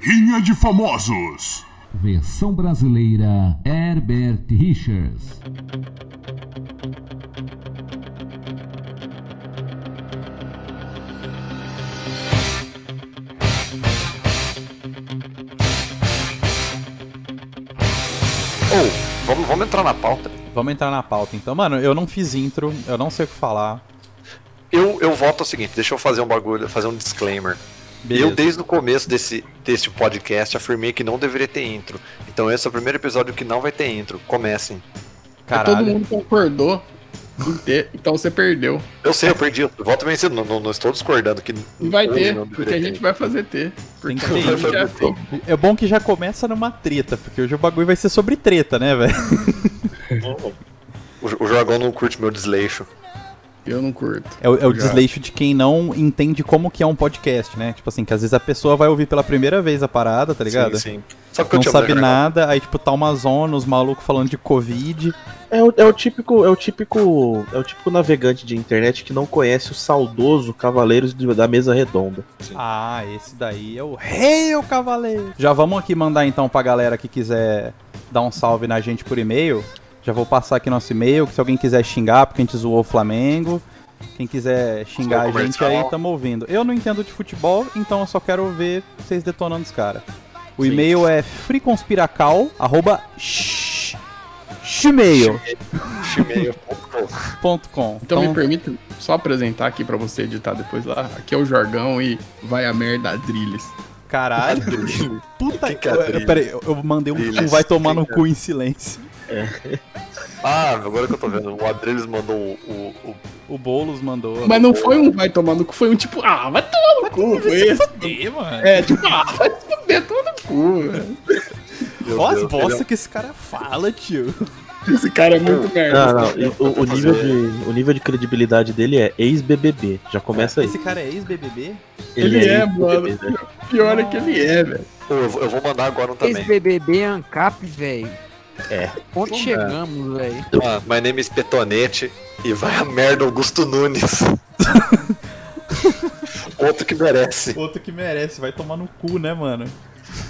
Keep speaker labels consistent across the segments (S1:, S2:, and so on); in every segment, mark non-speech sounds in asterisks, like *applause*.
S1: Rinha de Famosos.
S2: Versão brasileira Herbert Richards.
S3: Ou, vamos, vamos entrar na pauta.
S4: Vamos entrar na pauta então. Mano, eu não fiz intro, eu não sei o que falar.
S5: É
S3: Eu, eu voto o seguinte, deixa eu fazer um bagulho, fazer um disclaimer. Eu, desde o começo desse, desse podcast, afirmei que não deveria ter intro. Então esse é o primeiro episódio que não vai ter intro. Comecem.
S4: Caralho.
S5: Todo mundo concordou. em ter, Então você perdeu.
S3: Eu sei, eu perdi. Eu voto vencido. Não, não, não estou discordando que
S5: E vai
S3: hoje
S5: ter,
S3: não deveria
S5: porque a
S3: ter
S5: gente
S3: intro.
S5: vai fazer ter. Porque
S4: que
S5: a
S4: ter,
S5: gente já
S3: vai
S5: tem.
S4: É bom que já começa numa treta, porque hoje o bagulho vai ser sobre treta, né, velho?
S3: O, o Jorgão não curte meu desleixo.
S5: Eu não curto.
S4: É o, é o
S5: Já.
S4: desleixo de quem não entende como que é um podcast, né? Tipo assim, que às vezes a pessoa vai ouvir pela primeira vez a parada, tá ligado?
S3: Sim, sim. Sabe o que
S4: Não
S3: eu te amo, né,
S4: sabe
S3: Jorgão?
S4: nada, aí tipo tá uma zona, os malucos falando de Covid.
S6: É o, é o típico, é o típico, é o típico navegante de internet que não conhece o saudoso Cavaleiros de- da Mesa Redonda.
S4: Ah, esse daí é o Rei, o Cavaleiro. Já vamos aqui mandar então pra galera que quiser dar um salve na gente por e-mail. Já vou passar aqui nosso e-mail, que se alguém quiser xingar, porque a gente zoou o Flamengo. Quem quiser xingar a
S3: Zoou o
S4: gente
S3: comercial.
S4: aí, tamo ouvindo. Eu não entendo de futebol, então eu só quero ver vocês detonando os caras. O
S3: Sim.
S4: e-mail é freeconspiracal, arroba sh- shmail.com.
S3: Chimeio, pô, pô.
S5: Então, me permita só apresentar aqui pra você editar depois lá. Aqui é o Jorgão e vai a merda Adrilles.
S3: *laughs*
S4: Caralho. Puta
S3: Que
S4: que
S3: quadrilha. é
S4: Peraí, eu- eu mandei um,
S3: Trilhas.
S4: um vai tomar no
S3: Que
S4: cu em silêncio.
S3: Ah, agora que eu tô vendo. O Adreles mandou o- o- o
S4: O Boulos mandou.
S5: Mas não foi um vai tomar no cu, foi um tipo, ah, vai tomar no cu. Foi esse.
S4: mano.
S5: É, tipo, ah, vai se fuder, toma no cu. velho.
S3: Meu
S4: Olha as
S3: Deus, ele é
S4: bosta que esse cara fala, tio.
S5: Esse cara é muito merda.
S6: Não, não, e o, o nível de, o nível de credibilidade dele é ex-BBB. Já começa aí.
S4: Esse cara é ex-BBB?
S5: ele é,
S6: ex-BBB, né?
S5: Pior é que ele é, velho.
S3: Pô, eu vou- eu vou mandar agora um também.
S7: Ex-BBB ANCAP, velho.
S6: É.
S7: Onde chegamos, velho?
S3: Ah, my name is Petonete e vai a merda Augusto Nunes. *laughs* Outro que merece.
S4: Outro que merece, vai tomar no cu, né, mano?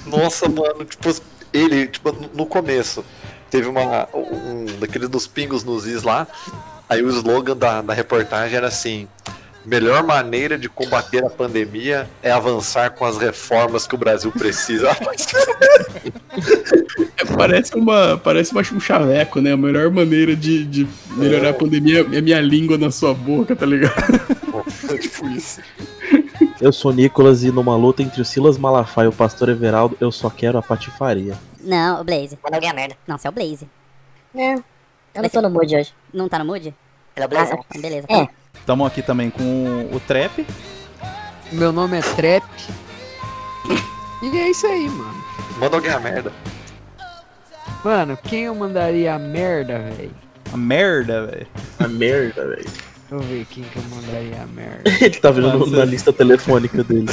S3: Nossa, mano, tipo, ele, tipo, no começo, teve uma. Um, daqueles dos pingos nos is lá. Aí o slogan da, da reportagem era assim. Melhor maneira de combater a pandemia é avançar com as reformas que o Brasil *laughs* precisa.
S5: Parece, uma, parece uma, um chaveco, né? A melhor maneira de, de melhorar a pandemia é minha língua na sua boca, tá ligado?
S3: tipo isso.
S6: Eu sou Nicolas e numa luta entre o Silas Malafaia e o Pastor Everaldo, eu só quero a patifaria.
S8: Não, o Blaze.
S9: Manda alguém a merda.
S8: Não, você é o Blaze.
S9: Não. Eu
S8: Vai
S9: não
S8: ser-
S9: tô É. no mood hoje.
S8: Não tá no mood?
S9: Pelo Blazer.
S8: Ah, então beleza.
S9: É.
S4: Tamo aqui também com o Trap.
S7: Meu nome é Trap. E é isso aí, mano.
S3: Manda alguém a merda.
S7: Mano, quem eu mandaria a merda, velho?
S4: A merda, velho.
S6: A merda, velho.
S7: Deixa eu ver quem que eu mandaria
S5: *laughs*
S7: a merda.
S6: *laughs* Ele tá vendo no-
S4: Nossa.
S6: na lista telefônica dele.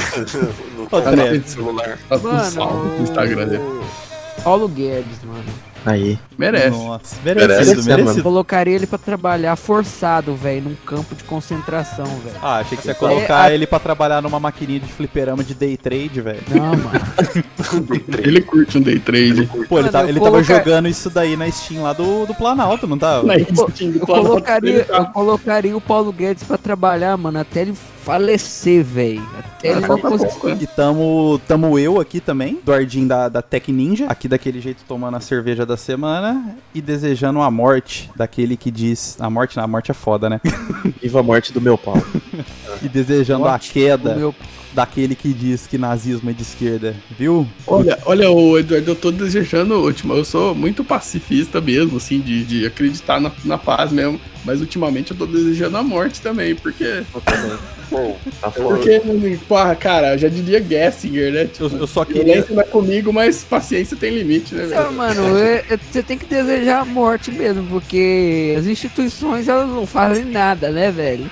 S3: No
S4: Ô, Trap.
S3: celular.
S5: Tá com salve
S7: Mano,
S5: no Instagram dele.
S7: o Paulo Guedes, mano.
S6: Aí.
S5: Merece.
S4: Nossa,
S3: Merece, né,
S4: merecido,
S6: mano.
S4: merecido.
S7: Colocaria ele pra trabalhar forçado, velho, num campo de concentração, velho.
S4: Ah, achei que você ia colocar ele pra trabalhar numa maquininha de fliperama de day trade, velho.
S7: Não,
S5: *laughs*
S7: mano.
S5: Ele curte um day trade.
S4: Pô, ele,
S7: Mano,
S4: tá-
S7: eu
S4: ele tava
S7: coloca-
S4: jogando isso daí na Steam lá do, do Planalto, não tá? tava?
S5: Na
S7: co-
S5: Steam do
S7: Eu
S5: Planalto, ele
S7: colocaria,
S5: tá-
S7: eu colocaria o Paulo Guedes pra trabalhar, mano, até ele falecer, velho. Até ele
S5: *laughs*
S7: não
S5: Falta
S7: conseguir.
S5: pouco, né?
S4: E tamo, tamo eu aqui também, Duardinho da, da Tech Ninja, aqui daquele jeito tomando a cerveja da semana e desejando a morte daquele que diz. A morte, não, a morte é foda,
S7: *laughs*
S4: né?
S6: Viva a morte do meu pau.
S4: E desejando a
S7: Morte
S4: queda
S7: O meu
S4: daquele que diz que nazismo é de esquerda, viu?
S5: Olha, olha, o Eduardo, eu tô desejando última. Eu sou muito pacifista mesmo, assim, de, de acreditar na, na paz mesmo. Mas ultimamente eu tô desejando a morte também, porque.
S3: Pô,
S6: Tá foda.
S5: Porque, porra, cara, eu já diria Gessinger, né? Tipo,
S4: Eu, eu só queria.
S5: violência não é comigo, mas paciência tem limite, né,
S7: Ah,
S5: velho?
S7: mano, é- é- você tem que desejar a morte mesmo, porque as instituições elas não fazem nada, né, velho?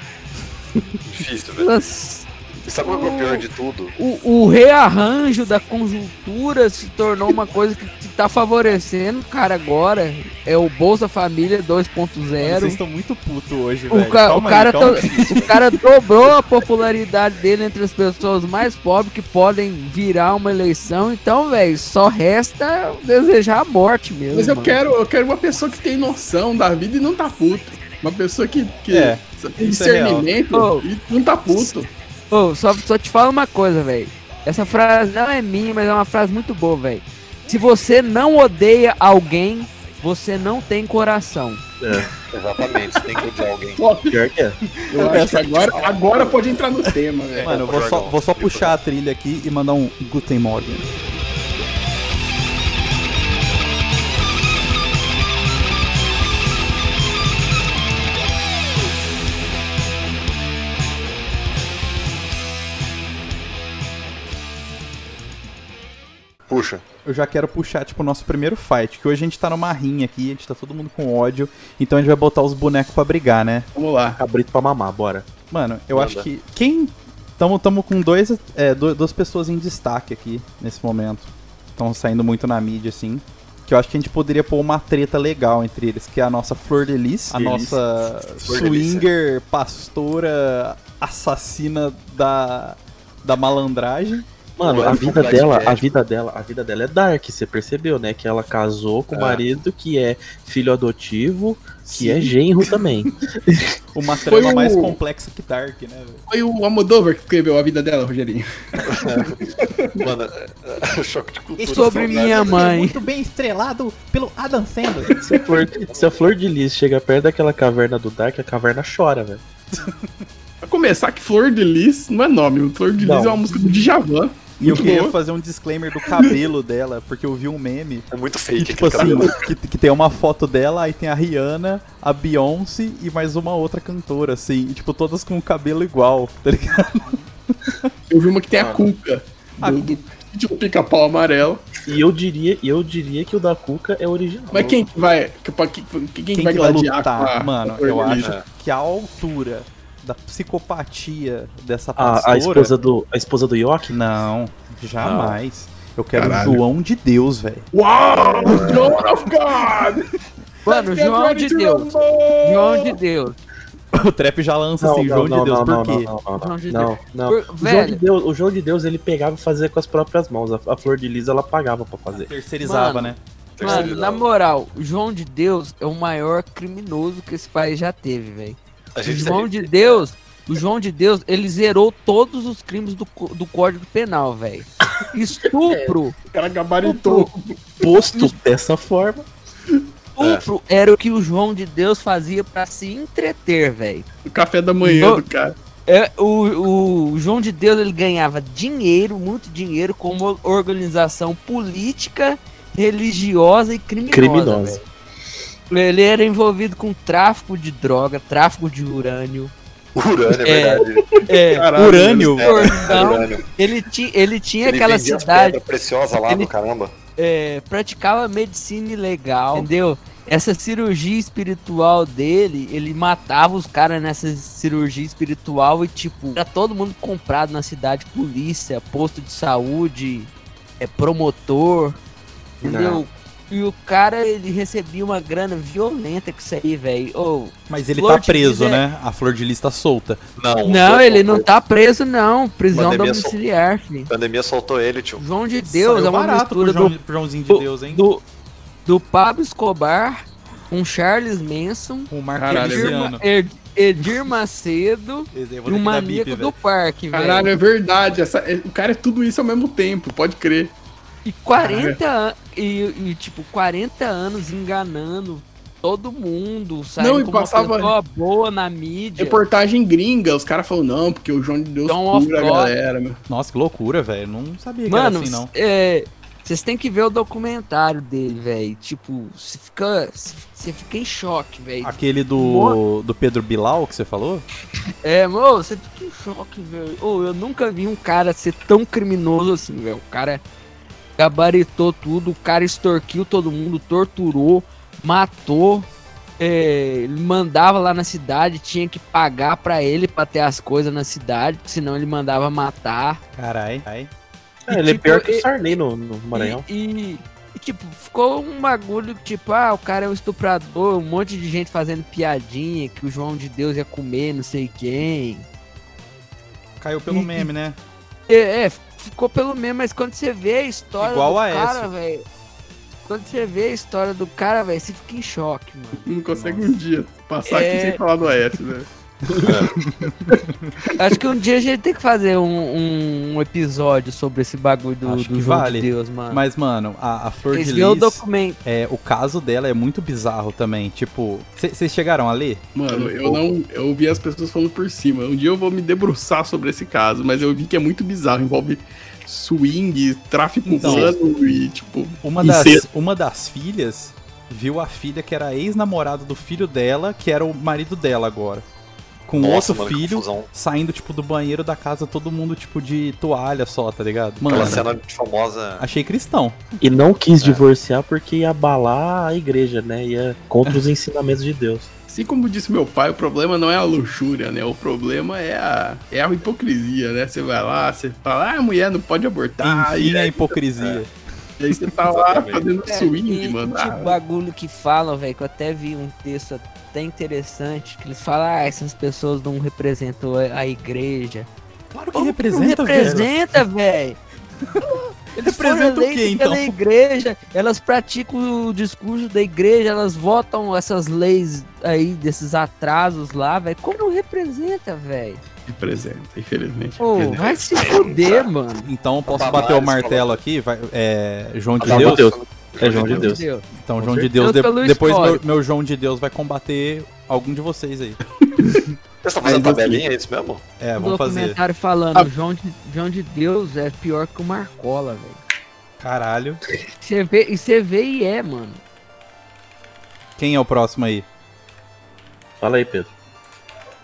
S3: difícil, velho.
S7: Elas
S3: E sabe qual que é o pior de tudo?
S7: O, o rearranjo da conjuntura se tornou uma coisa que, que tá favorecendo, o cara, agora. É o Bolsa Família
S8: Mano, Vocês
S7: 2.0.
S8: estão muito puto hoje,
S7: um O,
S8: velho.
S7: ca-
S8: Calma
S7: o cara tá-
S8: aí, calma
S7: to-
S8: aí.
S7: o cara dobrou a popularidade dele entre as pessoas mais pobres que podem virar uma eleição. Então, velho, só resta desejar a morte mesmo.
S5: Mas eu
S7: mano.
S5: quero, eu quero uma pessoa que tem noção da vida e não tá puto. Uma pessoa que, que
S4: É,
S5: tem
S4: isso é real.
S5: discernimento
S7: Oh.
S5: e não tá puto.
S7: Ô, só, só te falo uma coisa, velho. Essa frase não é minha, mas é uma frase muito boa, velho. Se você não odeia alguém, você não tem coração.
S3: Exatamente, você tem que odiar alguém.
S6: Pior que é.
S5: Eu acho que agora, agora pode entrar no tema, velho.
S4: Mano, eu vou só, vou só puxar a trilha aqui e mandar um Guten Morgen.
S3: Puxa.
S4: Eu já quero puxar, tipo, o nosso primeiro fight, que hoje a gente tá numa rinha aqui, a gente tá todo mundo com ódio, então a gente vai botar os bonecos pra brigar, né?
S5: Vamos lá.
S6: Cabrito pra mamar, bora.
S4: Mano, eu
S3: Manda.
S4: acho que quem... Tamo, tamo com dois, é, do- duas pessoas em destaque aqui, nesse momento. Estão saindo muito na mídia, assim. Que eu acho que a gente poderia pôr uma treta legal entre eles, que é a nossa Flor de Lis, a
S5: Delícia.
S4: nossa
S3: Flor de Lis,
S4: swinger, pastora, assassina da, da malandragem.
S6: Mano,
S3: Agora
S6: a
S3: é
S6: vida
S3: complexo
S6: dela, a
S3: médico.
S6: vida dela, a vida dela é dark, você percebeu, né? Que ela casou com o
S3: É.
S6: marido que é filho adotivo, que é
S4: Sim.
S6: genro também. *laughs*
S4: Uma
S5: Foi
S4: trama
S5: o-
S4: mais complexa que Dark, né, velho?
S5: Foi o Amodover que escreveu a vida dela, Rogerinho.
S3: Mano, é- *laughs* choque de cultura.
S7: E sobre
S3: saudade.
S7: minha mãe?
S4: é Muito bem estrelado pelo Adam Sandler.
S6: *laughs* Se a é flor, se a flor de lis chega perto daquela caverna do Dark, a caverna chora, velho.
S5: Pra começar, que Flor de Lis não é nome. Flor de Lis
S6: Não.
S5: é uma música do Djavan.
S4: E eu
S5: Muito
S4: queria
S5: boa.
S4: fazer um disclaimer do cabelo dela, porque eu vi um meme.
S3: É muito
S4: Que,
S3: fake
S4: tipo
S3: aquele
S4: assim,
S3: cabelo.
S4: que, que tem uma foto dela, aí tem a Rihanna, a Beyoncé e mais uma outra cantora, assim. E, tipo, todas com o cabelo igual, tá ligado?
S5: Eu vi uma que tem a Cuca.
S4: Ah.
S5: Do, do, de um pica-pau amarelo.
S6: E eu diria, e eu diria que o da Cuca é original.
S5: Mas quem que vai. que- pra- que- Quem,
S4: Quem,
S5: que vai
S4: que vai
S5: gladiar com a-
S4: lutar?
S5: com a
S4: Mano,
S5: Flor
S4: eu
S5: de Lis?
S4: acho que a altura da psicopatia dessa
S6: a,
S4: pastora...
S6: a esposa do a esposa do York?
S4: Não, jamais. Eu quero
S5: Caralho.
S4: o João de Deus, velho.
S5: Uau! Joan of God!
S7: Mano, João de Deus. João de Deus.
S4: O Trap já lança assim, João de Deus, por quê?
S6: Não, não, não,
S7: João de
S6: não, não.
S7: Por-
S6: O João de
S7: velho,
S6: Deus- o João de Deus ele pegava e fazia com as próprias mãos. A, a flor de lis ela pagava pra fazer.
S4: Terceirizava,
S7: Mano,
S4: né?
S7: mano, na moral, o João de Deus é o maior criminoso que esse país já teve, velho.
S3: A
S7: O
S3: gente
S7: João de Deus, o João de Deus, ele zerou todos os crimes do, co- do Código
S6: *laughs*
S7: Penal, velho. Estupro,
S5: O cara gabaritou.
S6: Posto dessa forma.
S7: estupro era o que o João de Deus fazia pra se entreter, velho.
S5: O café da manhã
S7: Não.
S5: do cara.
S7: É, o, o João de Deus ele ganhava dinheiro, muito dinheiro, com uma organização política, religiosa e criminosa.
S6: Criminosa.
S7: velho. Ele era envolvido com tráfico de droga, tráfico de urânio.
S3: Urânio, é verdade.
S7: É,
S5: Caralho,
S4: Urânio,
S7: portão.
S3: Urânio.
S7: ele, ti, ele tinha
S3: Ele
S7: aquela
S3: vendia as
S7: cidade,
S3: pedras preciosas lá
S7: Ele-
S3: do caramba.
S7: é, praticava medicina ilegal, entendeu? Essa cirurgia espiritual dele, ele matava os caras nessa cirurgia espiritual e, tipo, era todo mundo comprado na cidade, polícia, posto de saúde, é promotor, entendeu? E o cara, ele recebia uma grana violenta com isso aí, velho. Ô,
S5: é.
S4: Mas ele
S7: Flor
S4: tá
S7: de
S4: preso,
S7: Lis é-
S4: né? A flor de lis tá solta.
S3: Não,
S7: Não, ele não tá preso, não. Prisão
S3: Pandemia sol-
S7: domiciliar, filho.
S3: A pandemia soltou ele, tio.
S7: João de Deus
S4: Saiu
S7: é uma
S4: barato pro
S7: mistura do
S4: João- pro Joãozinho de
S7: do-
S4: Deus, hein?
S7: do, do Pablo Escobar com Charles Manson,
S4: Com o Marco
S5: Caralho,
S7: Edir,
S4: Feliciano.
S7: Ma- Ed- Edir Macedo
S4: Eu vou ter
S7: e o
S4: que dar bip,
S7: Maníaco
S4: velho.
S7: do Parque,
S5: Caralho,
S7: velho.
S5: é verdade. essa- é- o cara é tudo isso ao mesmo tempo, pode crer.
S7: E 40 an- e, e, tipo 40 anos enganando todo mundo, saindo
S5: Não, e
S7: como uma
S5: passava-
S7: pessoa boa na mídia.
S5: Reportagem gringa, os caras falam, não, porque o João de Deus
S7: Dawn of
S5: cura a
S7: God.
S5: galera, meu.
S4: Nossa, que loucura, velho. Não sabia que
S7: Mano,
S4: era assim, não.
S7: é, vocês têm que ver o documentário dele, velho. Tipo, você fica, você fica em choque, velho.
S4: Aquele do, do Pedro Bilal que você falou?
S7: É, mano, você fica em choque, velho. Ô, eu nunca vi um cara ser tão criminoso assim, velho. O cara gabaritou tudo, o cara extorquiu todo mundo, torturou, matou, é, ele mandava lá na cidade, tinha que pagar pra ele pra ter as coisas na cidade, senão ele mandava matar.
S4: Carai. ai.
S6: É, ele é
S7: tipo,
S6: pior que
S7: e-
S6: o Sarney no, no Maranhão.
S7: E, e- e, tipo, ficou um bagulho que, tipo, ah, o cara é um estuprador, um monte de gente fazendo piadinha, que o João de Deus ia comer não sei quem.
S4: Caiu *laughs* pelo meme, né?
S7: É, é, ficou pelo mesmo, mas quando você vê a história
S4: Igual
S7: do
S4: a
S7: cara,
S4: essa.
S7: velho. Quando você vê a história do cara, velho, você fica em choque, mano.
S5: Não consegue um dia passar
S7: É.
S5: aqui sem falar do Aécio, né?
S7: Acho que um dia a gente tem que fazer um, um- um episódio sobre esse bagulho do,
S4: Acho
S7: do
S4: que
S7: João
S4: vale.
S7: de Deus, mano.
S4: Mas, mano, a, a Flor
S7: Vocês
S4: de
S7: viram o
S4: Lis,
S7: documento.
S4: é, o caso dela é muito bizarro também. Tipo, vocês chegaram a ler?
S5: *laughs* Mano, eu não. Eu ouvi as pessoas falando por cima. Um dia eu vou me debruçar sobre esse caso, mas eu vi que é muito bizarro. Envolve swing, tráfico
S4: Então.
S5: humano e, tipo.
S4: Uma
S5: E
S4: das,
S5: cedo.
S4: uma das filhas viu a filha que era ex-namorada do filho dela, que era o marido dela agora. Com
S3: Nossa,
S4: Um outro
S3: mano, que
S4: filho
S3: confusão.
S4: saindo, tipo, do banheiro da casa, todo mundo, tipo, de toalha só, tá ligado? Mano,
S3: Aquela cena famosa.
S4: achei cristão.
S6: E não quis
S5: É.
S6: divorciar porque ia abalar a igreja, né? Ia
S5: *laughs*
S6: contra os ensinamentos de Deus.
S5: Assim como disse meu pai, o problema não é a luxúria, né? O problema é a, é a hipocrisia, né? Você vai lá, você fala, ah, a mulher não pode abortar.
S4: Enfim,
S5: e
S4: a
S5: aí,
S4: hipocrisia.
S5: aí você tá lá
S3: Exatamente.
S5: fazendo swing,
S7: É, e,
S5: mano.
S7: Tipo,
S5: Ah,
S7: bagulho que falam, velho, que eu até vi um texto até interessante, que eles falam, ah, essas pessoas não representam a, a igreja.
S4: Claro que
S7: Como que não
S4: representa, velho.
S7: representa, velho? Eles foram
S4: Representa o quê,
S7: eleitos pela
S4: então?
S7: igreja, elas praticam o discurso da igreja, elas votam essas leis aí, desses atrasos lá, velho. Como não representa, velho?
S5: representa, infelizmente.
S7: Ô,
S5: representa.
S7: vai se fuder, mano.
S4: Então, posso
S3: Tá
S4: bater o
S3: mais,
S4: martelo aqui? Vai, é, João de
S5: Tá,
S6: João
S4: Deus?
S6: de Deus. É João de
S7: Meu
S6: Deus.
S7: Deus.
S4: Então,
S6: Com
S4: João de Deus,
S7: certeza.
S4: de-
S7: Pelo
S4: depois meu,
S7: histórico.
S4: meu João de Deus vai combater algum de vocês aí.
S3: Vocês estão fazendo
S5: Mas assim-
S3: tabelinha, é isso mesmo?
S4: É,
S7: um
S4: vamos fazer.
S7: documentário falando,
S5: Ah.
S7: João, de, João de Deus é pior que o Marcola, velho.
S4: Caralho.
S7: Você vê, e você vê e é, mano.
S4: Quem é o próximo aí?
S6: Fala aí, Pedro.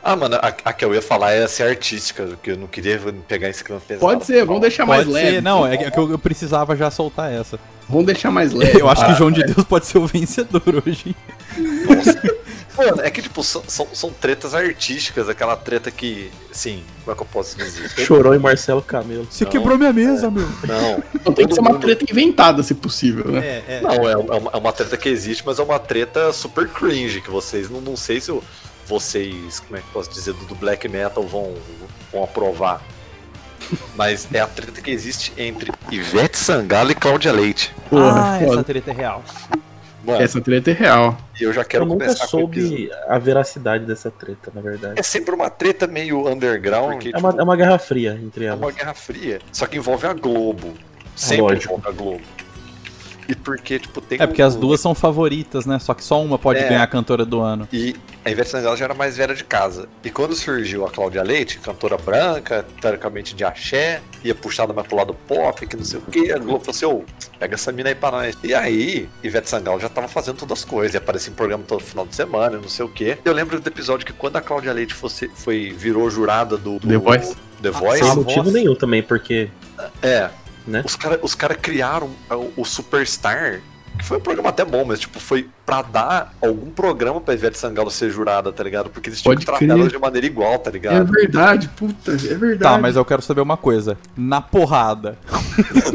S3: Ah, mano, a, a que eu ia falar era ser artística, porque eu não queria pegar esse clima pesado.
S5: Pode ser, vamos deixar mais
S4: Pode
S5: leve.
S4: ser, não, é que- é que eu eu precisava já soltar essa.
S5: Vamos deixar
S4: *laughs*
S5: mais leve.
S4: Eu acho que o João
S5: é.
S4: de Deus pode ser o vencedor hoje.
S3: Mano, é que, tipo, são, são, são tretas artísticas, aquela treta que, assim, como é que eu posso dizer?
S6: *laughs* Chorou e Marcelo Camelo.
S4: Você
S3: Não,
S4: quebrou minha mesa, meu.
S3: Não,
S5: Então tem que
S3: Todo
S5: ser uma
S3: mundo-
S5: treta inventada, se possível, né?
S4: É, é.
S3: não é, uma- é uma, é uma treta que existe, mas é uma treta super cringe, que vocês, não, não sei se eu- vocês, como é que eu posso dizer, do, do black metal vão, vão aprovar. Mas é a treta que existe entre Ivete Sangalo e Cláudia Leite.
S4: Ah,
S5: Porra,
S4: essa
S5: foda.
S4: treta é real.
S3: Mano,
S5: Essa treta é real.
S3: e eu já quero
S6: eu nunca
S3: começar com o episódio.
S5: um-
S6: soube a veracidade dessa treta, na verdade.
S3: É sempre uma treta meio underground, que
S6: É uma,
S5: tipo,
S6: é uma guerra fria entre
S3: É
S6: elas.
S3: uma guerra fria. Só que envolve a Globo. Sempre
S6: Lógico.
S3: envolve a Globo. E porque, tipo, tem.
S4: É porque as
S3: um-
S4: duas são favoritas, né? Só que só uma pode
S3: É.
S4: ganhar a cantora do ano.
S3: E a Ivete Sangalo já era mais velha de casa. E quando surgiu a Cláudia Leite, cantora branca, teoricamente de axé, ia puxada mais pro lado pop, que não sei o quê, a Globo falou assim: ô, pega essa mina aí pra nós. E aí, Ivete Sangalo já tava fazendo todas as coisas, ia aparecer em programa todo final de semana, não sei o quê. Eu lembro do episódio que quando a Cláudia Leite fosse, foi, virou jurada do. do
S5: The Voice.
S3: The Voice.
S6: Sem
S4: a
S6: motivo
S4: voz-
S6: nenhum também, porque
S3: É.
S6: Né?
S3: Os caras os cara criaram o, o Superstar, que foi um programa até bom, mas tipo, foi pra dar algum programa pra Ivete Sangalo ser jurada, tá ligado? Porque eles tinham
S5: Pode
S3: que tratar
S5: crer.
S3: ela de maneira igual, tá
S5: É
S3: ligado?
S5: verdade, puta, é verdade.
S4: Tá, mas eu quero saber uma coisa. Na porrada.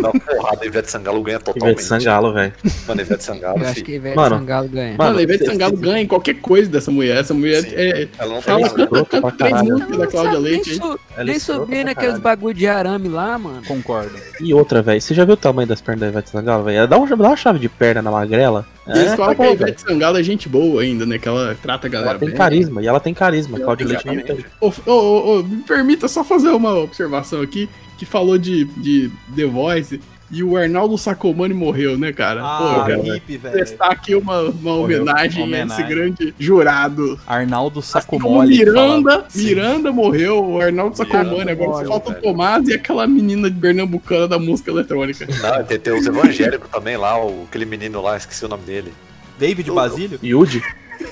S3: Dá uma porrada, a Ivete Sangalo ganha totalmente.
S6: Ivete Sangalo, velho.
S3: Mano, a Ivete Sangalo,
S7: Eu acho
S3: filho,
S7: que Ivete
S6: Mano,
S7: Sangalo ganha.
S5: Mano, a Ivete
S6: você-
S5: Sangalo ganha em qualquer coisa dessa mulher. Essa mulher
S3: Sim.
S5: é.
S3: ela não tem
S5: Ela
S3: nada.
S5: canta,
S6: escrota pra
S5: canta três
S6: caralho.
S5: músicas da Cláudia Leite, hein?
S6: Ela é
S7: nem
S6: escrota
S7: subir
S6: pra
S4: né,
S7: naqueles
S6: caralho.
S7: bagulho de arame lá, mano.
S4: Concordo.
S6: E outra, velho. Você já viu o tamanho das pernas da Ivete Sangalo, velho? Ela Dá, um, dá uma chave de perna na magrela.
S5: E eles falam que a
S6: acabou, velho.
S5: Ivete Sangalo é gente boa ainda, né? Que ela trata a galera
S6: Tá Ela tem
S5: bem.
S6: carisma, e ela tem carisma.
S5: Ela
S6: Cláudio
S5: tem
S6: Leite não tem.
S5: Ô, ô, ô, ô, me permita só fazer uma observação aqui, que falou de, de The Voice e o Arnaldo Sacomani morreu, né, cara? Pô,
S4: Ah,
S5: cara.
S4: hippie,
S5: vou
S4: velho.
S5: Prestar aqui uma, uma homenagem, a
S4: homenagem.
S5: esse grande jurado.
S4: Arnaldo
S5: Assim como
S4: Sacomoli.
S5: Miranda,
S4: fala-
S5: Miranda morreu, o Arnaldo Sacomani,
S3: Miranda
S5: agora
S3: morreu,
S5: só falta
S3: velho.
S5: o Tomás e aquela menina de pernambucana da música eletrônica.
S3: Não, tem, tem os evangélicos também lá, o, aquele menino lá, esqueci o nome dele.
S4: David Basílio?
S6: Yudi?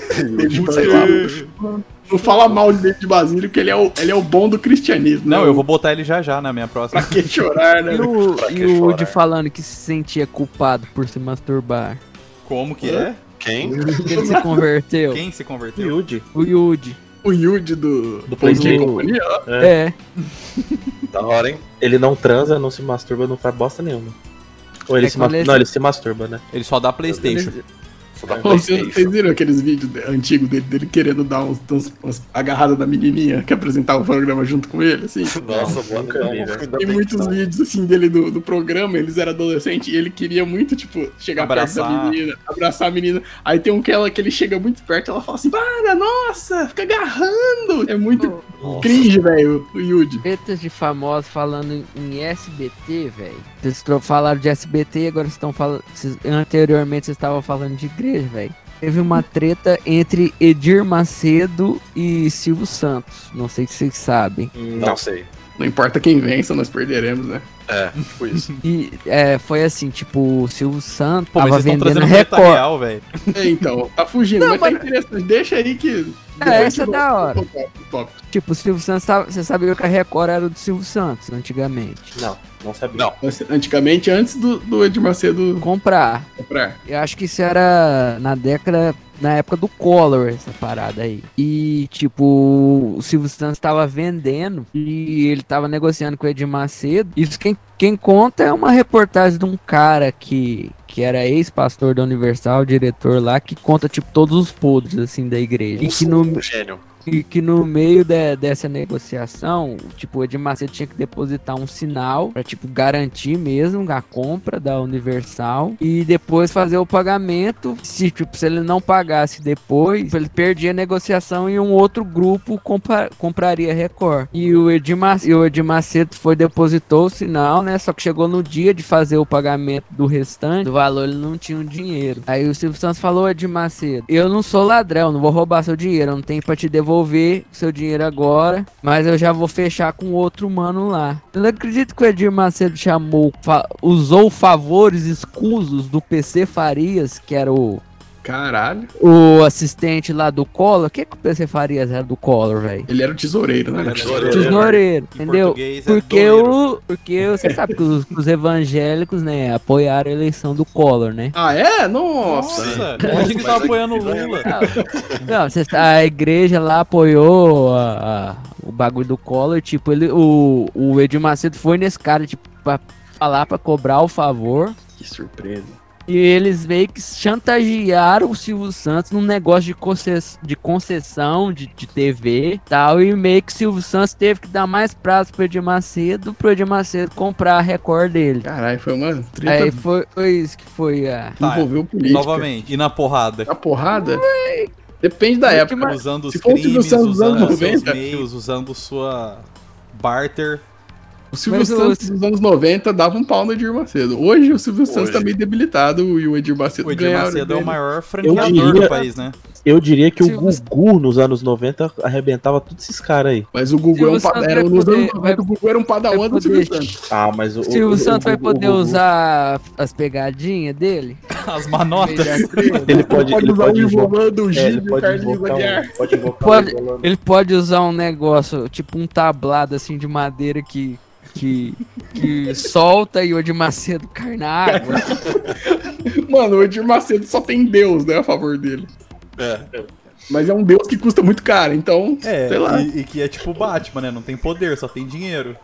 S5: Sei lá, Não fala mal de David Basílio, que ele é o, ele é o bom do cristianismo.
S4: Não,
S5: né?
S4: eu vou botar ele já já na minha próxima.
S5: Pra que chorar,
S7: *laughs*
S5: né?
S7: E o,
S3: Pra que
S7: e o
S3: chorar?
S7: Woody falando que se sentia culpado por se masturbar.
S4: Como que é?
S3: Quem?
S7: Ele se converteu.
S4: Quem se converteu?
S6: Yudi.
S7: O Yudi.
S5: O Yude do,
S6: Do Play
S5: Bom Dia e
S6: Day.
S5: Companhia, ó.
S7: É.
S3: Da hora, hein?
S6: Ele não transa, não se masturba, não faz bosta nenhuma. Ou ele
S7: É
S6: se
S7: quando
S6: masturba.
S7: ele-
S6: Não, ele se masturba, né?
S4: Ele só dá Playstation.
S3: Só da
S5: Vocês
S3: Playstation.
S5: vocês viram aqueles vídeos de- antigos dele, dele querendo dar uns, uns, uns agarrada da menininha que apresentava o programa junto com ele, assim?
S3: Nossa,
S6: Nossa,
S3: mano,
S6: nunca
S3: não,
S6: vi, velho.
S3: ainda
S5: Tem
S3: bem que
S5: muitos
S3: não.
S5: vídeos, assim, dele do, do programa, eles eram adolescentes, e ele queria muito, tipo, chegar perto da
S4: Abraçar.
S5: menina, abraçar a menina. Aí tem um que, ela, que ele chega muito perto, ela fala assim, para, nossa, fica agarrando! É muito cringe, velho, o Yuji.
S7: Tretas de famosos falando em- em SBT, velho. Vocês tro- falaram de SBT e agora vocês estão falando. vocês- Anteriormente vocês estavam falando de igreja, velho. Teve uma treta entre Edir Macedo e Silvio Santos. Não sei se vocês sabem.
S3: Não sei.
S5: Não importa quem vença, nós perderemos, né?
S3: É, tipo isso.
S7: E é, foi assim, tipo, o Silvio Santos
S4: Hum. Pô, mas
S7: tava
S4: vocês estão
S7: vendendo
S4: trazendo treta
S7: Record.
S4: real, velho.
S5: É, então, tá fugindo, mas, tá interessante, deixa aí que... depois
S7: essa é
S5: eu-
S7: da hora.
S8: tá.
S5: eu toco o tópico.
S7: Tipo, o Silvio Santos tava. Você sabia que a Record era do Silvio Santos antigamente.
S6: Não, não sabia.
S3: Não.
S5: Antigamente, antes do, do Edir Macedo
S7: Comprar.
S5: comprar.
S7: Eu acho que isso era na década. Na época do Collor, essa parada aí. E, tipo, o Silvio Santos tava vendendo e ele tava negociando com o Edir Macedo. Isso quem, quem conta é uma reportagem de um cara que, que era ex-pastor da Universal, diretor lá, que conta, tipo, todos os podres, assim, da igreja. E que no,
S3: Um gênio.
S7: e que no meio de- dessa negociação, tipo, o Edir Macedo tinha que depositar um sinal pra, tipo, garantir mesmo a compra da Universal e depois fazer o pagamento. Se, tipo, se ele não pagasse depois, ele perdia a negociação e um outro grupo compa- compraria a Record. E o Edir Macedo, o Edir Macedo foi, depositou o sinal, né? Só que chegou no dia de fazer o pagamento do restante, do valor ele não tinha o dinheiro. Aí o Silvio Santos falou, Edir Macedo, eu não sou ladrão, não vou roubar seu dinheiro, eu não tenho pra te devolver seu dinheiro agora, mas eu já vou fechar com outro mano lá. Eu não acredito que o Edir Macedo chamou, fa- usou favores escusos do PC Farias, que era o,
S5: Caralho.
S7: o assistente lá do Collor. O que que o PC Farias era do Collor, velho?
S5: Ele era o tesoureiro, né?
S4: Ele era o tesoureiro.
S7: Tesoureiro,
S4: Em
S7: entendeu?
S4: português é
S7: Porque
S4: doleiro.
S7: o. Porque você sabe que os, os evangélicos, né, apoiaram a eleição do Collor, né?
S5: Ah, é? Nossa.
S4: Nossa,
S3: Nossa,
S4: imagina que
S7: tá
S4: né?
S3: mas é
S4: tava apoiando o
S3: aqui-
S4: Lula.
S7: Não, cê- a igreja lá apoiou a- a- o bagulho do Collor, tipo, ele, o, o Edir Macedo foi nesse cara, tipo, pra falar, pra cobrar o favor.
S5: Que surpresa.
S7: E eles meio que chantagearam o Silvio Santos num negócio de, conces- de concessão de, de TV e tal. E meio que o Silvio Santos teve que dar mais prazo pro Edir Macedo pro Edir Macedo comprar a Record dele.
S5: Caralho, foi uma treta
S7: Aí É, foi, foi isso que foi a.
S5: que envolveu política.
S4: Tá, é. Novamente, e na porrada.
S5: A porrada? Depende da
S7: Ué,
S4: é
S5: época.
S7: que Mas-
S4: usando os
S5: é se fosse
S4: crimes,
S5: dos anos
S4: usando os seus
S5: 90,
S4: meios, usando sua barter.
S5: O Silvio
S7: Mas o-
S5: Santos dos anos 90 dava um pau no Edir Macedo. Hoje o Silvio Santos
S3: Hoje.
S5: tá meio debilitado e o Edir Macedo
S4: O Edir
S5: ganharam
S4: Macedo é
S5: dele.
S4: o maior franqueador
S6: diria-
S4: do país, né?
S6: Eu diria que
S7: Se
S6: o
S7: você-
S6: Gugu nos anos 90 arrebentava todos esses caras aí.
S5: Mas o Gugu
S7: Silvio
S5: é um
S7: Santos
S5: padawan. Era
S7: vai
S5: nos
S7: poder-
S5: anos 90 o Gugu era um padawan
S7: vai
S5: do Silvio
S7: poder- *laughs*
S5: Santos.
S6: Ah, mas o.
S7: Silvio Santos vai
S6: Gugu-
S7: poder
S6: o Tá Gugu-
S7: usar as pegadinhas dele?
S4: As manotas.
S6: Ele pode, ele
S5: usar
S6: pode
S5: o
S6: invocar.
S5: Ivolando, o
S6: É,
S5: Gil,
S6: ele
S5: o
S6: pode
S5: Carlinhos
S6: invocar.
S5: Aguiar.
S6: um- Pode invocar.
S7: Pode-
S6: um Ivolando.
S7: Ele pode usar um negócio, tipo um tablado assim de madeira que. Que, que *laughs* solta e o de Macedo cai na água.
S6: um
S5: Mano, o Edir Macedo só tem Deus, né, a favor dele.
S3: É.
S5: Mas é um Deus que custa muito caro, então,
S4: É,
S5: sei lá.
S4: E, e que é tipo o Batman, né? Não tem poder, só tem dinheiro.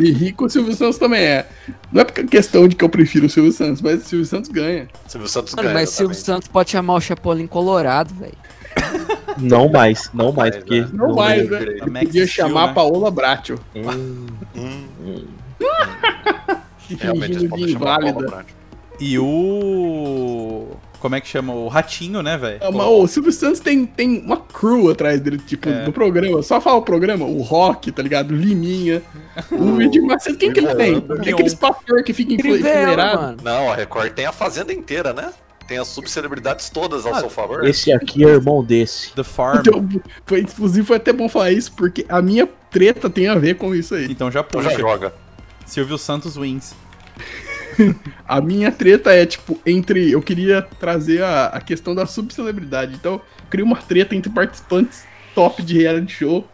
S5: E rico o Silvio Santos também é. Não é porque é questão de que eu prefiro o Silvio Santos, mas o Silvio Santos ganha.
S3: Silvio Santos
S7: Mano,
S3: ganha.
S7: mas Silvio
S3: exatamente.
S7: Santos pode chamar o Chapolin Colorado, velho.
S6: Não mais, não mais.
S3: mais,
S6: Porque
S3: né?
S5: Não mais, né?
S3: direito.
S5: Ele
S4: Max
S5: podia
S4: Steel,
S5: chamar
S4: né?
S5: a Paola Bracho,
S6: Hum,
S3: Hum,
S5: *laughs* que
S3: realmente,
S5: fingindo
S3: eles podem
S5: de
S3: chamar a Paula
S5: inválida.
S3: Brat.
S4: E o. Como é que chama? O Ratinho, né, velho?
S5: Ah, mas o Silvio Santos tem, tem uma crew atrás dele, tipo,
S4: É.
S5: do programa. Só fala o programa, o Rock, tá ligado? O Liminha. O Edir Macedo, quem que ele tem?
S3: Ivolando.
S5: Tem aqueles pastores que ficam
S7: Crivella,
S5: enfileirados.
S7: mano.
S3: Não, a Record tem a fazenda inteira, né? Tem as subcelebridades todas ao
S4: Ah,
S3: seu favor.
S6: esse aqui é irmão desse.
S4: The Farm.
S5: Então, foi, inclusive, foi até bom falar isso, porque a minha treta tem a ver com isso aí.
S4: Então já
S3: Então já
S4: puxa.
S3: joga.
S4: Silvio Santos wins.
S5: A minha treta é, tipo, entre. Eu queria trazer a, a questão da subcelebridade. Então, eu queria uma treta entre participantes top de reality
S7: *laughs*
S5: show,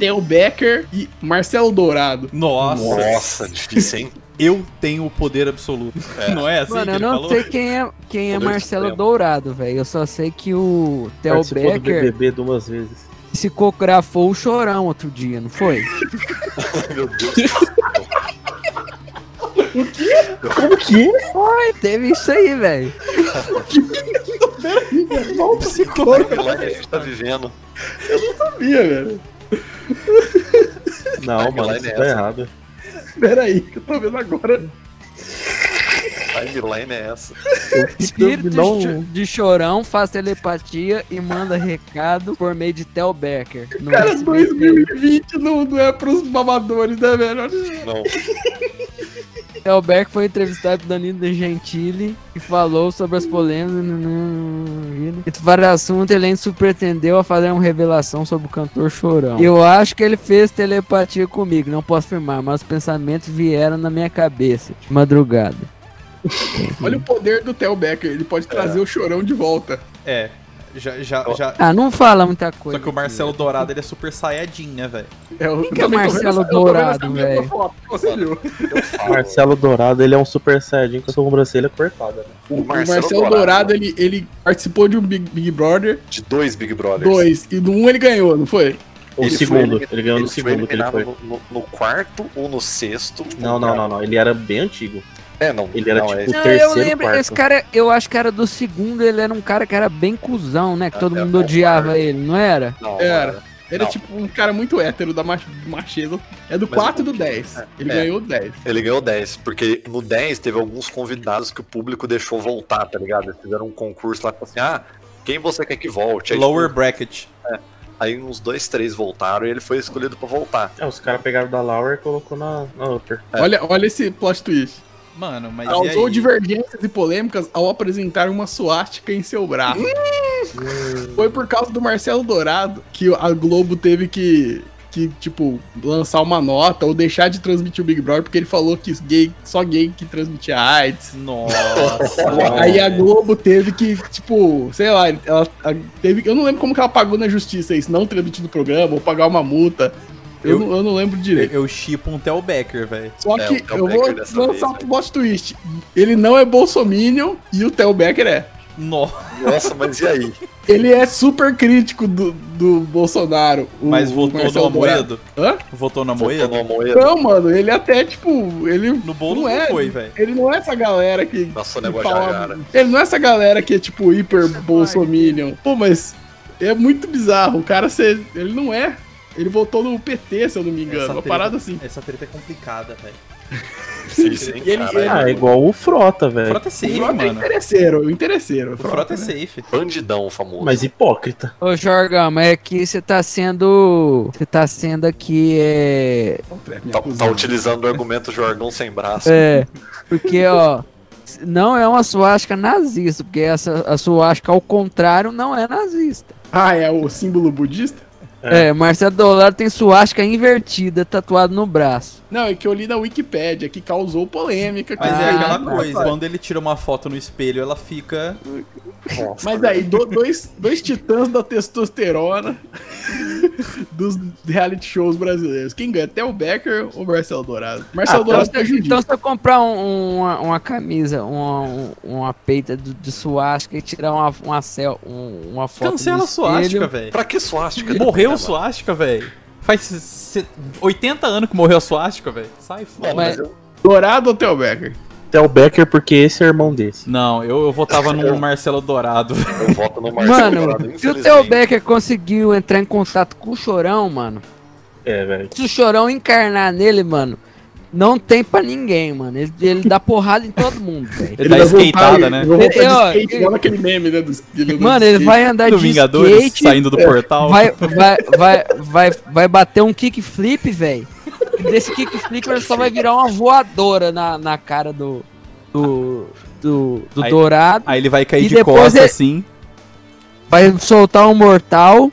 S5: Theo Becker e Marcelo Dourado.
S4: Nossa,
S3: Nossa, difícil, hein?
S4: eu tenho o poder absoluto. *laughs* Não é assim
S7: Mano,
S4: que
S7: eu
S4: ele
S7: não
S4: falou? *laughs*
S7: sei quem é, quem é
S3: Poder
S7: Marcelo
S3: supremo.
S7: Dourado, velho. Eu só sei que o Theo
S6: Participou do
S7: Becker
S6: BBB duas vezes.
S7: psicografou o Chorão outro dia, não foi?
S3: Meu Deus. do céu.
S6: Como que?
S7: *laughs* foi, teve isso aí, velho.
S3: Que lá que a gente tá vivendo.
S5: Sabia, velho.
S6: Não,
S3: Vai,
S6: mano,
S3: vai
S6: isso
S3: é nessa.
S6: tá errado.
S5: Pera aí, que eu tô vendo agora.
S3: Timeline é essa.
S7: Espírito de
S6: não-
S7: cho- de Chorão faz telepatia e manda recado por meio de Theo Becker. No
S5: Cara,
S7: SBT.
S5: 2020 não, não é pros babadores, né, velho? Olha-
S3: Não.
S7: Theo Becker foi entrevistado por Danilo De Gentili e falou sobre as polêmicas. né, E para o assunto, ele se pretendeu a fazer uma revelação sobre o cantor Chorão. Eu acho que ele fez telepatia comigo, não posso afirmar, mas os pensamentos vieram na minha cabeça de madrugada.
S5: Olha o poder do Theo Becker, ele pode trazer o chorão de volta.
S4: É, já, já, já.
S7: Ah, não fala muita coisa.
S4: Só que o
S7: aqui,
S4: Marcelo
S7: velho.
S4: Dourado ele é super saiyajin, né, velho?
S5: É o
S7: que é Marcelo Dourado, velho?
S5: Você viu?
S3: Eu falo.
S6: Marcelo Dourado, ele é um super saiyajin com a sobrancelha cortada. Né?
S3: O
S5: O Marcelo, Dourado, ele, ele participou de um Big, Big Brother
S3: De dois Big Brothers.
S5: 2, e no 1 um ele ganhou, não foi?
S6: O
S3: Ele
S6: segundo,
S3: foi-
S6: ele ganhou
S3: Ele
S6: no segundo que ele
S3: eliminado
S6: foi.
S3: No, no- no quarto ou no sexto.
S6: Não, não, não, não. Ele era bem antigo.
S3: É, não.
S6: Ele era
S3: não,
S6: tipo-
S3: é-
S6: O
S7: Não, eu
S6: terceiro
S7: lembro,
S6: quarto.
S7: esse cara, eu acho que era do segundo, ele era um cara que era bem cuzão, né? Que todo
S3: Até
S7: mundo
S3: o
S7: odiava
S3: quarto.
S7: ele, não era?
S3: não,
S5: Era.
S3: é.
S5: Era
S3: Não.
S5: tipo um cara muito hétero da mach- do Machado. É do
S3: Mas
S5: 4
S3: o-
S5: do 10. Ele
S3: é.
S5: ganhou o 10.
S3: Ele ganhou 10, porque no 10 teve alguns convidados que o público deixou voltar, tá ligado? Eles fizeram um concurso lá, tipo assim, ah, quem você quer que volte? Aí, tipo,
S4: Lower bracket.
S3: aí uns dois, três voltaram e ele foi escolhido pra voltar.
S6: É, os caras pegaram da Laura e colocou na, na upper.
S3: É.
S5: Olha, olha esse plot twist.
S4: Mano, mas. e
S5: Causou
S4: aí?
S5: divergências e polêmicas ao apresentar uma suástica em seu braço. Foi por causa do Marcelo Dourado que a Globo teve que, que, tipo, lançar uma nota ou deixar de transmitir o Big Brother porque ele falou que gay, só gay que transmitia AIDS.
S4: Nossa.
S5: *laughs* Aí a
S4: velho.
S5: Globo teve que, tipo, sei lá, ela a- teve. Eu não lembro como que ela pagou na justiça isso, não transmitir no programa, ou pagar uma multa. Eu,
S4: Eu-
S5: não, eu não lembro
S4: Eu-
S5: direito.
S4: Eu chipo um Theo Becker, velho.
S5: Só
S3: É,
S5: que
S3: o Theo
S5: eu
S3: Becker
S5: vou
S3: dessa
S5: lançar um
S4: né?
S3: vez,
S5: plot twist. Ele não é bolsominion e o Theo Becker é.
S4: Nossa.
S3: Nossa, mas e aí?
S5: Ele é super crítico do, do Bolsonaro. o
S4: Mas votou no
S5: Marcelo
S4: Amoedo?
S5: Dourado. Hã?
S4: Votou no
S3: Voltou
S4: Amoedo?
S3: no Amoedo?
S5: Não, mano, ele até, tipo, ele
S4: No bolo
S5: Não
S4: não,
S5: é.
S4: foi, velho.
S5: Ele não é essa galera que.
S3: Na Sônia
S5: que
S3: Guajajara.
S5: ele não é essa galera que é tipo hiper bolsominion. Pô, mas é muito bizarro. O cara, cê- ele não é. Ele votou no PT, se eu não me engano.
S4: Essa
S5: uma
S4: treta-
S5: parada assim.
S4: Essa treta é complicada, velho.
S3: Sim, sim,
S5: E ele-
S3: caralho.
S6: Ah, é igual o Frota, velho.
S4: Frota é
S5: O
S4: safe,
S5: Frota é
S4: mano.
S5: interesseiro, o interesseiro. né? O
S4: O Frota é safe.
S3: Bandidão
S4: é
S3: famoso.
S4: né?
S6: Mas hipócrita.
S7: Ô, Jorgão, mas é que você tá sendo. Você tá sendo aqui. É.
S3: Tá, tá utilizando o argumento jargão sem braço.
S7: É. Porque, ó. Não é uma suástica nazista, porque essa, a suástica, ao contrário, não é nazista.
S5: Ah, é o símbolo budista?
S7: É, Marcelo Dourado tem suástica invertida tatuado no braço.
S5: Não, é que eu li na Wikipédia, que causou polêmica. que
S4: Mas é
S5: aí-
S4: aquela
S5: Ah,
S4: coisa, quando ele tira uma foto no espelho, ela fica.
S3: Nossa,
S5: Mas aí, do- dois, dois titãs da testosterona *laughs* dos reality shows brasileiros. Quem ganha? Até o Becker ou Marcelo Dourado? Marcelo
S7: Ah,
S5: Dourado
S7: então,
S5: tá
S7: se-
S5: judindo.
S7: então se eu comprar um- uma, uma camisa, uma, um- uma peita do- de suástica e tirar uma, uma, cel, um- uma foto
S4: Cancela
S7: no
S4: a suástica,
S7: espelho,
S4: velho.
S3: Pra que suástica?
S4: Morreu
S3: Né,
S4: o suástica, velho. Faz se- 80 anos que morreu a suástica, velho. Sai
S3: mano?
S4: fora.
S3: É, mas
S7: Mas-
S3: eu-
S5: Dourado ou Theo Becker?
S6: Theo Becker, porque esse é irmão desse.
S4: Não, eu, eu votava no Marcelo Dourado. velho.
S3: eu voto no Marcelo Dourado,
S7: Mano, se o
S3: infelizmente.
S7: Theo Becker conseguiu entrar em contato com o Chorão, mano,
S6: É, velho.
S7: se o Chorão encarnar nele, mano, não tem pra ninguém, mano. Ele, ele dá porrada em todo mundo, velho.
S4: *laughs* Ele dá
S5: vai voltar,
S4: skateada,
S5: ele um
S4: né?
S5: vai voltar
S7: Ele- ó,
S5: de skate,
S7: ele-
S5: igual aquele meme, né? Do, ele andando Tá
S7: Mano,
S5: de é,
S7: ele
S5: skate.
S7: vai
S4: *laughs*
S7: andar
S4: Do
S7: de
S4: Vingadores
S7: skate,
S4: saindo do portal.
S7: vai,
S4: *laughs*
S7: vai, vai, vai, vai bater um kickflip, velho. E Desse kickflip ele só vai virar uma voadora na, na cara do do, do, do
S4: Aí-
S7: Dourado.
S4: Aí ele vai cair
S7: E
S4: de
S7: depois
S4: costas
S5: é-
S7: ele-
S4: assim.
S7: Vai soltar um mortal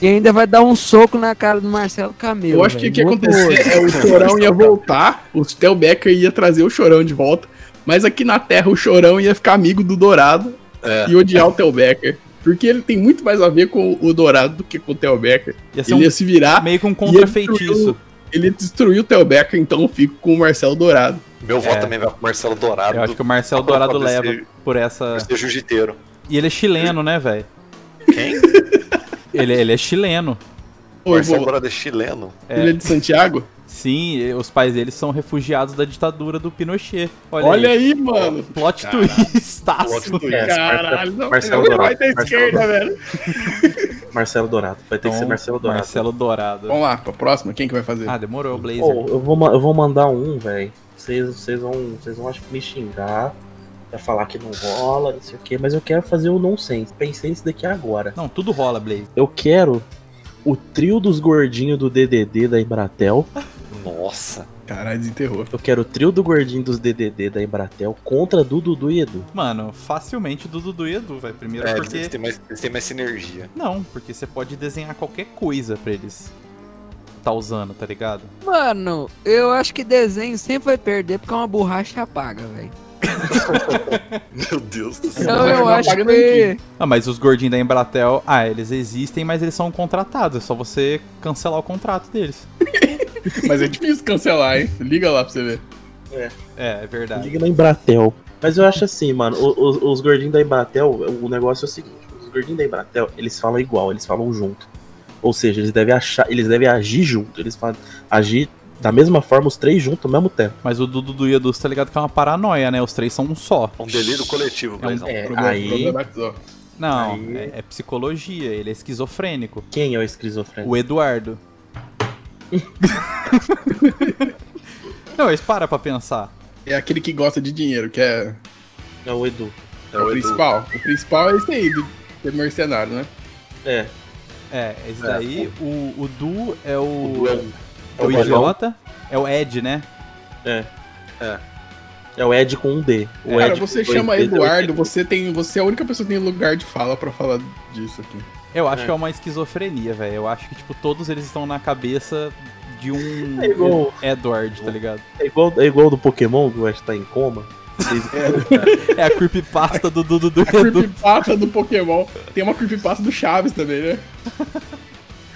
S7: e ainda vai dar um soco na cara do Marcelo Camelo.
S5: Eu acho que o
S7: velho.
S5: que ia
S7: Um outro olho.
S5: acontecer é o Chorão ia voltar, o Theo Becker ia trazer o Chorão de volta, mas aqui na Terra o Chorão ia ficar amigo do Dourado
S3: É.
S5: e odiar o Theo Becker. Porque ele tem muito mais a ver com o Dourado do que com o Theo Becker.
S4: Ia ser
S5: Ele ia se virar,
S4: um, meio que um
S5: ele
S4: contrafeitiço.
S5: destruiu- ele destruiu o Theo Becker, então eu fico com o Marcelo Dourado.
S3: Meu voto também vai pro Marcelo Dourado.
S4: Eu acho que o Marcelo Dourado leva por essa.
S3: Por ser jiu-jiteiro.
S4: E ele é chileno, né, velho?
S3: Quem?
S4: *laughs* Ele, ele é chileno.
S5: Ou eu
S3: Marcelo
S5: vou-
S3: Dourado é chileno.
S5: Ele é de Santiago?
S4: Sim, e os pais dele são refugiados da ditadura do Pinochet. Olha,
S5: Olha,
S4: aí.
S5: aí, mano.
S4: Plot twist.
S3: Plot
S6: É, esse
S5: Caralho, não,
S6: Marcelo
S5: não vai
S6: Dourado,
S5: da
S6: Marcelo
S5: esquerda, velho.
S6: Marcelo Dourado. Vai ter que ser Marcelo Dourado.
S4: Então, Marcelo Dourado.
S5: Vamos lá, pra próxima, quem que vai fazer?
S4: Ah, demorou, Blazer.
S6: Pô, eu vou, ma- eu vou mandar um, velho. Vocês vocês vão, vocês vão, acho que me xingar. Vai falar que não rola, não sei o quê. Mas eu quero fazer o nonsense. Pensei nisso daqui agora.
S4: Não, tudo rola, Blaze.
S6: Eu quero o trio dos gordinhos do DDD da Embratel.
S3: Nossa.
S5: Caralho, desenterrou.
S6: Eu quero o trio do gordinho dos DDD da Embratel contra Dudu Dudu e Edu.
S4: Mano, facilmente do Dudu e Edu, velho. Primeiro
S3: É,
S4: porque.
S3: eles, têm mais, eles têm mais sinergia.
S4: Não, porque você pode desenhar qualquer coisa pra eles. Tá usando, tá ligado?
S7: Mano, eu acho que desenho sempre vai perder porque é uma borracha apaga, velho.
S3: Meu Deus do céu.
S7: Então
S5: borracha
S7: eu
S5: não
S7: acho
S5: apaga
S7: que.
S4: Ah, mas os gordinhos da Embratel, ah, eles existem, mas eles são contratados. É só você cancelar o contrato deles.
S5: Mas é difícil cancelar, hein? Liga lá pra você ver.
S4: É, é verdade.
S6: Liga na Embratel. Mas eu acho assim, mano, o- o- os, gordinhos da Embratel, o negócio é o seguinte, os gordinhos da Embratel, eles falam igual, eles falam junto. Ou seja, eles devem achar, eles devem agir junto, eles falam, agir da mesma forma os três juntos ao mesmo tempo.
S4: Mas o Dudu Dudu e Edu, você tá ligado que é uma paranoia, né? Os três são um só.
S3: É um delírio coletivo, Blaizão.
S6: É,
S5: Problema-
S6: aí
S5: problematizou.
S4: Não,
S6: Aí-
S4: é, é psicologia, ele é esquizofrênico.
S6: quem é o esquizofrênico?
S4: O *laughs* Eduardo. Não, eles param pra pensar.
S5: É aquele que gosta de dinheiro, que é
S6: É o Edu.
S3: É o
S5: o
S3: Edu.
S5: principal. O principal é esse aí, do ser mercenário, né?
S6: É.
S4: É, esse daí, o, o Du é
S3: O
S4: o.
S3: Du é um-
S4: é o
S6: é o
S4: idiota. É o Ed, né?
S6: É o Ed com um D. O
S5: Cara,
S6: Ed
S5: você
S6: com dois
S5: chama
S6: Ds, é o
S5: Eduardo,
S6: Edu.
S5: você tem. Você é a única pessoa que tem lugar de fala pra falar disso aqui.
S4: Eu acho
S6: É.
S4: que é uma esquizofrenia, velho. Eu acho que, tipo, todos eles estão na cabeça de um
S6: É igual-
S4: Edward, tá ligado?
S6: É igual, é igual do Pokémon, que o Ed tá em coma.
S4: É a creepypasta do Dudu do
S5: A
S4: Edu.
S5: creepypasta do Pokémon. Tem uma creepypasta do Chaves também, né?
S6: *laughs*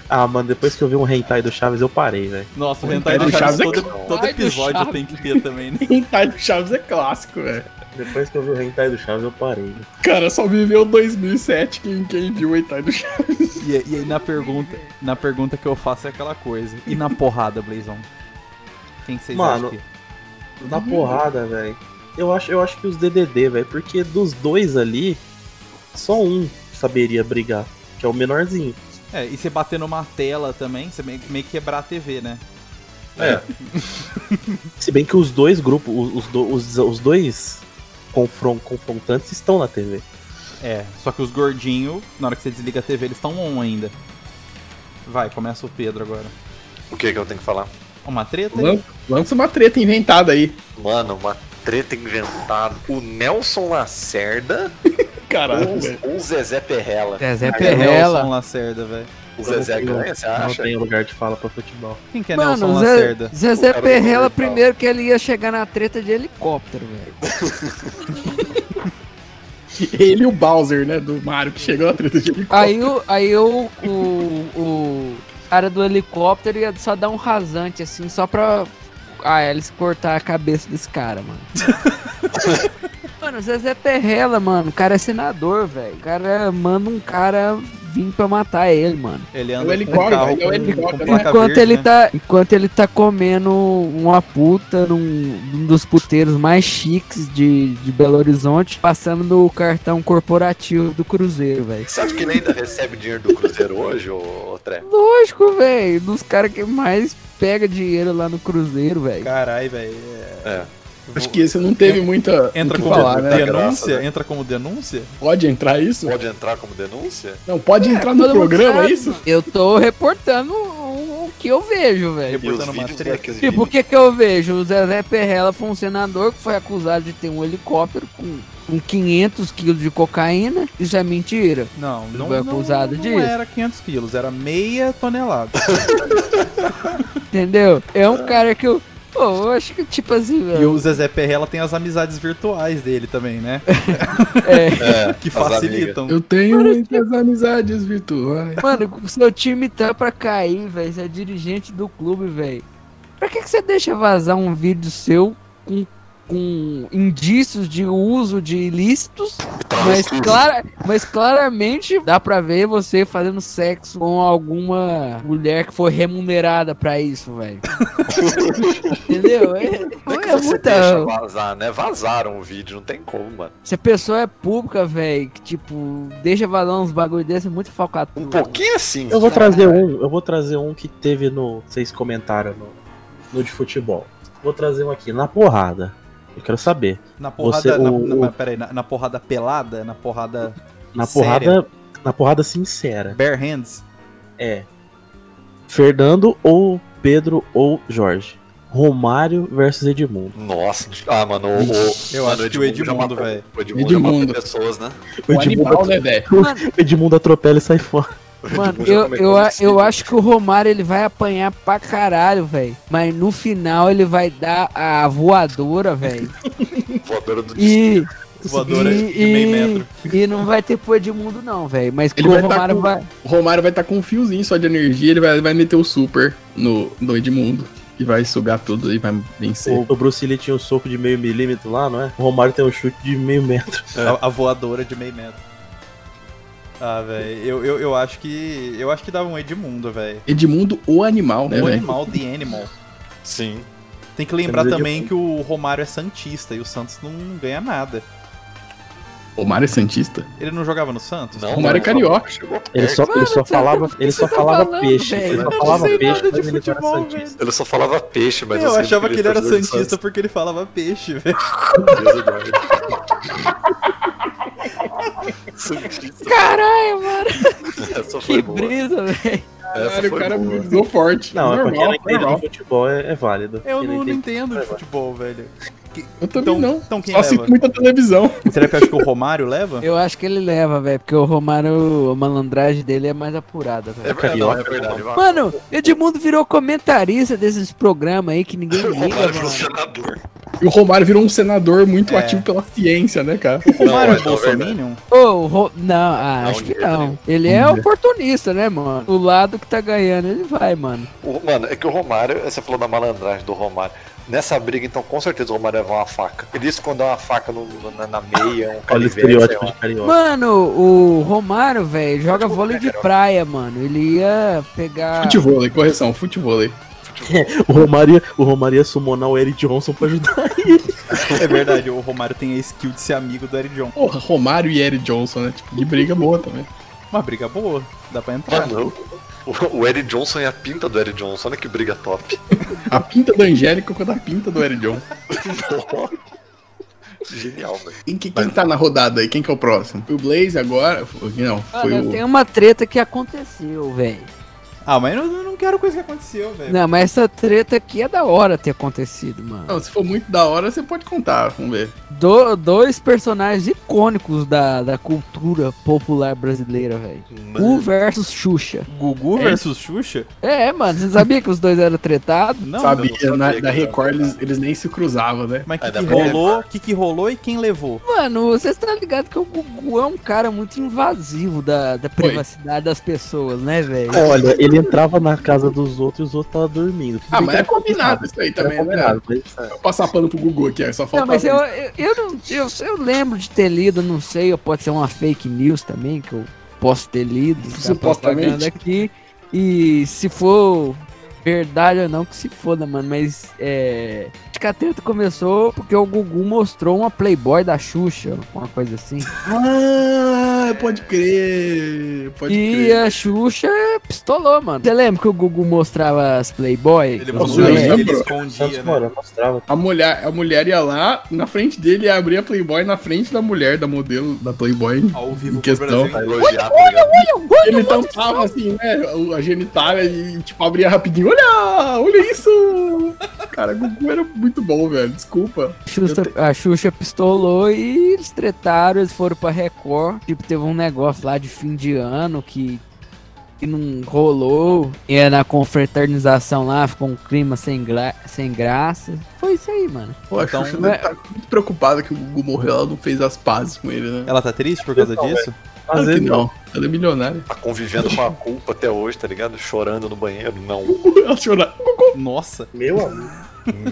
S6: Ah, mano, depois que eu vi um hentai do Chaves, eu parei, velho.
S4: Nossa, o
S5: O
S4: Hentai do
S5: Hentai do
S4: Chaves,
S5: Chaves é
S4: todo,
S3: clássico.
S4: todo
S7: Ai, do
S4: episódio
S7: Chaves.
S4: tem que ter também, né?
S5: Hentai do Chaves é clássico, velho.
S6: Depois que eu vi o hentai do Chaves, eu parei.
S5: Cara, só viveu 2007 quem, quem viu o Hentai do Chaves.
S4: E, e aí na pergunta, na pergunta que eu faço é aquela coisa. E na porrada, Blazão? Quem que vocês
S6: Mano,
S4: acham que... é?
S6: Na porrada, velho. Eu acho, eu acho que os DDD, velho. Porque dos dois ali, só um saberia brigar. Que é o menorzinho.
S4: É, e você bater numa tela também, você meio, meio que quebrar a TV, né?
S6: É. Se bem que os dois grupos, os, os do- os- os dois confron- confrontantes estão na TV.
S4: É, só que os gordinhos, na hora que você desliga a TV, eles estão on ainda. Vai, começa o Pedro agora.
S3: O que que eu tenho que falar?
S4: Uma treta? é aí?
S5: Lan- Lança uma treta inventada aí.
S3: Mano, uma treta inventada. O Nelson Lacerda
S5: Caralho, velho.
S3: ou o Zezé Perrela?
S7: Zezé
S4: É o Nelson
S7: Perrela.
S4: Lacerda, velho.
S3: O Zezé ganha, você
S6: Não
S3: acha?
S6: tem lugar de fala pra futebol.
S4: Quem que é
S7: Mano,
S4: Nelson
S7: Zé-
S4: Lacerda?
S3: O
S7: Zezé
S3: cara do
S7: Perrela,
S3: Corinthians.
S7: primeiro que ele ia chegar na treta de helicóptero, velho.
S5: Ele e o Bowser, né? Do Mario, que chegou na treta de helicóptero.
S7: Aí, o, aí o, o, o cara do helicóptero ia só dar um rasante, assim, só pra a Alice cortar a cabeça desse cara, mano. mano, Zezé Perrela, mano, o cara é senador, velho. O cara manda um cara vir pra matar ele, mano.
S4: Ele
S5: É o
S4: anda com um
S5: helicóptero,
S4: carro
S5: ele é o
S4: com, com
S5: helicóptero, né?
S4: placa
S7: Enquanto,
S4: verde,
S7: ele
S4: né?
S7: tá, enquanto ele tá comendo uma puta num, num dos puteiros mais chiques de, de Belo Horizonte, passando no cartão corporativo do Cruzeiro, velho.
S3: Você acha que ele ainda recebe dinheiro do Cruzeiro hoje, ô, ô Tré?
S7: Lógico, velho. Um Dos caras que mais pega dinheiro lá no Cruzeiro, velho.
S4: Caralho, velho.
S3: É.
S5: Acho que esse não teve muita.
S4: Entra
S5: o que
S4: como
S5: falar, né?
S4: denúncia?
S3: Graça, né?
S4: Entra como denúncia?
S5: Pode entrar isso?
S3: Pode entrar como denúncia?
S5: Não, pode entrar no
S7: É. Tá Todo mundo
S5: programa,
S7: sabe,
S5: é isso?
S7: mano. Eu tô reportando o o que eu vejo, velho.
S3: E os
S4: Reportando uma
S3: vídeos
S4: tá
S3: né,
S4: treta.
S3: daqueles
S7: Tipo, o
S3: vídeos?
S7: que que eu vejo? O Zezé Perrela foi um senador que foi acusado de ter um helicóptero com, com 500 quilos de cocaína. Isso é mentira.
S4: Não, não,
S7: foi
S4: não,
S7: acusado
S4: não
S7: disso?
S4: era 500
S7: *laughs*
S4: quilos, era meia tonelada.
S7: Entendeu? É um cara que eu, Pô, eu acho que, tipo assim,
S4: E
S7: velho.
S4: o Zezé Perrela tem as amizades virtuais dele também,
S3: *laughs*
S4: né?
S7: É.
S3: É,
S4: Que
S3: as
S4: facilitam.
S5: Eu tenho muitas amizades virtuais.
S7: Mano, o seu time tá pra cair, velho. Você é dirigente do clube, velho. Pra que, que você deixa vazar um vídeo seu com, com indícios de uso de ilícitos? Mas, clara, mas claramente dá pra ver você fazendo sexo com alguma mulher que foi remunerada pra isso,
S3: *laughs*
S7: velho. Entendeu? É,
S3: Como é que
S7: é
S3: você deixa
S7: muita.
S3: vazar, né? Vazaram o vídeo, não tem como, mano.
S7: Se a pessoa é pública, velho, que tipo, deixa vazar uns bagulho desse, é muito falcatrua.
S3: Um pouquinho assim.
S6: Eu vou trazer um, eu vou trazer um que teve no. Vocês comentaram no, no de futebol. Vou trazer um aqui, na porrada. Eu quero saber.
S4: Na porrada.
S6: Você-
S4: na,
S6: o-
S4: na-
S6: o-
S4: mas peraí, na, na porrada pelada, na porrada
S6: Na
S4: Séria?
S6: porrada. Na porrada sincera.
S4: bare hands.
S6: É. Fernando ou Pedro ou Jorge. Romário versus Edmundo.
S3: Nossa, ah, mano, o, o-
S4: Eu
S3: mano,
S4: acho que o
S3: já
S4: Edmundo,
S3: matou-
S4: velho.
S3: O Edmundo, já
S5: Edmundo.
S3: matou pessoas, né?
S6: O Edmundo, atro-
S5: né, velho?
S6: Edmundo atropela e sai fora.
S3: O
S7: Mano,
S3: Edmundo já
S7: eu,
S3: cometeu
S7: eu, a-
S3: homicídio.
S7: eu acho que o Romário ele vai apanhar pra caralho, velho. Mas no final ele vai dar a voadora, velho.
S3: Voadora do destino.
S7: E,
S4: Voadora
S7: e,
S4: de meio
S7: e,
S4: metro.
S7: e não vai ter pôr de mundo, não, velho. Mas que
S5: Ele
S7: o
S5: vai tá
S7: Romário
S5: com-
S7: vai.
S5: O Romário vai estar com um fiozinho só de energia, ele vai, vai meter o super no, no Edmundo. E vai sugar tudo e vai vencer.
S6: *laughs* O, o Bruce Lee tinha um soco de meio milímetro lá, não é? O Romário tem um chute de meio metro.
S3: É.
S4: A, a voadora de meio metro. Ah, velho, eu, eu, eu acho que. Eu acho que dava um Edmundo, velho.
S5: Edmundo, o animal,
S7: É,
S5: né,
S4: Um
S5: velho?
S4: animal, The Animal.
S3: Sim.
S4: Tem que lembrar
S6: Temos
S4: também
S6: Edmundo.
S4: que o Romário é Santista e o Santos não ganha nada.
S5: Romário é Santista?
S4: Ele não jogava no Santos?
S3: Não,
S5: Romário é carioca.
S3: Chegou perto.
S6: *laughs* Ele só,
S7: Mano,
S6: ele só
S7: você tá-
S6: falava, ele
S7: você
S6: só
S7: tá
S6: falava
S7: falando,
S6: peixe.
S7: velho?
S6: Ele
S4: Eu
S6: só
S4: não
S6: falava
S4: sei
S6: peixe,
S4: nada de
S6: mas ele não era
S4: futebol,
S6: santista.
S4: velho.
S3: Ele só falava peixe, mas
S4: eu
S3: sempre
S4: achava que ele era
S3: torcedor do
S4: Santista porque ele falava peixe, velho.
S3: Santos. Santista.
S7: Caralho, mano,
S3: Essa foi
S7: que
S3: boa.
S7: brisa, velho.
S3: Essa
S5: Caralho, o
S3: foi
S5: cara
S3: boa.
S5: brisou forte.
S6: Não, é pra quem não
S5: normal,
S6: entende do
S5: normal.
S6: futebol é, é válido.
S4: Eu
S6: Quem
S4: não, não
S6: entende-
S4: entendo de futebol, velho.
S5: Eu também
S4: então,
S5: não.
S4: então quem
S5: Só
S4: leva?
S5: assisto muita televisão.
S4: *laughs* Será que eu acho que o Romário leva?
S7: Eu acho que ele leva, velho. Porque o Romário, a malandragem dele é mais apurada, velho.
S3: É verdade, não, é verdade. vai.
S7: Mano, Edmundo virou comentarista desses programas aí
S3: *laughs*
S7: que ninguém
S3: O
S7: liga,
S3: Romário virou
S7: mano.
S3: senador.
S5: E o Romário virou um senador muito
S4: É.
S5: ativo pela ciência, né, cara?
S4: O Romário
S3: Não,
S4: é
S3: é verdade.
S4: Bolsominion?
S7: Ô, o Ro- Não, ah,
S3: Não, né?
S7: acho que
S3: de jeito
S7: não.
S3: nenhum.
S7: Ele é oportunista, né, mano? O lado que tá ganhando, ele vai, mano.
S3: O- Mano, é que o Romário, você falou da malandragem do Romário. Nessa briga, então, com certeza o Romário leva uma faca. Ele escondeu uma faca no, na, na meia, um
S6: Olha o
S3: canivete, sei
S6: estereótipo
S3: lá.
S6: de carioca.
S7: Mano, o Romário, velho, joga
S3: Futebol,
S7: vôlei
S3: né,
S7: de
S3: cara?
S7: praia, mano. Ele ia pegar.
S5: Futevôlei, correção, futevôlei.
S6: O Romário, ia- o Romário ia summonar o Eric Johnson pra ajudar ele.
S4: É verdade, o Romário tem a skill de ser amigo do Eric John.
S5: Porra, Romário e Eric Johnson, né? Tipo, de briga boa também.
S4: Uma briga boa, dá pra entrar.
S3: Mano, o, o Eric Johnson é a pinta do Eric Johnson. Olha que briga top.
S5: A pinta do Angélico com a da pinta do Eric Johnson.
S3: Genial, velho.
S5: Quem, que- quem tá na rodada aí? Quem que é o próximo? Foi o Blaze agora? Foi- Não, foi
S7: Mano,
S5: o...
S7: tem uma treta que aconteceu, velho.
S4: Ah, mas eu não- eu não quero coisa que aconteceu, velho.
S7: Não, mas essa treta aqui é da hora ter acontecido, mano.
S5: Não, se for muito da hora, você pode contar, vamos ver.
S7: Do- dois personagens icônicos da, da cultura popular brasileira, velho. U versus Xuxa.
S4: Gugu
S5: É.
S4: versus Xuxa?
S7: É, mano, você sabia que os dois eram tretados?
S4: Não,
S5: Sabe,
S4: meu.
S5: na,
S3: que
S5: da
S3: era
S5: Record eles, eles nem se cruzavam, né?
S4: Mas o
S3: É,
S4: que,
S3: dá
S4: que
S3: pra
S4: rolou? que, que rolou e quem levou?
S7: Mano, você tá ligado que o Gugu é um cara muito invasivo da, da privacidade das pessoas, né, velho?
S6: Olha, ele entrava na casa dos outros e os outros estavam dormindo. Tudo
S5: Ah,
S6: bem
S5: mas
S6: que
S5: é combinado isso aí
S6: era
S5: também, né?
S6: combinado, mas-
S5: Vou passar pano pro Gugu aqui, ó, só falta...
S7: Não, mas eu, eu, eu não eu, eu lembro de ter lido, não sei, ou pode ser uma fake news também, que eu posso ter lido. tá
S5: Supostamente.
S7: propaganda Aqui, e se for verdade ou não, que se foda, mano. Mas é. Acho que a treta começou porque o Gugu mostrou uma Playboy da Xuxa, uma coisa assim.
S5: Ah, pode crer, pode
S7: E
S5: crer.
S7: a Xuxa pistolou, mano. Você lembra que o Gugu mostrava as Playboy?
S4: Ele
S7: As
S4: mostrou,
S5: lembro.
S4: ele
S6: Santos
S4: escondia, né?
S6: Moura mostrava.
S5: A mulher, a mulher ia lá, na frente dele, ia abrir a Playboy na frente da mulher, da modelo da Playboy.
S4: Ao
S5: Em
S4: vivo pro
S5: questão.
S4: Brasil.
S3: Vai elogiar, tá ligado?
S5: E ele tampava assim, né? A genitália e, tipo, abria rapidinho. Olha! Olha isso! Cara, Gugu era muito bom, velho. Desculpa.
S7: Xuxa- a Xuxa pistolou e eles tretaram, eles foram pra Record. Tipo, teve um negócio lá de fim de ano que que não rolou. E é na confraternização lá ficou um clima sem, gra- sem graça. Foi isso aí, mano.
S5: Eu acho que
S4: Então,
S5: o Xander tá muito preocupada que o Gugu morreu, ela não fez as pazes com ele, né?
S4: Ela tá triste por causa disso?
S5: Claro
S6: Às
S5: que
S6: vezes
S5: não. Ela é milionária.
S3: Tá convivendo com a culpa até hoje, tá ligado? Chorando no banheiro. Não.
S5: *laughs* Ela chora.
S4: Nossa.
S6: Meu amigo.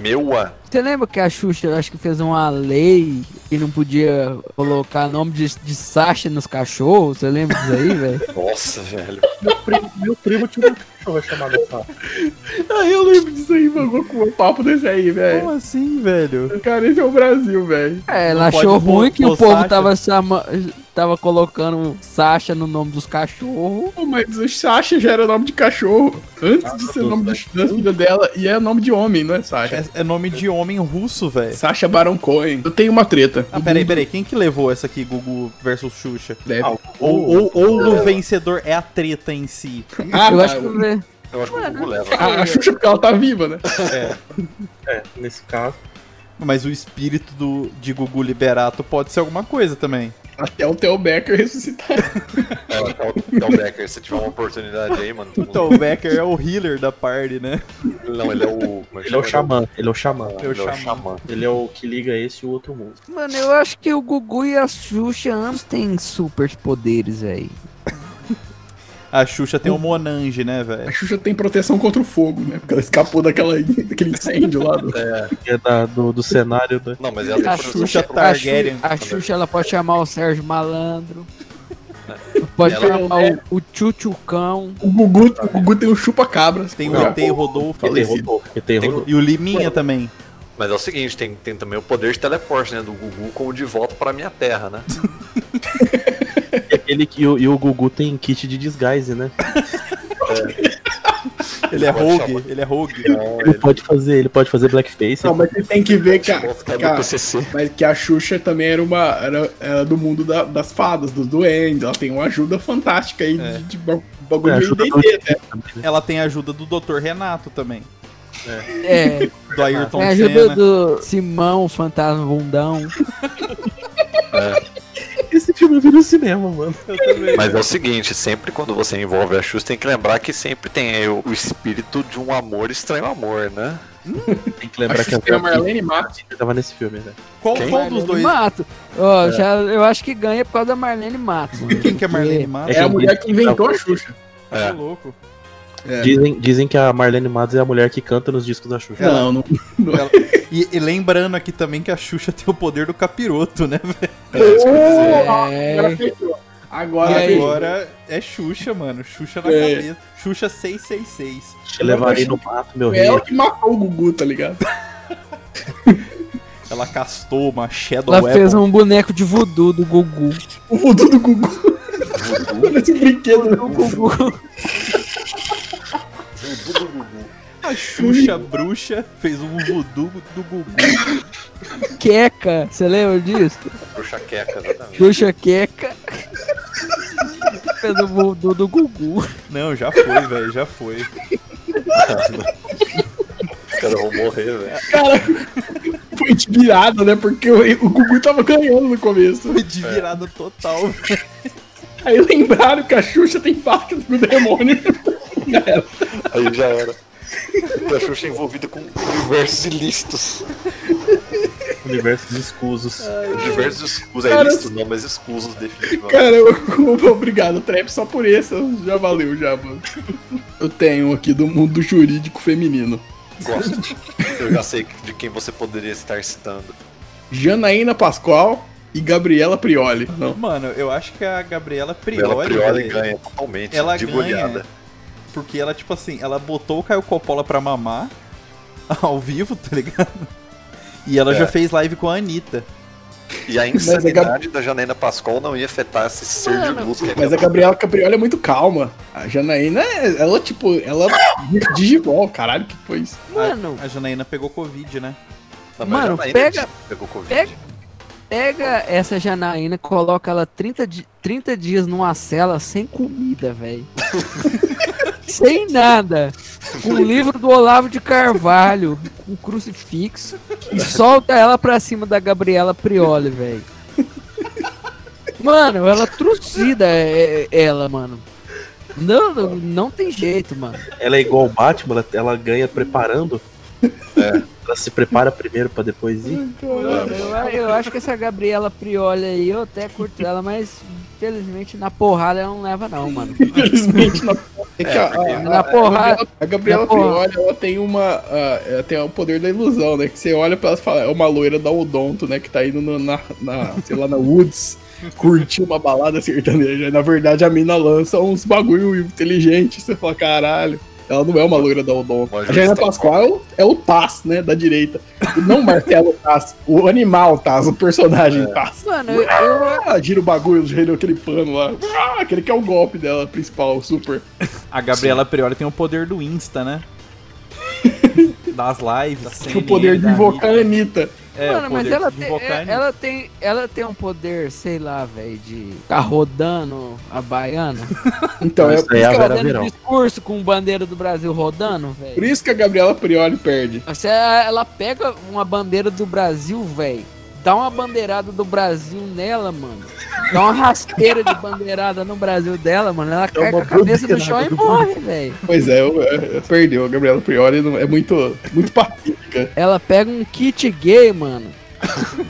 S3: Meu a.
S7: Você lembra que a Xuxa, eu acho que fez uma lei que não podia colocar nome de, de Sasha nos cachorros? Você lembra disso aí, *laughs* velho?
S3: Nossa, velho.
S6: Meu primo, meu primo tinha um cachorro chamado Sasha.
S5: Ah, eu lembro disso aí, mano, com o papo desse aí, velho.
S4: Como assim, velho?
S5: Cara, esse é o Brasil, velho.
S7: É,
S4: Não
S7: ela
S4: pode
S7: achou
S4: pôr-
S7: ruim que
S4: pôr
S7: o povo
S4: Sasha.
S7: tava, chama... tava colocando Sasha no nome dos cachorros.
S5: Pô, Mas o Sasha já era nome de cachorro antes de ser nome do, da filha dela e é nome de homem, não é Sasha?
S4: É, é nome de homem russo, velho.
S5: Sasha Baron Cohen. Eu tenho uma treta.
S4: Ah, peraí, peraí. Quem que levou essa aqui, Gugu versus Xuxa?
S5: Deve.
S6: Ah,
S4: Ou, ou, ou o vencedor é a treta em si?
S5: Ah,
S7: eu
S5: tá.
S7: acho que.
S3: Eu acho que o Gugu leva.
S5: a, a Xuxa, porque ela tá viva, né?
S6: É, nesse caso.
S4: Mas o espírito do, de Gugu Liberato pode ser alguma coisa também.
S5: Até o Theo Becker ressuscitar.
S3: É, até o- até o Becker, se tiver uma oportunidade aí, mano. todo mundo-
S4: Então o Becker é o healer da party, né?
S3: Não, ele é o. como
S6: Ele é o
S3: chama?
S6: xamã. Ele é o xamã.
S3: Ele é o xamã.
S6: Ele é o que liga esse e o outro mundo.
S7: Mano, eu acho que o Gugu e a Xuxa ambos têm super poderes, velho.
S4: A Xuxa tem o Monange, né,
S5: A
S4: velho?
S5: Xuxa tem proteção contra o fogo, né? Porque ela escapou daquela, daquele incêndio lá. Do...
S6: Que é da- do, do cenário da.
S3: Não, mas é ela
S7: A
S3: tem
S4: Xuxa
S7: tá
S3: proteção.
S4: Targaryen.
S7: A Xuxa, a Xuxa, ela pode chamar o Sérgio Malandro. Pode
S3: Ela-
S7: chamar
S4: é um
S7: o, o Tchutchucão.
S5: O, Gugu, o Gugu tem um chupa-cabras.
S4: Tem o
S6: Não.
S4: ET Rodolfo. é
S6: Ele rodou. Ele
S3: Tem-
S6: rodou.
S4: E o Liminha também.
S3: Mas é o seguinte, tem, tem também o poder de teleporte, né? Do Gugu com o de volta pra minha terra, né?
S6: Ele, e, o, e o Gugu tem kit de disguise, né?
S4: Ele é
S3: Pode
S4: rogue,
S3: chamar.
S4: ele é rogue.
S6: Ele pode fazer, ele pode fazer blackface.
S5: Não, mas você tem que ver que a,
S3: Volta
S5: que a-
S3: do PCC.
S5: mas que a Xuxa também era uma era, era do mundo da- das fadas, dos duendes. Ela tem uma ajuda fantástica aí
S4: É.
S5: de, de ba- bagulho
S6: É,
S5: meio
S6: ajuda
S5: D&D, né?
S4: Ela tem a ajuda do Dr. Renato também. *laughs*
S7: É,
S4: Do Ayrton
S7: me
S4: Senna.
S7: ajuda do Simão, Fantasma Bundão.
S6: É Esse filme vira no cinema, mano.
S4: Eu também.
S3: Mas é o seguinte, sempre quando você envolve a Xuxa, tem que lembrar que sempre tem aí o, o espírito de um amor estranho amor, né?
S6: Tem que
S5: A
S6: lembrar é que
S5: Xuxa
S6: a
S5: tem a Marlene Matos.
S6: Xuxa tava nesse filme, né?
S4: Qual, qual dos
S7: Marlene
S4: dois? É.
S7: Mato. Ó, já, eu acho que ganha por causa da Marlene Matos. mano.
S4: Quem que é Marlene
S7: Porque-
S4: Matos?
S5: É a mulher que inventou a Xuxa.
S4: Tá
S3: É.
S4: louco.
S5: É.
S6: Dizem, dizem que a Marlene Matos é a mulher que canta nos discos da Xuxa.
S5: Não, não.
S4: E, e lembrando aqui também que a Xuxa *laughs* tem o poder do capiroto, né? velho?
S5: Agora
S7: É,
S5: fechou. Agora
S7: E aí?
S5: fechou.
S4: Agora é Xuxa, mano. Xuxa na
S5: É.
S4: cabeça. Xuxa 666.
S6: Te levarei no mato, meu
S5: Foi
S6: rei.
S5: É ela que matou o Gugu, tá ligado?
S4: Ela castou uma Shadow
S7: ela
S4: Weapon.
S7: fez um boneco de voodoo do Gugu.
S5: O voodoo do Gugu. Olha esse brinquedo.
S7: *laughs* O Gugu. um-
S4: A Xuxa bruxa fez um voodoo do Gugu.
S7: Queca, você lembra disso?
S3: Bruxa queca, exatamente.
S7: Xuxa Queca. *laughs* Fez o voodoo do Gugu.
S4: Não, já foi, velho, já foi.
S3: Os caras vão morrer, velho.
S5: Cara, foi de virada, né? Porque o, o Gugu tava ganhando no começo.
S4: Foi de virada total.
S5: Aí lembraram que a Xuxa tem pacto com o *laughs* demônio.
S3: Aí já era. A Xuxa é envolvida com universos ilícitos.
S6: Universos escusos.
S3: Diversos escusos, é
S5: Cara,
S3: ilícito não, mas escusos definitivamente.
S5: Cara, eu- obrigado, Trap, só por esse já valeu, já, mano. Eu tenho um aqui do mundo jurídico feminino.
S3: Gosto. Eu já sei de quem você poderia estar citando.
S5: Janaína Pascoal e Gabriela Prioli. Não.
S4: Mano, eu acho que a Gabriela
S3: Ela
S4: Prioli,
S3: priori
S4: velho,
S3: ganha totalmente,
S4: né? Ela
S3: de
S4: ganha.
S3: goleada.
S4: porque ela, tipo assim, ela botou o Caio Coppola pra mamar *laughs* ao vivo, tá ligado? E ela
S3: É.
S4: já fez live com a Anitta.
S3: E a
S5: a Gab-
S3: insanidade da Janaína Pascoal não ia afetar esse ser de luz que é
S5: Mas a Gabriela Caprioli é muito calma. A Janaína, é- ela, tipo, *laughs* ela digibol, caralho, que foi isso?
S7: Mano,
S4: A Janaína pegou Covid, né?
S3: Não, mas
S7: Mano,
S3: Janaína
S7: pega-
S3: Pegou Covid.
S7: pega- pega essa Janaína, coloca ela 30, di- 30 dias numa cela sem comida, velho. sem nada. Com o livro do Olavo de Carvalho, com um crucifixo, e solta ela pra cima da Gabriela Prioli, velho. Mano, ela trucida é- é- ela, mano. Não, não, não tem jeito, mano.
S6: Ela é igual o Batman, ela, ela ganha preparando. Ela se prepara primeiro pra depois ir.
S7: Eu, eu acho que essa Gabriela Prioli aí, eu até curto ela, mas infelizmente na porrada ela não leva não, mano.
S5: *laughs* Infelizmente, na, é que a, a-
S7: Na porrada,
S5: a Gabriela
S7: na porra.
S5: Prioli, ela tem uma. ah, ela tem o poder da ilusão, né? Que você olha pra ela e fala, é uma loira da Odonto, né? Que tá indo no- na, na, sei lá, na Woods curtir uma balada sertaneja. Na verdade, a mina lança uns bagulho inteligente. Você fala, caralho. Ela não é uma loira da Odonto.
S3: Mas
S5: A Jana
S3: justa.
S5: Pascoal é o, é o Taz, né? Da direita. Não o Marcelo Taz, o animal Taz, o personagem Taz.
S7: mano, eu, eu-
S5: Ah, gira o bagulho, gira aquele pano lá. Ah, aquele que é o golpe dela, principal, o super.
S4: A Gabriela Prioli tem o poder do Insta, *laughs* né? Das lives, da
S5: Tem o poder de
S4: da
S5: invocar a
S4: mídia.
S5: Anitta.
S4: É,
S7: mano,
S4: o
S7: mas
S4: poder
S7: ela
S4: de
S7: tem,
S4: invocar
S7: é-
S4: ele.
S7: ela tem, ela tem um poder, sei lá, velho, de ficar rodando a baiana.
S5: Então, é
S6: Isso
S5: por
S6: aí é
S5: isso,
S6: a
S5: que ela-
S6: Vera
S7: Fazendo
S6: Verão.
S7: discurso com bandeira do Brasil rodando,
S5: por
S7: velho.
S5: isso que a Gabriela Prioli perde.
S7: Você- Ela pega uma bandeira do Brasil, velho. Dá uma bandeirada do Brasil nela, mano. Dá uma rasteira de bandeirada no Brasil dela, mano.
S4: É
S7: Ela cai com a cabeça no chão e morre, velho.
S5: Pois é, eu- é, perdeu. A Gabriela Prioli não- é muito, muito pacífica.
S7: Ela pega um kit gay, mano.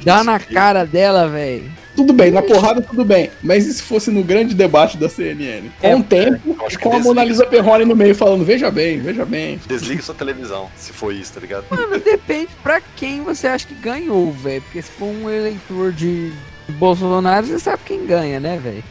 S7: Dá na cara dela, velho.
S5: Tudo bem, na porrada tudo bem. Mas e se fosse no grande debate da CNN? Com
S7: É,
S5: um tempo,
S3: eu acho que
S5: com a
S3: desliga.
S5: Mona Lisa Perrone no meio falando, veja bem, veja bem.
S3: Desliga sua televisão, se for isso, tá ligado?
S7: Mano, depende pra quem você acha que ganhou, velho. Porque se for um eleitor de Bolsonaro, você sabe quem ganha, né, velho?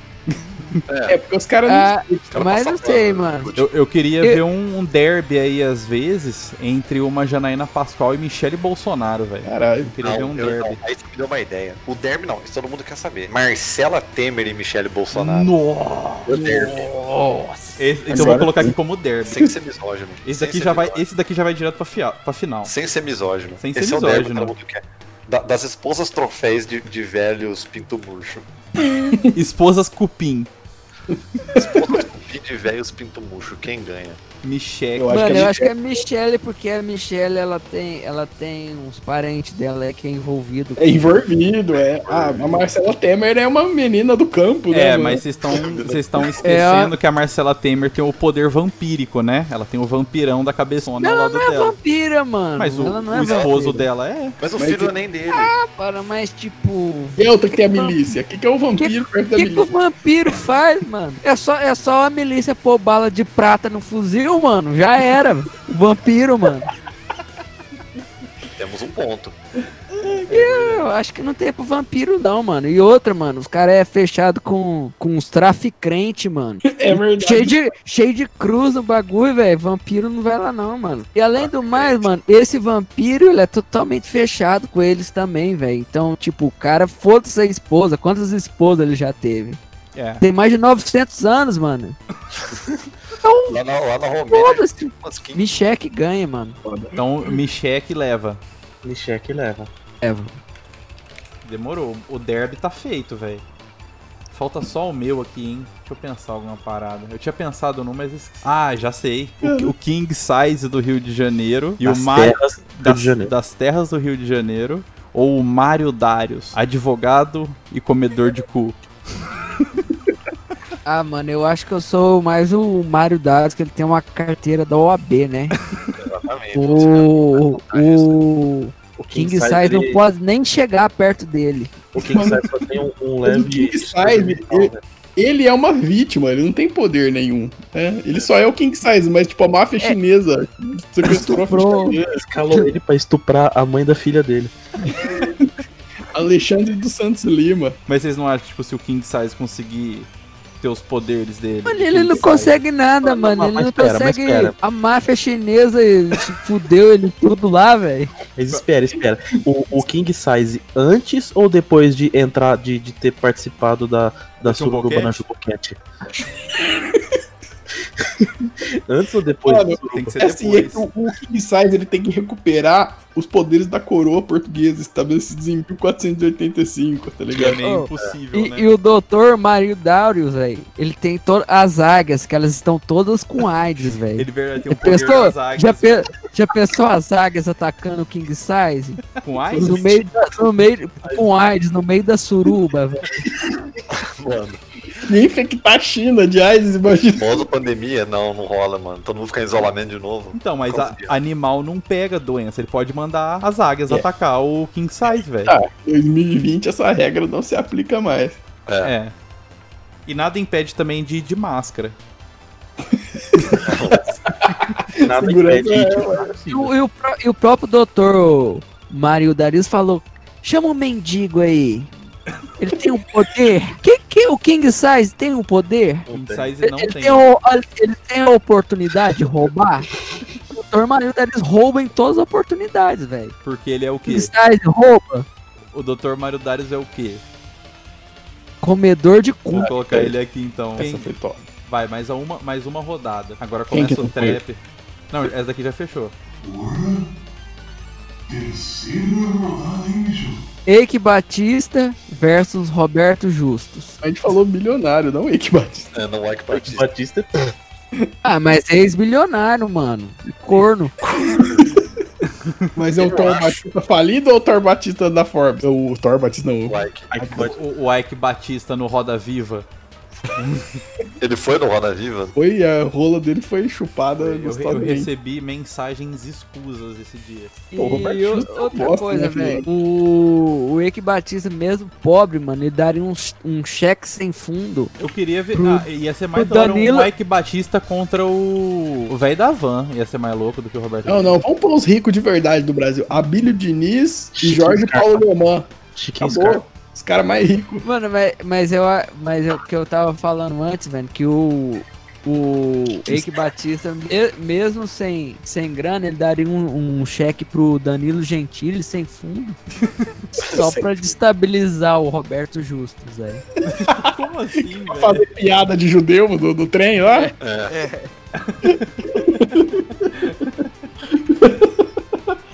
S5: É, porque os caras não...
S7: Ah, mas não sei, mano.
S4: Eu, eu queria
S7: Eu-
S4: ver um, um derby aí, às vezes, entre uma Janaína Pascoal e Michele Bolsonaro, velho.
S5: Caralho.
S4: Eu queria ver um
S3: eu-
S4: derby.
S3: Aí você me deu uma ideia. O derby não, isso todo mundo quer saber. Marcela Temer e Michele Bolsonaro.
S4: Nossa!
S3: O derby.
S4: Esse, então eu vou colocar aqui como derby.
S3: Sem ser misógino.
S4: Esse
S3: Sem
S4: daqui,
S3: ser
S4: já vai,
S3: misógino.
S4: esse daqui já vai direto pra, fia- pra final.
S3: Sem ser misógino.
S4: Sem ser
S3: Esse é o derby que
S4: misógino.
S3: todo mundo quer. Da- das esposas troféis de, de velhos pinto murcho. *laughs*
S4: Esposas Cupim.
S3: E de velhos pinto murcho, quem ganha?
S4: Michele.
S5: Eu acho
S7: Mano,
S5: que a
S7: eu acho que é Michelle, porque a Michelle, ela tem, ela tem uns parentes dela aí que é envolvido.
S5: É envolvido, é. Ah, a Marcela Temer é uma menina do campo, né?
S4: É,
S5: mano?
S4: mas vocês estão vocês
S7: É
S4: estão esquecendo que a Marcela Temer tem o poder vampírico, né? Ela tem o vampirão da cabeçona ao lado
S7: É
S4: dela.
S7: vampira, mano.
S4: Mas o,
S7: ela não é
S4: o esposo
S7: vampira.
S4: dela é.
S3: Mas o
S5: Mas
S3: filho
S5: que-
S3: não é nem dele.
S7: Para, mas tipo.
S5: E a outra que tem a milícia? O que, que é o vampiro perto
S7: O
S5: da
S7: que, que o
S5: milícia?
S7: vampiro faz, mano? É só, é só a milícia pôr bala de prata no fuzil, mano. Já era. Vampiro, mano.
S3: Temos um ponto.
S7: Eu acho que não tem pro vampiro, não, mano. E outra, mano, os caras é fechado com, com uns traficrentes, mano.
S5: *laughs* É verdade.
S7: Cheio de, cheio de cruz no bagulho, velho. Vampiro não vai lá, não, mano. E além do mais, mano, esse vampiro, ele é totalmente fechado com eles também, velho. Então, tipo, o cara, foda-se a esposa. Quantas esposas ele já teve?
S4: É.
S7: Tem mais de 900 anos, mano.
S3: Lá na, lá na Romênia,
S7: Foda-se.
S3: umas 15
S7: Michel que ganha, mano.
S4: Então, Michele que leva.
S6: Michel que leva.
S7: É,
S4: Demorou. O derby tá feito, velho. Falta só o meu aqui, hein? Deixa eu pensar alguma parada. Eu tinha pensado num, mas esqueci. Ah, já sei. O, o King Size do Rio de Janeiro e
S6: das
S4: o Mário
S6: terras do Rio
S4: das,
S6: de Janeiro.
S4: das terras do Rio de Janeiro ou o Mário Darius, advogado e comedor de cu.
S7: Ah, mano, eu acho que eu sou mais o Mário Dados, que ele tem uma carteira da OAB, né?
S6: assim,
S3: exatamente.
S7: O, o
S6: O
S7: King Size não
S6: ele-
S7: pode nem chegar perto dele.
S6: O King Size só tem um, um
S5: O
S6: leve.
S5: King Size,
S6: distúrbio mental,
S5: ele-
S6: né?
S5: Ele é uma vítima, ele não tem poder nenhum. né? Ele só é o King Size, mas tipo, a máfia chinesa sequestrou a
S7: Estuprou.
S5: família.
S6: Escalou ele pra estuprar a mãe da filha dele.
S5: Alexandre dos Santos Lima.
S4: Mas vocês não acham, tipo, se o King Size conseguir ter os poderes dele?
S7: Mano,
S4: de
S7: ele
S4: King
S7: não
S4: Size?
S7: consegue nada,
S6: Não,
S7: mano.
S6: mas
S7: Ele não
S6: espera, mas
S7: consegue.
S6: espera.
S7: A máfia chinesa ele se fudeu ele tudo lá, velho.
S6: Mas espera, espera. O, o King Size antes ou depois de entrar, de, de ter participado da, da
S4: Do Chuboquete?
S6: suruba na Chuboquete? *laughs* antes ou depois?
S5: Mano,
S6: da
S4: Tem
S6: suruba?
S4: que ser
S5: É assim, é
S4: depois.
S5: que o, o King Size ele tem que recuperar os poderes da coroa portuguesa estabelecidos em 1485, tá
S4: Que é
S5: ligado?
S4: meio
S7: Oh,
S4: impossível,
S7: E,
S4: né?
S7: e o doutor Mário Daurius, velho, ele tem to- as águias, que elas estão todas com AIDS, velho.
S4: Ele verdade, tem um poder
S7: Pensou?
S4: das águias
S7: Já, pe- já pensou as águias atacando o King Size?
S4: com AIDS?
S7: No meio, da- no meio, com AIDS, no meio da suruba, velho.
S3: Mano,
S5: Ia infectar a China de AIDS, imagina.
S3: Famosa pandemia, não, não rola, mano. Todo mundo fica em isolamento de novo.
S4: Então, mas
S3: Como
S4: a-
S3: seria?
S4: animal não pega doença. Ele pode mandar as águias
S6: É.
S4: atacar o King Size, velho.
S5: Tá, 2020 essa regra não se aplica mais.
S4: É. E nada impede também de ir de máscara.
S6: Nada
S5: Segurança
S6: impede.
S5: é,
S7: E o, e o pró- e o próprio doutor Mário Darius falou: chama o mendigo aí. Ele tem um poder. Que, que, o King Size tem um poder?
S4: King
S6: tem.
S4: Size não
S7: Ele
S4: tem.
S7: tem, um o- ele tem a oportunidade de roubar? O doutor Mário Darius rouba em todas as oportunidades, velho.
S4: Porque ele é o quê?
S7: King Size rouba?
S4: O Dr. Mario Darius é o quê?
S7: Comedor de cu.
S4: Vou colocar ele aqui então.
S5: é. Essa foi top.
S4: Vai, mais uma, mais uma rodada. Agora
S5: Quem
S4: começa
S5: que
S4: o
S5: não foi?
S4: trap. Não, essa daqui já fechou.
S1: Terceira rodada, hein, bicho?
S7: Eike Batista versus Roberto Justus.
S5: A gente falou milionário, não Ike Batista.
S3: É, não é que
S6: Batista.
S3: participa.
S7: Ah, mas é ex-bilionário, mano. E Corno.
S5: Mas é o Thor Batista falido ou o Thor Batista da Forbes? O Thor Batista não.
S3: o Ike.
S6: Ai, que Batista.
S4: O, o Ike Batista no Roda Viva.
S3: Ele foi no Roda Viva?
S5: Foi, a rola dele foi chupada
S4: Eu, eu
S5: gostosamente.
S4: recebi mensagens escusas esse dia.
S7: E
S5: Pô, Roberto
S7: o-
S5: Justus é uma
S7: outra
S5: bosta,
S7: coisa,
S5: né, filho?
S7: velho. O, o Eike Batista, mesmo pobre, mano, ele daria um, um cheque sem fundo.
S4: Eu queria ver.
S7: Pro-
S4: Ah, ia ser mais
S7: pro
S4: da hora
S7: Danilo-
S4: um Ike Batista contra o. O velho da van. Ia ser mais louco do que o Roberto.
S5: Não, não, vamos pôr os ricos de verdade do Brasil. Abílio Diniz e
S6: Chiquinho
S5: Jorge
S6: Scarpa.
S5: Paulo Leman.
S6: Chiquinho Scarpa.
S5: Acabou. Os caras mais ricos.
S7: Mano, mas, mas eu a- mas é o que eu tava falando antes, velho, que o o Eike Batista, me- mesmo sem, sem grana, ele daria um, um cheque pro Danilo Gentili sem
S5: *laughs*
S7: fundo. Só pra destabilizar o Roberto Justus, velho.
S4: Como assim,
S5: Pra fazer piada de judeu do, do trem lá.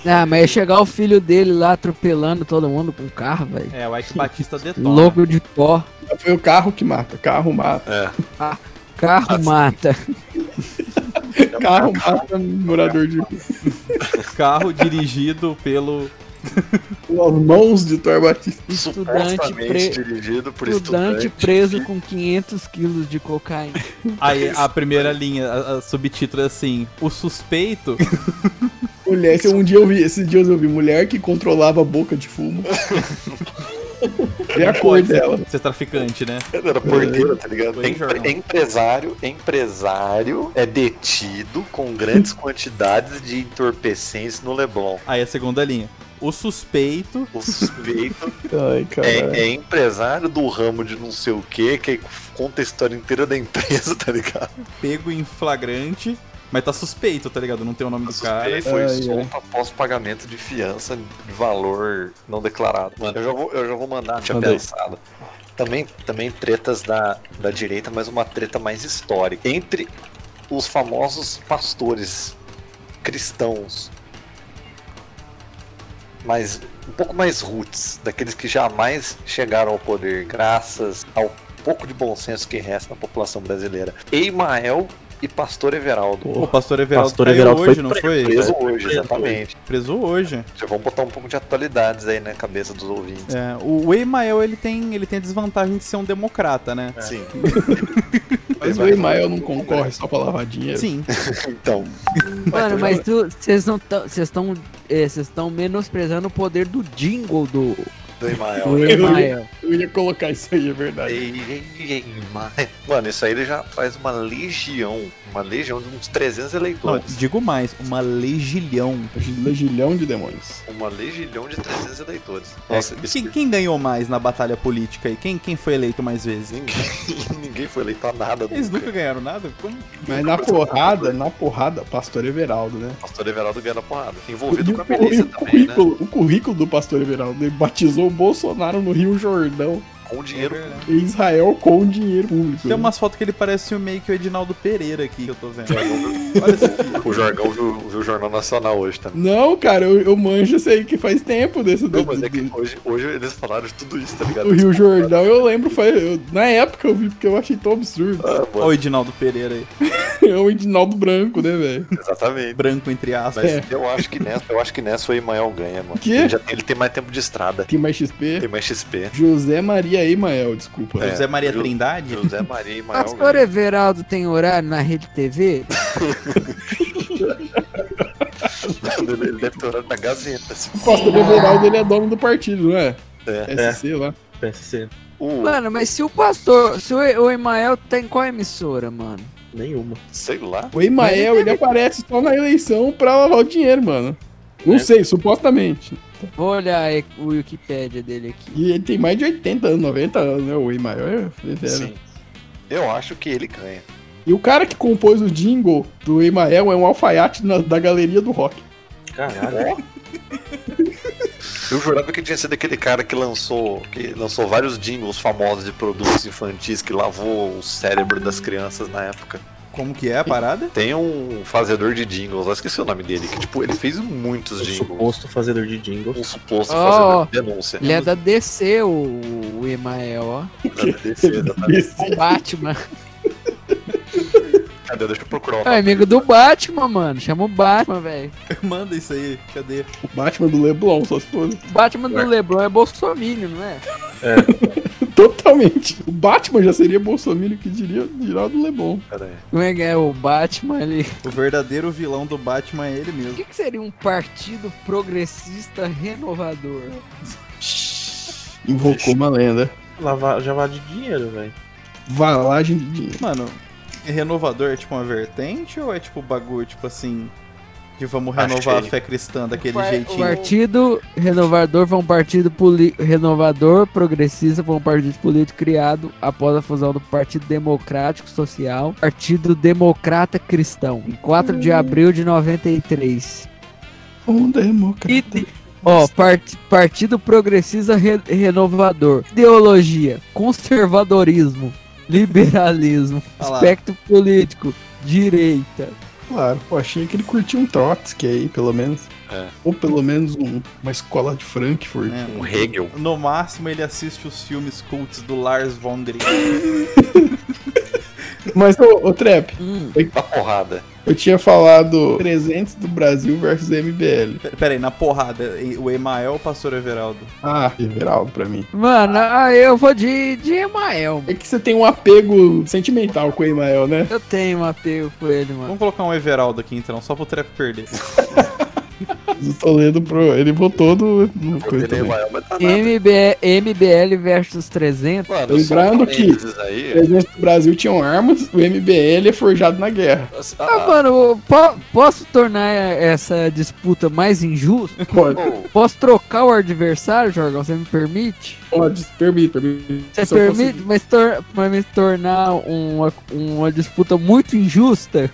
S7: Ah, mas ia chegar o filho dele lá atropelando todo mundo com o carro, velho.
S4: É, o Ike
S5: *laughs*
S4: Batista detona.
S7: Logo de pó,
S5: Foi o carro que mata. Carro mata.
S3: É.
S7: carro mata.
S5: Carro mata um morador de.
S4: Carro dirigido pelo.
S5: As mãos de Thor Batista.
S7: Estudante, pre-
S3: Supostamente dirigido por
S7: estudante
S3: estudante.
S7: preso com 500 quilos de cocaína.
S4: Aí a primeira linha, a, a subtítulo é assim: O suspeito.
S5: Mulher, que um dia eu vi, esses dias eu vi mulher que controlava a boca de fumo. É a cor
S4: pode ser-
S5: dela.
S4: Ser traficante, né?
S3: Ele Era porteiro, tá ligado?
S4: Foi em jornal.
S3: Empre- empresário, empresário é detido com grandes quantidades de entorpecentes no Leblon.
S4: Aí é a segunda linha. O suspeito.
S3: O suspeito
S5: Ai, cara.
S3: é, é empresário do ramo de não sei o que, que aí conta a história inteira da empresa, *laughs* tá ligado?
S4: pego em flagrante, mas tá suspeito, tá ligado? Não tem o nome
S3: O
S4: do cara.
S3: suspeito foi
S5: Ai,
S3: solto após pagamento de fiança de valor não declarado. Mano, eu já vou, eu já vou mandar, tinha
S5: Manda aí.
S3: pensado. Também, também tretas da, da direita, mas uma treta mais histórica. Entre os famosos pastores cristãos, mas um pouco mais roots, daqueles que jamais chegaram ao poder, graças ao pouco de bom senso que resta na população brasileira. Eimael e pastor Everaldo.
S4: Pô, o pastor Everaldo,
S6: Pastor
S4: caiu
S6: Everaldo
S4: hoje,
S6: foi
S4: não foi?
S3: Preso hoje,
S6: preso
S3: exatamente.
S4: Preso hoje.
S3: Já vamos botar um pouco de atualidades aí na cabeça dos ouvintes.
S4: É, o Emael, ele tem, ele tem a desvantagem de ser um democrata, né?
S3: Sim.
S5: Mas o Emael não concorre só pra lavar
S3: É.
S5: dinheiro.
S4: Sim.
S3: Então,
S7: *laughs* Mano, mas tu- vocês não tão- vocês estão, vocês estão menosprezando o poder do jingle do,
S3: do
S7: do
S5: Um
S3: Emael.
S7: Emael.
S3: um
S5: Eu ia colocar isso aí, é verdade.
S3: Mano, isso aí ele já faz uma legião. Uma legião de uns 300
S4: Não,
S3: eleitores.
S4: digo mais, uma legilhão.
S5: Legilhão de demônios.
S3: Uma legião de 300 eleitores.
S5: É
S3: Nossa, isso-
S4: Quem, quem ganhou mais na batalha política aí? Quem, quem foi eleito mais
S3: *laughs*
S4: vezes?
S3: ninguém, ninguém foi eleito a nada.
S4: Eles
S3: nunca.
S5: é-
S4: nunca ganharam nada? Como?
S5: Mas na porrada, na porrada, pastor Everaldo, né?
S3: Pastor Everaldo ganha na porrada.
S5: E
S3: Envolvido
S5: o
S3: com a
S5: curr-
S3: milícia
S5: o
S3: também, né?
S5: currículo, o currículo do pastor Everaldo, ele batizou o Bolsonaro no Rio Jordão,
S3: Com dinheiro.
S5: em Israel, com dinheiro público.
S4: Tem
S5: né?
S4: umas fotos que ele parece o meio que o Edinaldo Pereira aqui que eu tô
S3: *laughs*
S4: vendo. Olha tipo, isso aqui.
S3: O Jorgão viu, viu o Jornal Nacional hoje também.
S5: Não, cara, eu, eu manjo isso aí que faz tempo desse
S3: Não,
S5: do,
S3: mas é que
S5: do-
S3: hoje, hoje eles falaram de tudo isso, tá ligado?
S5: do Rio
S3: *laughs*
S5: Jordão. Eu lembro, foi, eu- na época eu vi porque eu achei tão absurdo.
S3: Ah,
S4: Olha
S3: mano,
S4: o Edinaldo Pereira aí.
S5: É o Edinaldo Branco, né, velho?
S3: Exatamente.
S4: Branco, entre aspas.
S5: É.
S3: Eu acho que nessa, eu acho que nessa o Emael ganha, mano.
S5: Quê?
S3: Ele, já, ele tem mais tempo de estrada.
S5: Tem mais XP.
S3: Tem mais XP.
S5: José Maria Emael, desculpa.
S3: É.
S4: José Maria
S3: Ju-
S4: Trindade?
S3: José Maria e Emael
S7: Pastor
S3: ganha.
S7: Everaldo tem horário na Rede TV? é
S3: Ele ele deve ter orado na Gazeta. assim.
S5: O pastor Everaldo, ele é dono do partido, não é?
S3: É.
S5: SC lá.
S6: PSC.
S3: O,
S7: Mano, mas se o pastor, se o, o Emael tem qual emissora, mano?
S6: Nenhuma.
S3: sei lá.
S5: O Emael, ele aparece só na eleição pra lavar o dinheiro, mano. Não
S6: É.
S5: sei, supostamente.
S7: Vou olhar aí o Wikipédia dele aqui.
S5: E ele tem mais de 80 anos, 90 anos, né? O Emael é fera.
S3: Sim. Eu acho que ele ganha.
S5: E o cara que compôs o jingle do Emael é um alfaiate na- da galeria do rock.
S3: É,
S6: Caralho.
S3: Eu jurava que tinha sido aquele cara que lançou, que lançou vários jingles famosos de produtos infantis que lavou o cérebro das crianças na época.
S4: Como que é a parada?
S3: Tem um fazedor de jingles, eu esqueci o nome dele, que tipo, ele fez muitos
S6: O
S3: jingles.
S6: suposto fazedor de jingles.
S3: Um suposto
S7: Oh.
S3: fazedor de denúncia. é
S7: Ele é da DC, o, o Emael, ó. O Batman.
S3: Cadê? Deixa eu procurar o
S7: É
S3: nome.
S7: amigo do Batman, mano. Chama o Batman, velho.
S4: *laughs* Manda isso aí, cadê?
S5: O Batman do Leblon, só se for. *laughs*
S7: O Batman do Lebron é Bolsonaro, não é?
S5: Totalmente. O Batman já seria Bolsonaro, que diria dirá o do Leblon.
S3: Pera aí.
S7: Como é que é o Batman ali?
S4: O verdadeiro vilão do Batman é ele
S7: O
S4: mesmo.
S7: que, que seria um partido progressista renovador?
S5: Invocou uma lenda.
S6: Lavar, já de dinheiro, velho.
S5: Valagem de dinheiro.
S4: Mano, é renovador é tipo uma vertente ou é tipo bagulho, tipo assim, de vamos
S3: Achei.
S4: renovar a fé cristã daquele
S7: Par- O
S4: jeitinho?
S7: partido renovador foi um partido poli- renovador progressista, foi um partido político criado após a fusão do Partido Democrático Social, Partido Democrata Cristão, em 4 de abril de 93.
S5: Um democrata.
S7: E te- Ó, part- Partido Progressista Re- Renovador. Ideologia: conservadorismo, liberalismo,
S4: Ah lá.
S7: espectro político, direita.
S5: Claro, pô, achei que ele curtiu um Trotsky aí, pelo menos.
S3: É.
S5: Ou pelo menos um- uma escola de Frankfurt.
S4: É.
S3: Um Hegel.
S4: No máximo ele assiste os filmes cults do Lars von Trier.
S5: Mas, ô, ô Trap,
S7: Hum,
S3: Da porrada.
S5: eu tinha falado 300 do Brasil versus MBL.
S4: Pera- Pera aí, na porrada, e- o Emael ou o pastor Everaldo?
S5: Ah, Everaldo pra mim.
S7: Mano, ah, eu vou de, de Emael.
S5: É que você tem um apego sentimental com o Emael, né?
S7: Eu tenho um apego com ele, mano.
S4: Vamos colocar um Everaldo aqui então, só pro Trap perder.
S5: Do Toledo pro. Ele votou no, no
S3: Ele
S5: coisa
S3: é
S5: também.
S3: maior, mas tá nada.
S7: MB, MBL versus 300.
S3: Mano,
S5: Lembrando
S3: só um
S5: que- é
S3: parênteses Aí,
S5: 300 do Brasil tinham armas, o MBL é forjado na guerra.
S3: ah,
S7: Ah, mano, po- posso tornar é, essa disputa mais injusta?
S5: Pode,
S3: pô,
S7: Posso trocar o adversário, Jorgão? Você me permite?
S5: pode, permite, permite.
S7: Você
S5: Se eu
S7: permite,
S5: conseguir.
S7: mas tor mas me tornar uma, uma disputa muito *laughs* injusta?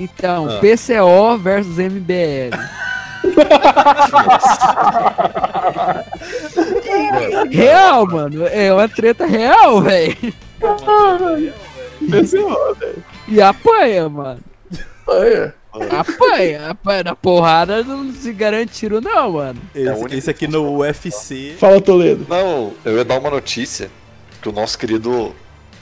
S7: então,
S3: Ah.
S7: PCO versus MBL. real, mano. É uma treta real, velho.
S5: PCO,
S7: E apanha, mano.
S5: velho.
S7: Apanha, apanha. Na porrada não se garante tiro, não, mano.
S4: Esse,
S3: único
S4: esse aqui no UFC.
S5: Fala, Toledo.
S3: Não, eu ia dar uma notícia que o nosso querido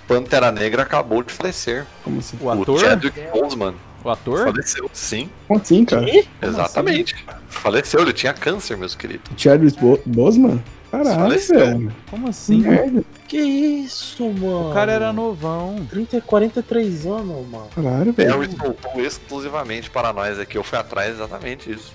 S3: Pantera Negra acabou de falecer.
S5: Como assim?
S4: O
S3: O
S4: ator?
S3: Chadwick Boseman
S4: O ator?
S3: faleceu. Sim,
S5: Como assim, cara?
S3: exatamente. Faleceu, ele tinha câncer, meus queridos.
S5: Chadwick Bo Boseman? Caralho,
S3: Faleceu.
S5: velho.
S4: Como assim?
S5: Merda.
S6: Que isso, mano?
S4: O cara era novão.
S6: 30, 43 anos, mano.
S5: Caralho,
S3: É,
S5: velho.
S3: soltou exclusivamente para nós aqui. Eu fui atrás exatamente isso.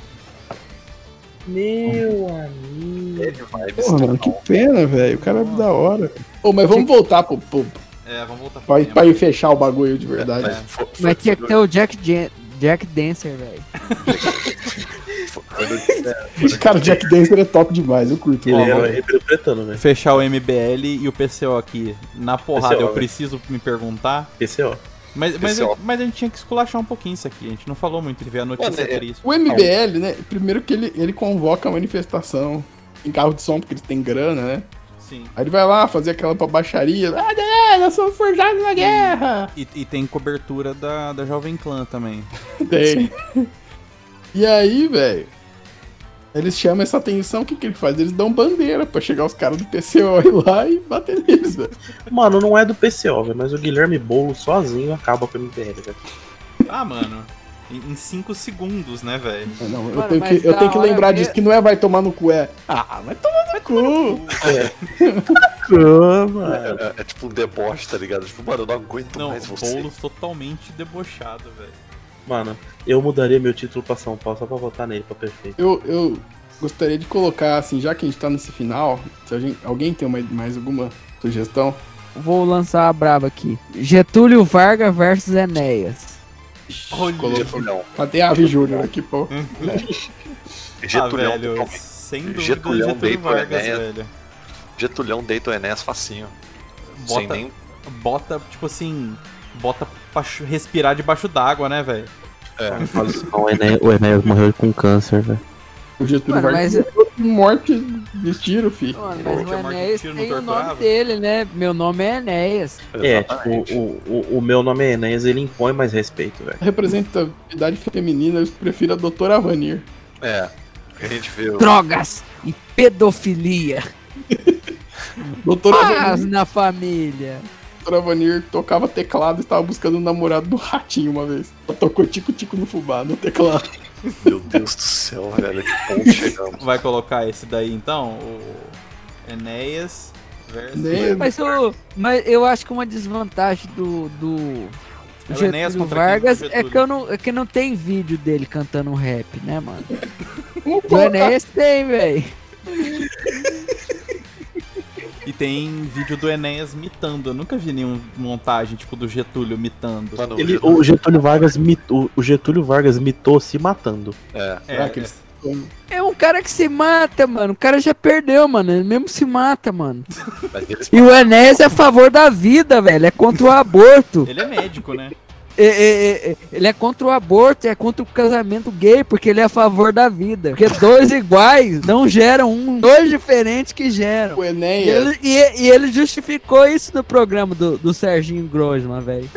S6: Meu amigo.
S3: Ele vai
S5: Porra, mano, que
S3: me
S5: pena, velho. O cara é da hora. Ô, mas vamos voltar pro, pro,
S4: É, vamos voltar pro
S5: pra,
S4: tema.
S5: pra ir fechar o bagulho de verdade.
S3: Mas foi, foi, tipo,
S7: Mas tinha que ter o Jack, Jan- Jack Dancer, velho.
S3: foi- foi no- é,
S5: Cara, Jack Dancer é top demais, eu curto.
S6: Ele
S5: Ó,
S6: era né? interpretando, velho.
S4: Fechar o MBL e o PCO aqui na porrada,
S6: PCO,
S4: eu
S3: né?
S6: velho.
S4: preciso me perguntar.
S6: PCO.
S4: Mas, mas,
S3: PCO.
S4: mas a gente tinha que esculachar um pouquinho isso aqui. A gente não falou muito, ver a
S3: Mano,
S4: notícia
S3: é-
S4: triste.
S5: O MBL, né? Primeiro que ele, ele convoca a manifestação em carro de som, porque eles têm grana, né?
S4: Sim.
S5: Aí ele vai lá fazer aquela pra baixaria. Ah, galera, nós somos forjados na guerra!
S4: E, e tem cobertura da, da Jovem Clã também.
S5: Tem. E aí, velho, Eles chamam essa atenção, o que, que eles fazem? Eles dão bandeira pra chegar os caras do PCO *laughs* lá e bater neles, velho.
S6: Mano, não é do PCO, velho, mas o Guilherme Boulos sozinho acaba com o MBL, velho.
S4: *laughs* Ah, mano. Em em cinco segundos, né, velho?
S5: É, Não, eu
S7: Mano,
S5: tenho
S7: mas
S5: que, eu
S7: da
S5: tenho que
S7: hora
S5: lembrar
S7: que-
S5: disso, que não é vai tomar no cu, é. Ah, vai tomar no cu.
S6: Cama!
S3: É, é tipo um deboche, tá ligado? Tipo, mano, eu não aguento
S4: Não,
S3: mais você.
S4: Boulos totalmente debochado, velho. Ah,
S6: Mano, eu mudaria meu título pra São Paulo só pra votar nele, pra perfeito.
S5: Eu, eu gostaria de colocar, assim, já que a gente tá nesse final, se a gente- alguém tem uma- mais alguma sugestão?
S7: Vou lançar a braba aqui. Getúlio Vargas versus Enéas.
S5: Coloca...
S3: Getulhão.
S5: Matei a Ave Júnior aqui, pô.
S3: Getulhão,
S4: ah, velho,
S3: totalmente.
S4: sem dúvida,
S3: Getulhão
S4: Getulhão,
S3: deita o
S4: Vargas,
S3: Enéas.
S4: velho.
S3: Getulhão deita o Enéas facinho. Sem
S4: Bota,
S3: nem.
S4: bota, tipo assim, bota pra chu- respirar debaixo d'água, né, velho?
S3: É,
S6: Fala isso não, o Ené- o Enéas morreu com câncer, velho.
S5: O Getúlio
S7: Mano,
S5: Vargas
S7: mas-
S5: morreu de morte de tiro, filho.
S7: Mano,
S4: Pô,
S7: mas o
S4: tinha marca de
S7: Enéas
S4: tiro
S7: tem
S4: no
S7: o
S4: Torturava?
S7: nome dele, né? Meu nome é Enéas.
S6: É,
S3: exatamente.
S6: tipo, o, o, o meu nome é Enéas, ele impõe mais respeito, velho.
S5: A representatividade feminina, eu prefiro a doutora Vanir.
S3: É. A gente vê o
S7: Drogas e pedofilia.
S5: Doutora,
S7: Paz
S5: Vanir,
S7: na família.
S5: doutora Vanir tocava teclado e estava buscando o namorado do ratinho uma vez. Ela tocou tico-tico no fubá, no teclado.
S3: Meu Deus do céu, velho, que ponto chegamos.
S4: Vai colocar esse daí, então? O Enéas versus...
S5: Nem-
S7: Mas eu, mas eu acho que uma desvantagem do, do
S4: É o Enéas
S7: Getúlio
S4: contra quem?
S7: Vargas é
S4: Getúlio.
S7: que, eu não, é que não tem vídeo dele cantando um rap, né, *laughs* mano?
S5: Vamos
S7: O
S5: colocar-
S7: Enéas tem, velho.
S4: E tem vídeo do Enéas mitando. Eu nunca vi nenhuma montagem, tipo, do Getúlio mitando.
S3: Mano,
S6: Ele, o Getúlio Vargas mitou, o Getúlio Vargas mitou se matando.
S3: É,
S4: É,
S5: Será que eles-
S7: É um cara que se mata, mano. O cara já perdeu, mano. Ele mesmo se mata, mano.
S3: mas eles
S7: E o Enéas é a favor da vida, velho. É contra o aborto.
S4: Ele é médico, né?
S7: É, é, é, é, ele é contra o aborto, é contra o casamento gay, porque ele é a favor da vida. Porque dois iguais não geram um. Dois diferentes que geram.
S5: O
S7: E
S5: Enéas.
S7: ele, e- e ele justificou isso no programa do, do Serginho Grosman, velho.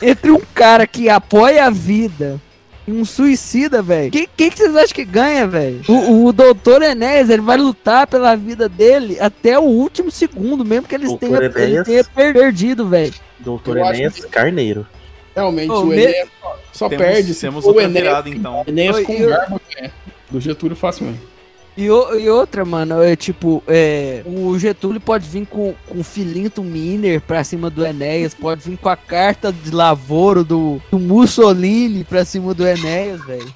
S7: Entre um cara que apoia a vida e um suicida, velho. Quem, quem que vocês acham que ganha, velho? O, o doutor Enéas, ele vai lutar pela vida dele até o último segundo, mesmo que eles tenham,
S6: Doutor
S7: ele
S6: Enéas?
S7: tenha per- perdido, velho.
S6: Doutor
S5: Eu acho
S6: Enéas Carneiro.
S5: Realmente,
S7: Ô,
S5: o
S7: me-
S5: Enéas só, só
S4: temos
S5: perde se
S4: temos
S5: for o
S4: outra
S5: Enéas.
S4: virada, então.
S5: Enéas
S7: Oi,
S5: com
S7: eu-
S5: garbo né? do Getúlio facilmente.
S7: E, o- e outra, mano, é tipo, é, o Getúlio pode vir com, com o filinto Miner pra cima do Enéas, pode vir com a carta de lavoro do, do Mussolini pra cima do Enéas,
S4: *laughs*
S7: velho.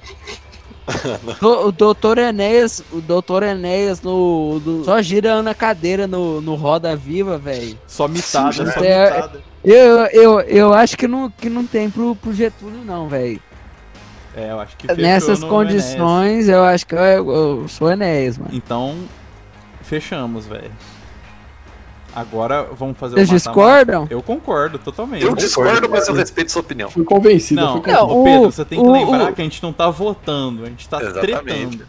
S7: Do- o doutor Enéas, o doutor Enéas no, do- só girando a cadeira no, no Roda Viva, velho.
S4: Só mitada, só
S7: É-
S4: mitada.
S7: Eu, eu, eu acho que não, que não tem pro, pro Getúlio, não, velho.
S4: É, eu acho que fechou
S7: Nessas
S4: no Enéas.
S7: condições, eu acho que eu, eu sou Enéas, mano.
S4: Então, fechamos, velho. Agora vamos fazer
S7: Vocês
S4: mata-mata.
S7: discordam?
S4: Eu concordo totalmente.
S3: Eu discordo, mas eu respeito sua opinião.
S5: Fui convencido,
S4: Não,
S5: fui convencido.
S7: Não,
S4: ô, Pedro,
S7: o-
S4: você tem que
S7: o-
S4: lembrar
S7: o-
S4: que a gente não tá votando, a gente tá
S3: Exatamente.
S4: tretando.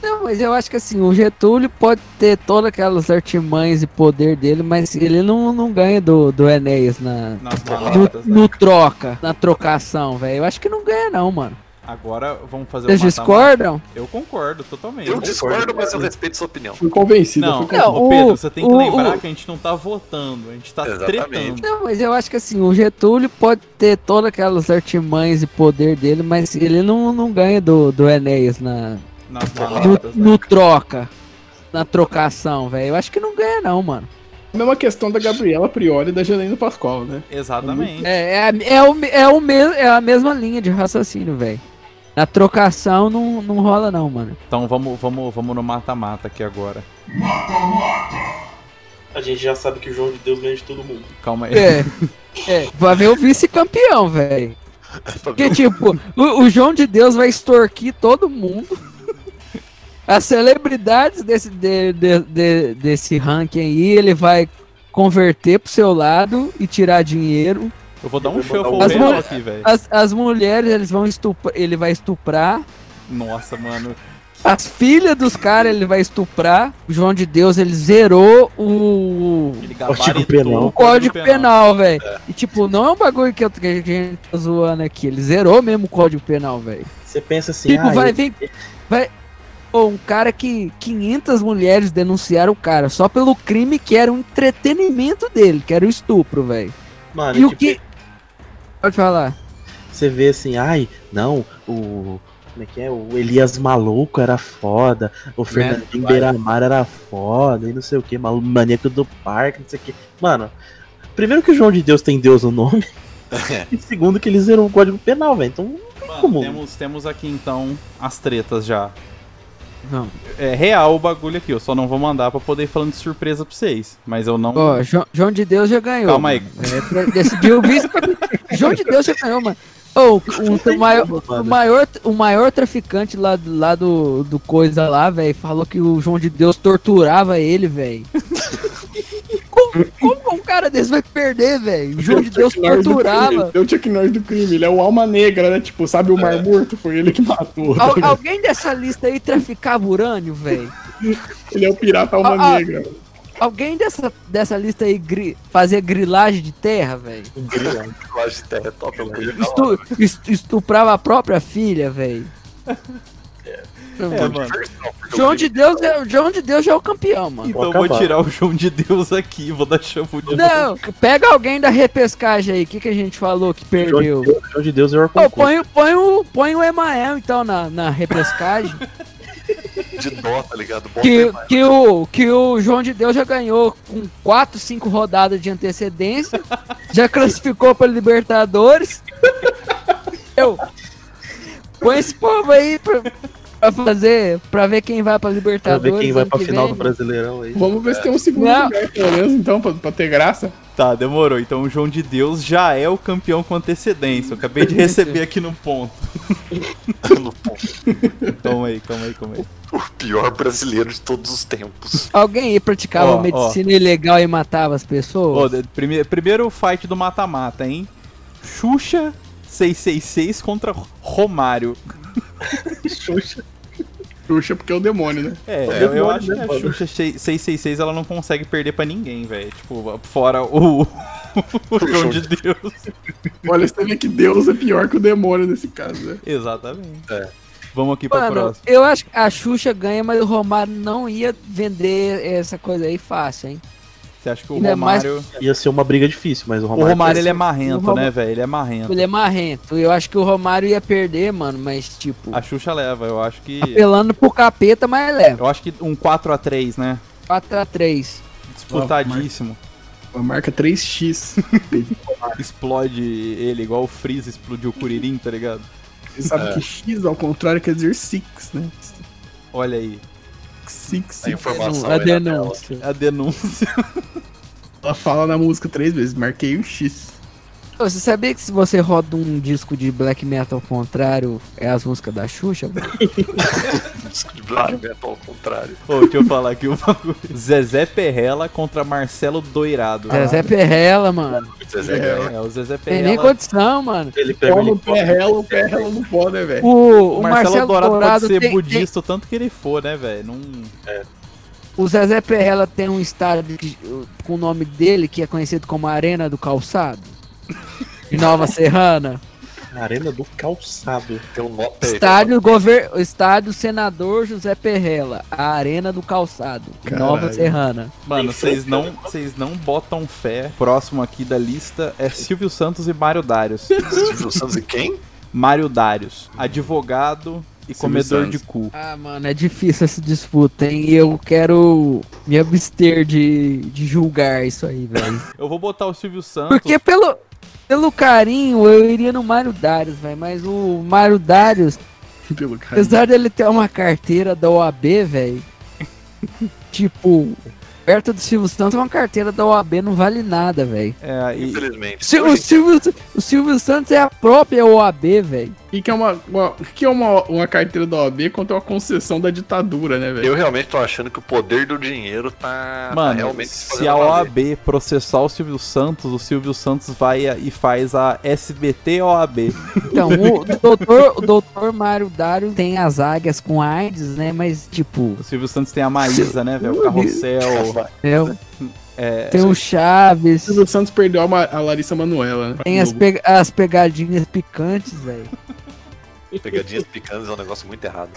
S7: Não, mas eu acho que assim, o Getúlio pode ter todas aquelas artimanhas e poder dele, mas ele não, não ganha do, do Enéas na,
S4: Nas
S7: no,
S4: malatas, né?
S7: no troca, na trocação, velho. Eu acho que não ganha, não, mano.
S4: Agora vamos fazer
S7: Vocês
S4: o mata-mata.
S7: discordam?
S4: Eu concordo totalmente.
S3: Eu discordo, mas eu respeito sua opinião.
S5: Fui convencido,
S4: Não,
S5: fui convencido.
S7: Não,
S4: ô, Pedro, você tem que
S7: o-
S4: lembrar
S7: o-
S4: que a gente não tá votando, a gente tá
S3: Exatamente.
S4: tretando.
S7: Não, mas eu acho que assim, o Getúlio pode ter todas aquelas artimanhas e poder dele, mas ele não, não ganha do, do Enéas na,
S4: Nas
S7: no,
S4: malatas, né?
S7: no troca, na trocação, velho. Eu acho que não ganha, não, mano.
S5: Mesma questão da Gabriela Prioli e da Janaína Pascoal, né?
S4: Exatamente.
S7: É, é, a- é, o, me- é, o me, é a mesma linha de raciocínio, velho. Na trocação não, não rola, não, mano.
S4: Então vamos, vamos, vamos no mata-mata aqui agora.
S6: A gente já sabe que o João de Deus ganha de todo mundo.
S4: Calma aí.
S7: É. É, vai ver o vice-campeão, velho. Porque, tipo, o, o João de Deus vai extorquir todo mundo. As celebridades desse, de- de- de- desse ranking aí, ele vai converter pro seu lado e tirar dinheiro.
S4: Eu vou dar um
S6: Eu vou
S4: shuffle
S6: mandar
S7: um-
S4: real
S7: As
S4: aqui, velho.
S7: As, as mulheres, eles vão estuprar, ele vai estuprar.
S4: Nossa, mano.
S7: As filhas dos caras ele vai estuprar. O João de Deus, ele zerou o,
S4: Ele
S6: Código
S4: gabaritou
S6: penal.
S4: o
S7: o Código Penal, velho. E tipo, não é um bagulho que, eu, que a gente tá zoando aqui. Ele zerou mesmo o Código Penal, velho.
S6: Você pensa assim,
S7: Tipo,
S6: ah,
S7: vai
S6: eu-
S7: vir. Vai, Pô, um cara que 500 mulheres denunciaram o cara só pelo crime que era um entretenimento dele, que era o estupro, velho.
S6: Mano,
S7: E o
S6: tipo,
S7: que. Pode falar.
S6: você vê assim, ai, não, o. Como é que é? O Elias Maluco era foda, o Fernandinho Beiramar era foda, e não sei o que, maluco maníaco do parque, não sei o que. Mano, primeiro que o João de Deus tem Deus no nome, e segundo que eles zerou o código penal, velho. Então,
S4: Mano,
S6: Como?
S4: Temos, temos aqui então as tretas já.
S7: Não.
S4: É real o bagulho aqui, eu só não vou mandar pra poder ir falando de surpresa pra vocês. Mas eu não.
S7: Ó, Jo- João de Deus já ganhou.
S4: Calma aí.
S7: É, pra- decidiu o vice. João de Deus já ganhou, mano. Ô, o- o, maior, o, maior, o maior traficante lá, do- lá do, do coisa lá, velho, falou que o João de Deus torturava
S4: *laughs*
S7: ele, velho. como, como que um cara desse vai perder, velho? O João de Deus torturava.
S5: Eu tinha que nós do crime, ele é o alma negra, né? Tipo, sabe o
S7: É.
S5: Mar Morto? Foi ele que matou. tá
S7: Al-
S5: ligado?
S7: alguém dessa lista aí traficava urânio, velho?
S5: Ele é o pirata alma
S7: Ah, ah.
S5: negra.
S7: Alguém dessa, dessa lista aí gri- fazia grilagem de terra, velho?
S3: Linguagem de terra é top, eu não podia falar.
S7: Estu- est- estuprava a própria filha, velho.
S4: É, mano.
S7: João de Deus é, João de Deus já é o campeão, mano.
S4: Então eu
S6: Vou
S4: vou
S6: acabar.
S4: tirar o João de Deus aqui, vou dar shampoo de novo.
S7: Não, pega alguém da repescagem aí. O que, que a gente falou que
S6: João de
S7: perdeu?
S6: Deus, João de Deus é o
S7: Ô,
S6: Orconcon.
S7: põe, põe, o, põe o Emael, então, na, na repescagem.
S6: *laughs*
S3: De dó, tá ligado? Bota
S7: que,
S3: aí, mano.
S7: que, o, que o João de Deus já ganhou com 4, 5 rodadas de antecedência. já classificou para
S6: *laughs*
S7: Libertadores. Eu. Põe esse povo aí pra, pra fazer. pra ver quem vai
S6: Pra
S7: pra Libertadores.
S6: ver quem vai
S7: ano
S6: pra
S7: que
S6: final
S7: vem.
S6: do Brasileirão aí.
S5: Vamos ver se tem um segundo
S7: Não.
S5: lugar, pelo menos, então, pra, pra ter graça.
S4: Tá, demorou. Então o João de Deus já é o campeão com antecedência. Eu acabei de receber aqui no ponto.
S3: No ponto,
S4: Calma aí, calma aí, calma aí.
S3: o pior brasileiro de todos os tempos.
S7: Alguém aí praticava
S4: Ó, ó.
S7: medicina ilegal e matava as pessoas?
S4: Ô, de- prime- primeiro fight do mata-mata, hein? Xuxa 666 contra Romário.
S6: Xuxa.
S5: Xuxa, porque é o demônio, né?
S4: É,
S6: É,
S4: eu, eu
S6: demônio,
S4: acho
S6: né,
S4: que a
S6: mano?
S4: Xuxa 666 ela não consegue perder pra ninguém, velho. Tipo, fora o, *laughs* o João de Deus.
S5: Olha, você vê que Deus é pior que o demônio nesse caso, né?
S4: Exatamente.
S3: É.
S4: Vamos aqui pra
S7: Mano,
S4: próxima.
S7: eu acho que a Xuxa ganha, mas o Romário não ia vender essa coisa aí fácil, hein?
S4: Você acha que o
S7: Ainda mais-
S4: Romário.
S6: Ia ser uma briga difícil, mas o
S4: O
S6: Romário.
S4: Romário
S6: é
S4: ele é marrento,
S7: O Romário-
S4: né, velho? Ele é marrento.
S7: Ele é marrento. Eu acho que o Romário ia perder, mano, mas tipo,
S4: A Xuxa leva, eu acho que.
S7: apelando pro capeta, mas é leva.
S4: Eu acho que um 4x3, né?
S7: 4x3.
S4: Disputadíssimo.
S5: Uma marca 3x.
S4: Explode ele igual o Freeza explodiu o Curirim, tá ligado?
S5: Você
S3: É.
S5: sabe que x ao contrário quer dizer six, né?
S4: Olha aí.
S5: Six,
S3: A
S5: six.
S3: informação aí
S7: A
S4: é
S3: na tela.
S7: denúncia.
S4: A denúncia.
S5: Ela fala na música três vezes, marquei um X.
S7: Ô, Você sabia que se você roda um disco de black metal ao contrário, é as músicas da Xuxa? mano?
S3: Disco de black metal ao contrário.
S4: *laughs* Ô, deixa eu falar aqui o bagulho. Zezé Perrela contra Marcelo Doirado.
S7: Zezé Perrela, mano.
S3: Zezé ganhou.
S4: É, o Zezé
S7: Tem nem
S4: Perrela.
S7: condição, mano.
S6: Ele pega
S5: Como o
S6: ele-
S5: Perrela, o Perrela não pode, né,
S7: *laughs*
S5: velho?
S7: O, o
S4: O
S7: Marcelo, Dourado,
S4: pode ser
S7: tem- tem-
S4: budista o tanto que ele for, né, velho? Não...
S7: O Zezé Perrela tem um estádio que- com o nome dele que é conhecido como Arena do Calçado. De Nova Serrana.
S6: Arena do Calçado.
S3: Tem um nota aí.
S7: Estádio, gover... estádio Senador José Perrela. A Arena do Calçado. de Nova
S5: Caralho.
S7: Serrana.
S4: Mano, vocês não, vocês não botam fé. Próximo aqui da lista é Silvio Santos e Mário Darius. *laughs*
S3: Silvio Santos e quem?
S4: Mário Darius, advogado e
S5: Silvio
S4: comedor
S5: Santos.
S4: de cu.
S7: Ah, mano, é difícil essa disputa, hein? E eu quero me abster de, de julgar isso aí, velho.
S4: Eu vou botar o Silvio Santos.
S7: Porque pelo, pelo carinho, eu iria no Mário Darius, velho. Mas o Mário Darius
S5: Pelo cara.
S7: Apesar dele ter uma carteira da OAB, velho. *laughs* tipo, perto do Silvio Santos, uma carteira da OAB não vale nada, velho.
S4: É, e-
S3: Infelizmente.
S7: Se- O Silvio, o Silvio Santos é a própria OAB, velho.
S5: E que é, uma, uma- que é uma, uma carteira da OAB contra uma concessão da ditadura, né, velho?
S3: Eu realmente tô achando que o poder do dinheiro tá, tá
S4: Mano,
S3: realmente
S4: se
S3: fazendo
S4: a
S3: valer.
S4: OAB processar o Silvio Santos, o Silvio Santos vai e faz a SBT OAB.
S7: Então, o doutor, o doutor Mário Dário tem as águias com AIDS, né? Mas, tipo,
S4: O Silvio Santos tem a Maísa, né, velho? O Carrossel. é.
S7: é o- tem o Chaves,
S5: O Silvio Santos perdeu a, Ma- a Larissa Manoela, né?
S7: tem as,
S5: Globo.
S7: pe- as pegadinhas picantes, velho.
S3: Pegadinhas picantes é um negócio muito errado.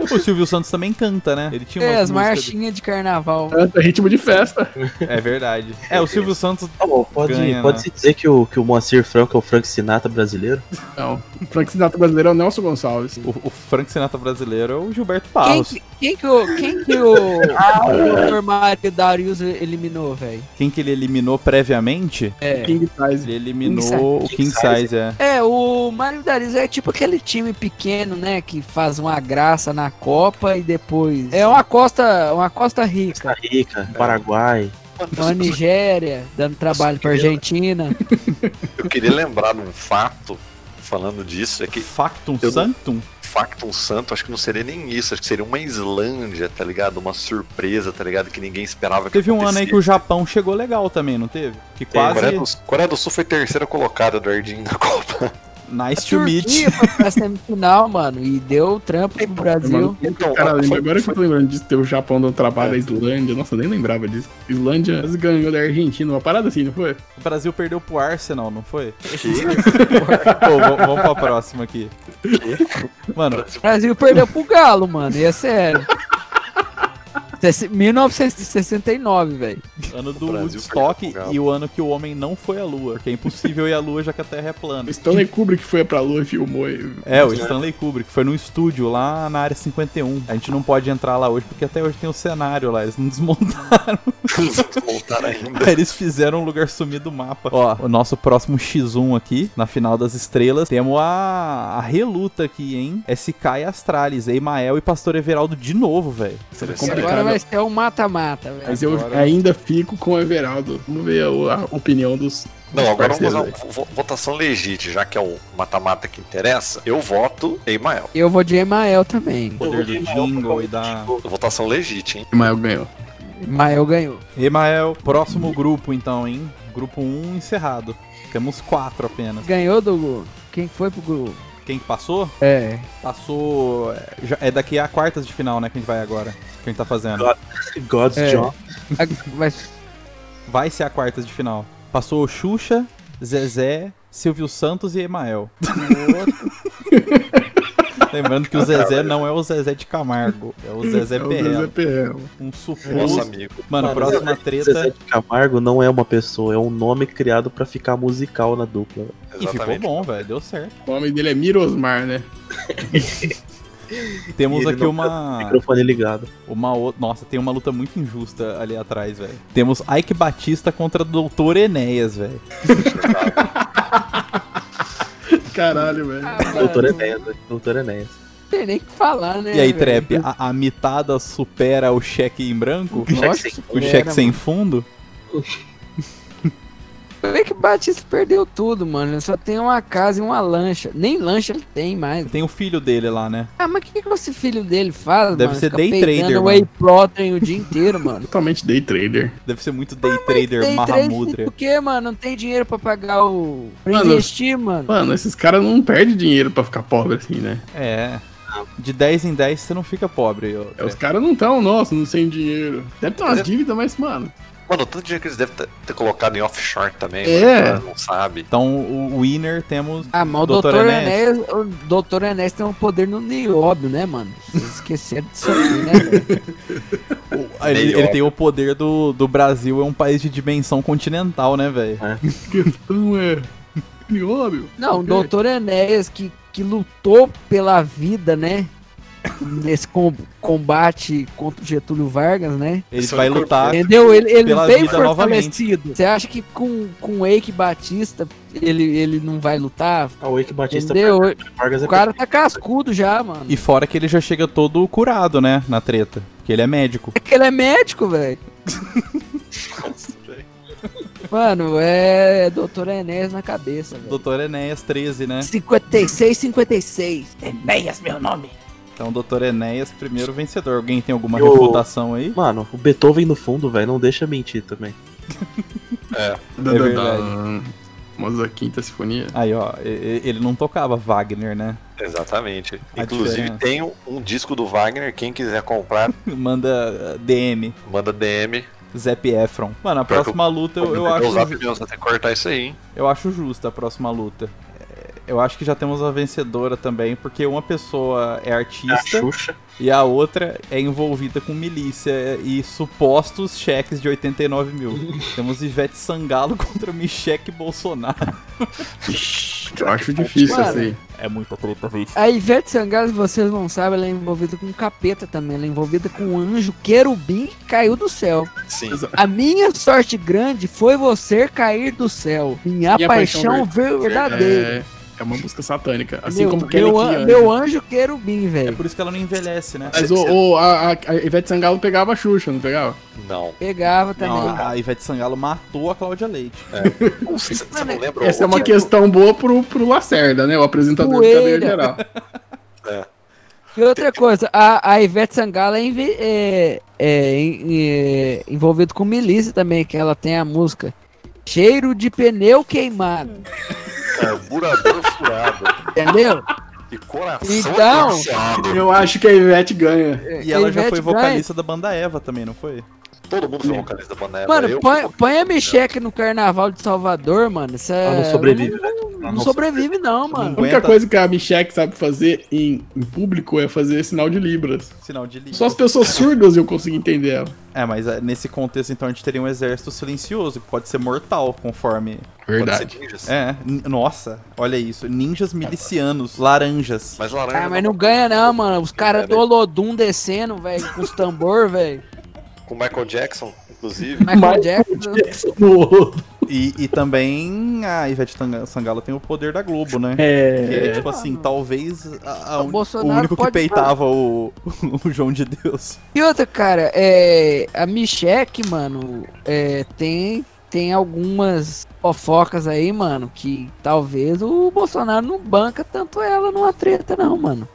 S4: O Silvio Santos também canta, né? Ele tinha
S7: É,
S4: umas
S7: as
S4: músicas do-
S7: marchinhas de carnaval.
S5: Canta ritmo de festa.
S4: É
S7: *laughs*
S4: verdade. É, o Silvio Santos
S6: Tá bom, pode,
S4: Ganha, né?
S6: pode se dizer que o, que o Moacir Franco é o Frank Sinatra brasileiro?
S5: Não. O Frank Sinatra brasileiro é o Nelson Gonçalves.
S4: O, o Frank Sinatra brasileiro é o Gilberto
S7: Quem,
S4: Barros. Quem
S7: que- quem que o, quem
S4: *laughs*
S7: que o,
S4: Ah,
S7: o
S4: é.
S7: doutor Mário Darius eliminou, velho?
S4: que, ele eliminou previamente?
S7: É.
S5: King Size.
S4: Ele eliminou o King
S6: King
S4: Size, é.
S7: É, o Mário Darius é tipo aquele time pequeno, né? Que faz uma graça na Copa e depois. É uma costa, uma costa rica.
S6: Costa tá Rica, Paraguai.
S7: Então a Nigéria, dando trabalho
S5: *laughs*
S7: pra Argentina.
S3: Eu queria lembrar de um fato falando disso, é que
S4: Factum
S3: Eu-
S4: Santum?
S3: Factum Santo, acho que não seria nem isso, acho que seria uma Islândia, tá ligado? Uma surpresa, tá ligado? Que ninguém esperava que
S4: Teve um ano aí que o
S3: acontecesse.
S4: Japão chegou legal também, não teve? Que
S3: Coreia
S4: quase.
S3: do, Coreia do Sul foi terceira colocada do Ardinho na Copa.
S4: Nice
S7: A
S4: to meet.
S7: Turquia foi pra semifinal, mano. E deu trampo pro Brasil.
S5: Mano,
S3: Então,
S5: Cara, lembra-
S3: foi-
S5: agora que
S3: foi- É.
S5: eu tô lembrando disso, teve o Japão dando trabalho, a Islândia. Nossa, eu nem lembrava disso. Islândia quase ganhou da Argentina, uma parada assim, não foi?
S4: O Brasil perdeu pro Arsenal, não foi?
S3: que-
S4: *laughs* Pô, v- vamos pra próxima aqui. Mano,
S7: O Brasil perdeu pro Galo, mano. E é sério. 1969, velho.
S4: ano do
S3: O Brasil
S4: Woodstock
S3: perdeu pro Galo.
S4: e o ano que o homem não foi à lua. Que é impossível ir à lua já que a terra é plana.
S3: *laughs*
S5: O Stanley Kubrick foi pra lua e filmou. e-
S4: É, o Stanley Kubrick foi num estúdio lá na área 51. A gente não pode entrar lá hoje porque até hoje tem o cenário lá, eles não desmontaram.
S3: um
S4: *laughs*
S3: voltar ainda.
S4: Eles fizeram um lugar sumido do mapa. Ó, o nosso próximo X1 aqui, na final das estrelas, temos a, a reluta aqui, hein? SK e Astralis, Emael e Pastor Everaldo de novo, velho.
S5: Seria
S7: Agora
S5: complicado.
S7: vai ser o mata-mata, velho.
S5: Mas eu ainda fico com o Everaldo. Vamos ver a, a opinião dos.
S3: Não,
S5: dos
S3: agora vamos
S5: parceiros
S3: lá.
S5: aí.
S3: vo- Votação legítima, já que é o mata-mata que interessa, eu voto em Mael.
S5: é-
S7: Eu vou de Emael também.
S4: Poder do jingle e da-
S3: Votação legítima, hein?
S5: Emael ganhou.
S7: Emael ganhou.
S4: Emael, próximo grupo então, hein? Grupo 1 encerrado. Temos quatro apenas.
S7: Ganhou do. Quem foi pro grupo?
S4: Quem que passou?
S7: É.
S4: Passou. é, já- É daqui a quartas de final, né? Que a gente vai agora. Que a gente tá fazendo.
S6: God's
S7: É.
S6: Job.
S7: a- Mas
S4: Vai ser a quartas de final. Passou Xuxa, Zezé, Silvio Santos e
S6: *laughs*
S4: Emael. Lembrando que o Zezé não é o Zezé de Camargo, é o Zezé
S5: É o Zezé
S4: Perrela.
S5: Perrello.
S4: Um
S3: Nosso
S4: suposto.
S3: amigo.
S4: Mano, a
S6: Mano,
S4: próxima
S6: Zezé
S4: treta.
S6: de Camargo não é uma pessoa, é um nome criado pra ficar musical na dupla.
S4: E ficou
S3: Exatamente.
S4: bom, velho, deu certo.
S5: O nome dele é Mirosmar, né?
S4: Temos
S6: ele
S4: aqui
S6: não- tá
S4: uma.
S6: Microfone ligado.
S4: uma outra. Nossa, tem uma luta muito injusta ali atrás, velho. Temos Ike Batista contra Doutor Enéas, velho.
S5: Caralho, velho.
S7: Ah, É.
S6: Doutor Enéas, né? Doutor Enéas.
S7: não tem nem o que falar, né?
S4: E aí,
S7: velho?
S4: Trap, a, a mitada supera o cheque em branco?
S7: Nossa,
S6: Cheque sem-
S4: O
S7: supera,
S4: cheque
S7: mano.
S4: sem fundo?
S7: Como é que o Batista perdeu tudo, mano? Ele só tem uma casa e uma lancha. Nem lancha ele tem mais.
S4: Tem o filho dele lá, né?
S7: Ah, mas o que, que esse filho dele faz, mano?
S4: Deve ser
S7: Fica
S4: day
S7: peidando
S4: trader,
S7: Whey
S4: mano.
S7: Protein o dia inteiro, *laughs* mano.
S5: Totalmente day trader.
S4: Deve ser muito Ah, day trader, *laughs*
S7: trader
S4: marramudra.
S7: por quê, mano? Não tem dinheiro pra pagar o... Pra
S5: Mano,
S7: investir, mano.
S5: Mano, esses caras não perdem dinheiro pra ficar pobre assim, né?
S4: É. De 10 em 10 você não fica pobre. ô,
S5: É, os
S4: Trap.
S5: caras não tão, nossa, não sem dinheiro. Deve ter
S3: É.
S5: umas dívidas, mas, mano.
S3: Mano, tanto dinheiro que eles devem ter, ter colocado em offshore também.
S5: É.
S3: mano, o cara não sabe.
S4: Então, o winner temos.
S7: Ah, mas o
S4: Doutor
S7: Doutor
S4: Enéas.
S7: Enéas, o Doutor Enéas tem um poder no nióbio, né, mano? Vocês esqueceram disso aqui, né? velho?
S4: o- ah, Ele, ele tem o poder do, do Brasil, é um país de dimensão continental, né, velho?
S5: Que questão é. *laughs* Nióbio.
S7: Não, o Doutor Enéas que, que lutou pela vida, né? Nesse com- combate contra o Getúlio Vargas, né?
S4: Ele
S3: Isso
S4: vai
S3: é um corpo-
S4: lutar.
S7: Entendeu? Ele, ele
S4: Pela
S7: veio
S4: vida novamente.
S7: fortalecido. Você acha que com, com o Eike Batista ele, ele não vai lutar?
S6: Ah, o Eike Batista
S7: Entendeu?
S6: Vargas é
S7: O cara tá cascudo já, mano.
S4: E fora que ele já chega todo curado, né? Na treta. Porque ele é médico.
S7: É que ele é médico,
S4: *laughs*
S7: velho. Mano, é Doutor Enéas na cabeça, velho.
S4: Doutor Enéas 13, né?
S7: 56, 56.
S4: Então, Doutor Enéas, primeiro vencedor. Alguém tem alguma
S6: Eu-
S4: refutação aí?
S6: Mano, o Beethoven no fundo, velho, não deixa mentir também.
S5: Da,
S4: É
S5: da,
S4: verdade.
S5: da. Famosa quinta sinfonia.
S4: Aí, ó, e- e- ele não tocava Wagner, né? *laughs*
S3: Exatamente.
S4: A
S3: Inclusive,
S4: diferença.
S3: tem um, um disco do Wagner. Quem quiser comprar,
S4: Manda uh, DM,
S3: manda DM.
S4: Zep Efron. Mano, a
S3: Pior que
S4: próxima luta eu, eu
S3: Vou usar
S4: acho,
S3: pneu, você tem que cortar isso aí, hein?
S4: eu acho justa a próxima luta. É, Eu acho que já temos uma vencedora também, porque uma pessoa é
S6: É a
S4: artista
S6: Xuxa.
S4: e a outra é envolvida com milícia e supostos cheques de 89 mil. temos Ivete Sangalo contra Michele Bolsonaro.
S5: Eu acho difícil
S7: Mano.
S5: assim.
S8: É muita treta, bicho.
S7: A Ivete Sangalo, vocês não sabem, ela é envolvida com capeta também. Ela é envolvida com um anjo querubim que caiu do céu.
S3: Sim.
S7: A minha sorte grande foi você cair do céu. Minha,
S5: Minha
S7: paixão,
S5: paixão
S7: verdadeira.
S5: É, é uma música satânica. Assim
S7: meu,
S5: como Kelly
S7: meu,
S5: Key
S7: an-
S5: antes.
S7: meu anjo querubim,
S8: É
S7: velho.
S8: por isso que ela não envelhece, né?
S5: Mas o, o- a, a- a Ivete Sangalo pegava a Xuxa, não pegava?
S3: Não.
S7: Pegava também.
S4: Não, a Ivete Sangalo matou a Cláudia Leite.
S3: Você você não
S7: Mano,
S3: lembra?
S5: Essa é
S3: o- tipo
S5: uma questão boa pro, pro Lacerda, né? O apresentador
S7: Poeira.
S5: do Cadeira Geral.
S7: E outra coisa, a, a Ivete Sangalo é, envi- é- é em- é envolvida com milícia também, que ela tem a música. Cheiro de pneu queimado,
S3: Carburador furado.
S7: entendeu?
S3: Que coração
S7: Então-
S3: atorciado.
S5: *laughs* Eu acho que a Ivete ganha.
S4: E ela já
S7: É, Ivete
S4: foi
S7: Gaia-
S4: vocalista da banda Eva também, não foi?
S3: Todo mundo foi vocalista da Panela.
S7: Mano,
S3: eu-
S7: põe, põe a Micheque no Carnaval de Salvador, mano. Isso é-
S6: Ela não sobrevive, velho.
S7: Não, não sobrevive não,
S5: A
S7: mano.
S5: única
S4: Aguenta.
S5: coisa que a Michelle sabe fazer em, em público é fazer sinal de Libras.
S4: Sinal de livro.
S5: Só as pessoas surdas eu consigo entender ela.
S4: É, mas eh, nesse contexto, então, a gente teria um exército silencioso, que pode ser mortal, conforme.
S3: pode ser ninjas.
S4: É, n- nossa, olha isso. Ninjas milicianos, laranjas.
S3: Mas laranja.
S7: Ah, mas não é ganha não, mano. Os caras do Olodum descendo, velho, com os tambor, velho.
S3: Com o Michael Jackson,
S4: *laughs*
S3: inclusive.
S7: Michael Jackson.
S4: E, e também a Ivete Tanga- Sangalo tem o poder da Globo, né? Que é,
S5: É.
S4: tipo assim, talvez a- a
S7: O
S4: un- o
S7: Bolsonaro
S4: único que
S7: pode-
S4: peitava o, *laughs* o João de Deus.
S7: E outra, cara, é, a Micheque, mano, é, tem, tem algumas fofocas aí, mano, que talvez o Bolsonaro não banca tanto ela numa treta, não, mano.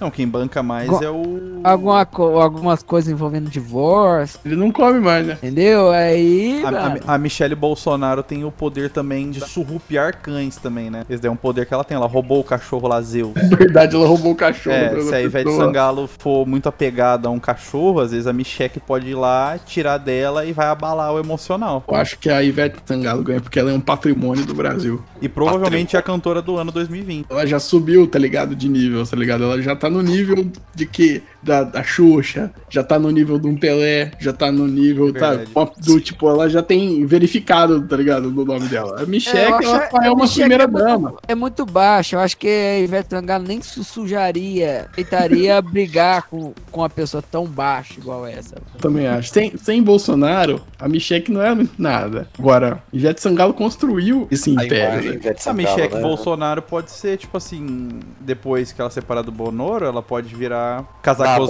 S4: Não, quem banca mais
S7: Go-
S4: é o.
S7: Alguma, co- algumas coisas envolvendo divórcio,
S5: Ele não come mais, né?
S7: entendeu? Aí,
S4: A,
S7: mano,
S4: a, a Michelle Bolsonaro tem o poder também de surrupiar cães também, né? Esse daí é um poder que ela tem. Ela roubou o cachorro lá, Zeus.
S5: Na verdade, ela roubou o cachorro.
S4: É,
S5: pra
S4: se
S5: outra
S4: a Ivete
S5: um pessoa.
S4: Sangalo for muito apegada a um cachorro, às vezes a Micheque pode ir lá, tirar dela e vai abalar o emocional.
S5: Eu acho que a Ivete Sangalo ganha porque ela é um patrimônio do Brasil.
S4: E provavelmente é a cantora do ano 2020.
S5: Ela já subiu, tá ligado? De nível, tá ligado? Ela já tá no nível de que? Da, da Xuxa, já tá no nível de um Pelé, já tá no
S3: É
S5: nível tá,
S4: Verdade.
S5: do tipo, ela já tem verificado, tá ligado? Do nome dela. A Michelle,
S7: É, eu
S5: ela
S7: acho-
S5: só é
S7: a
S5: uma
S7: Michelle
S5: primeira
S7: é muito-
S5: dama.
S7: é muito baixo. Eu acho que é, a Ivete Sangalo nem se sujaria, tentaria *laughs* brigar com, com uma pessoa tão baixa igual essa.
S5: Também acho. Sem, sem Bolsonaro, a Michelle não é nada. Agora, Ivete Sangalo construiu esse
S3: A
S5: império.
S3: imagem
S5: né?
S3: Ivete
S4: A
S3: Sangalo,
S4: Micheque
S3: né?
S4: é Bolsonaro pode ser, tipo assim, depois que ela separar do Bonoro, ela pode virar casaco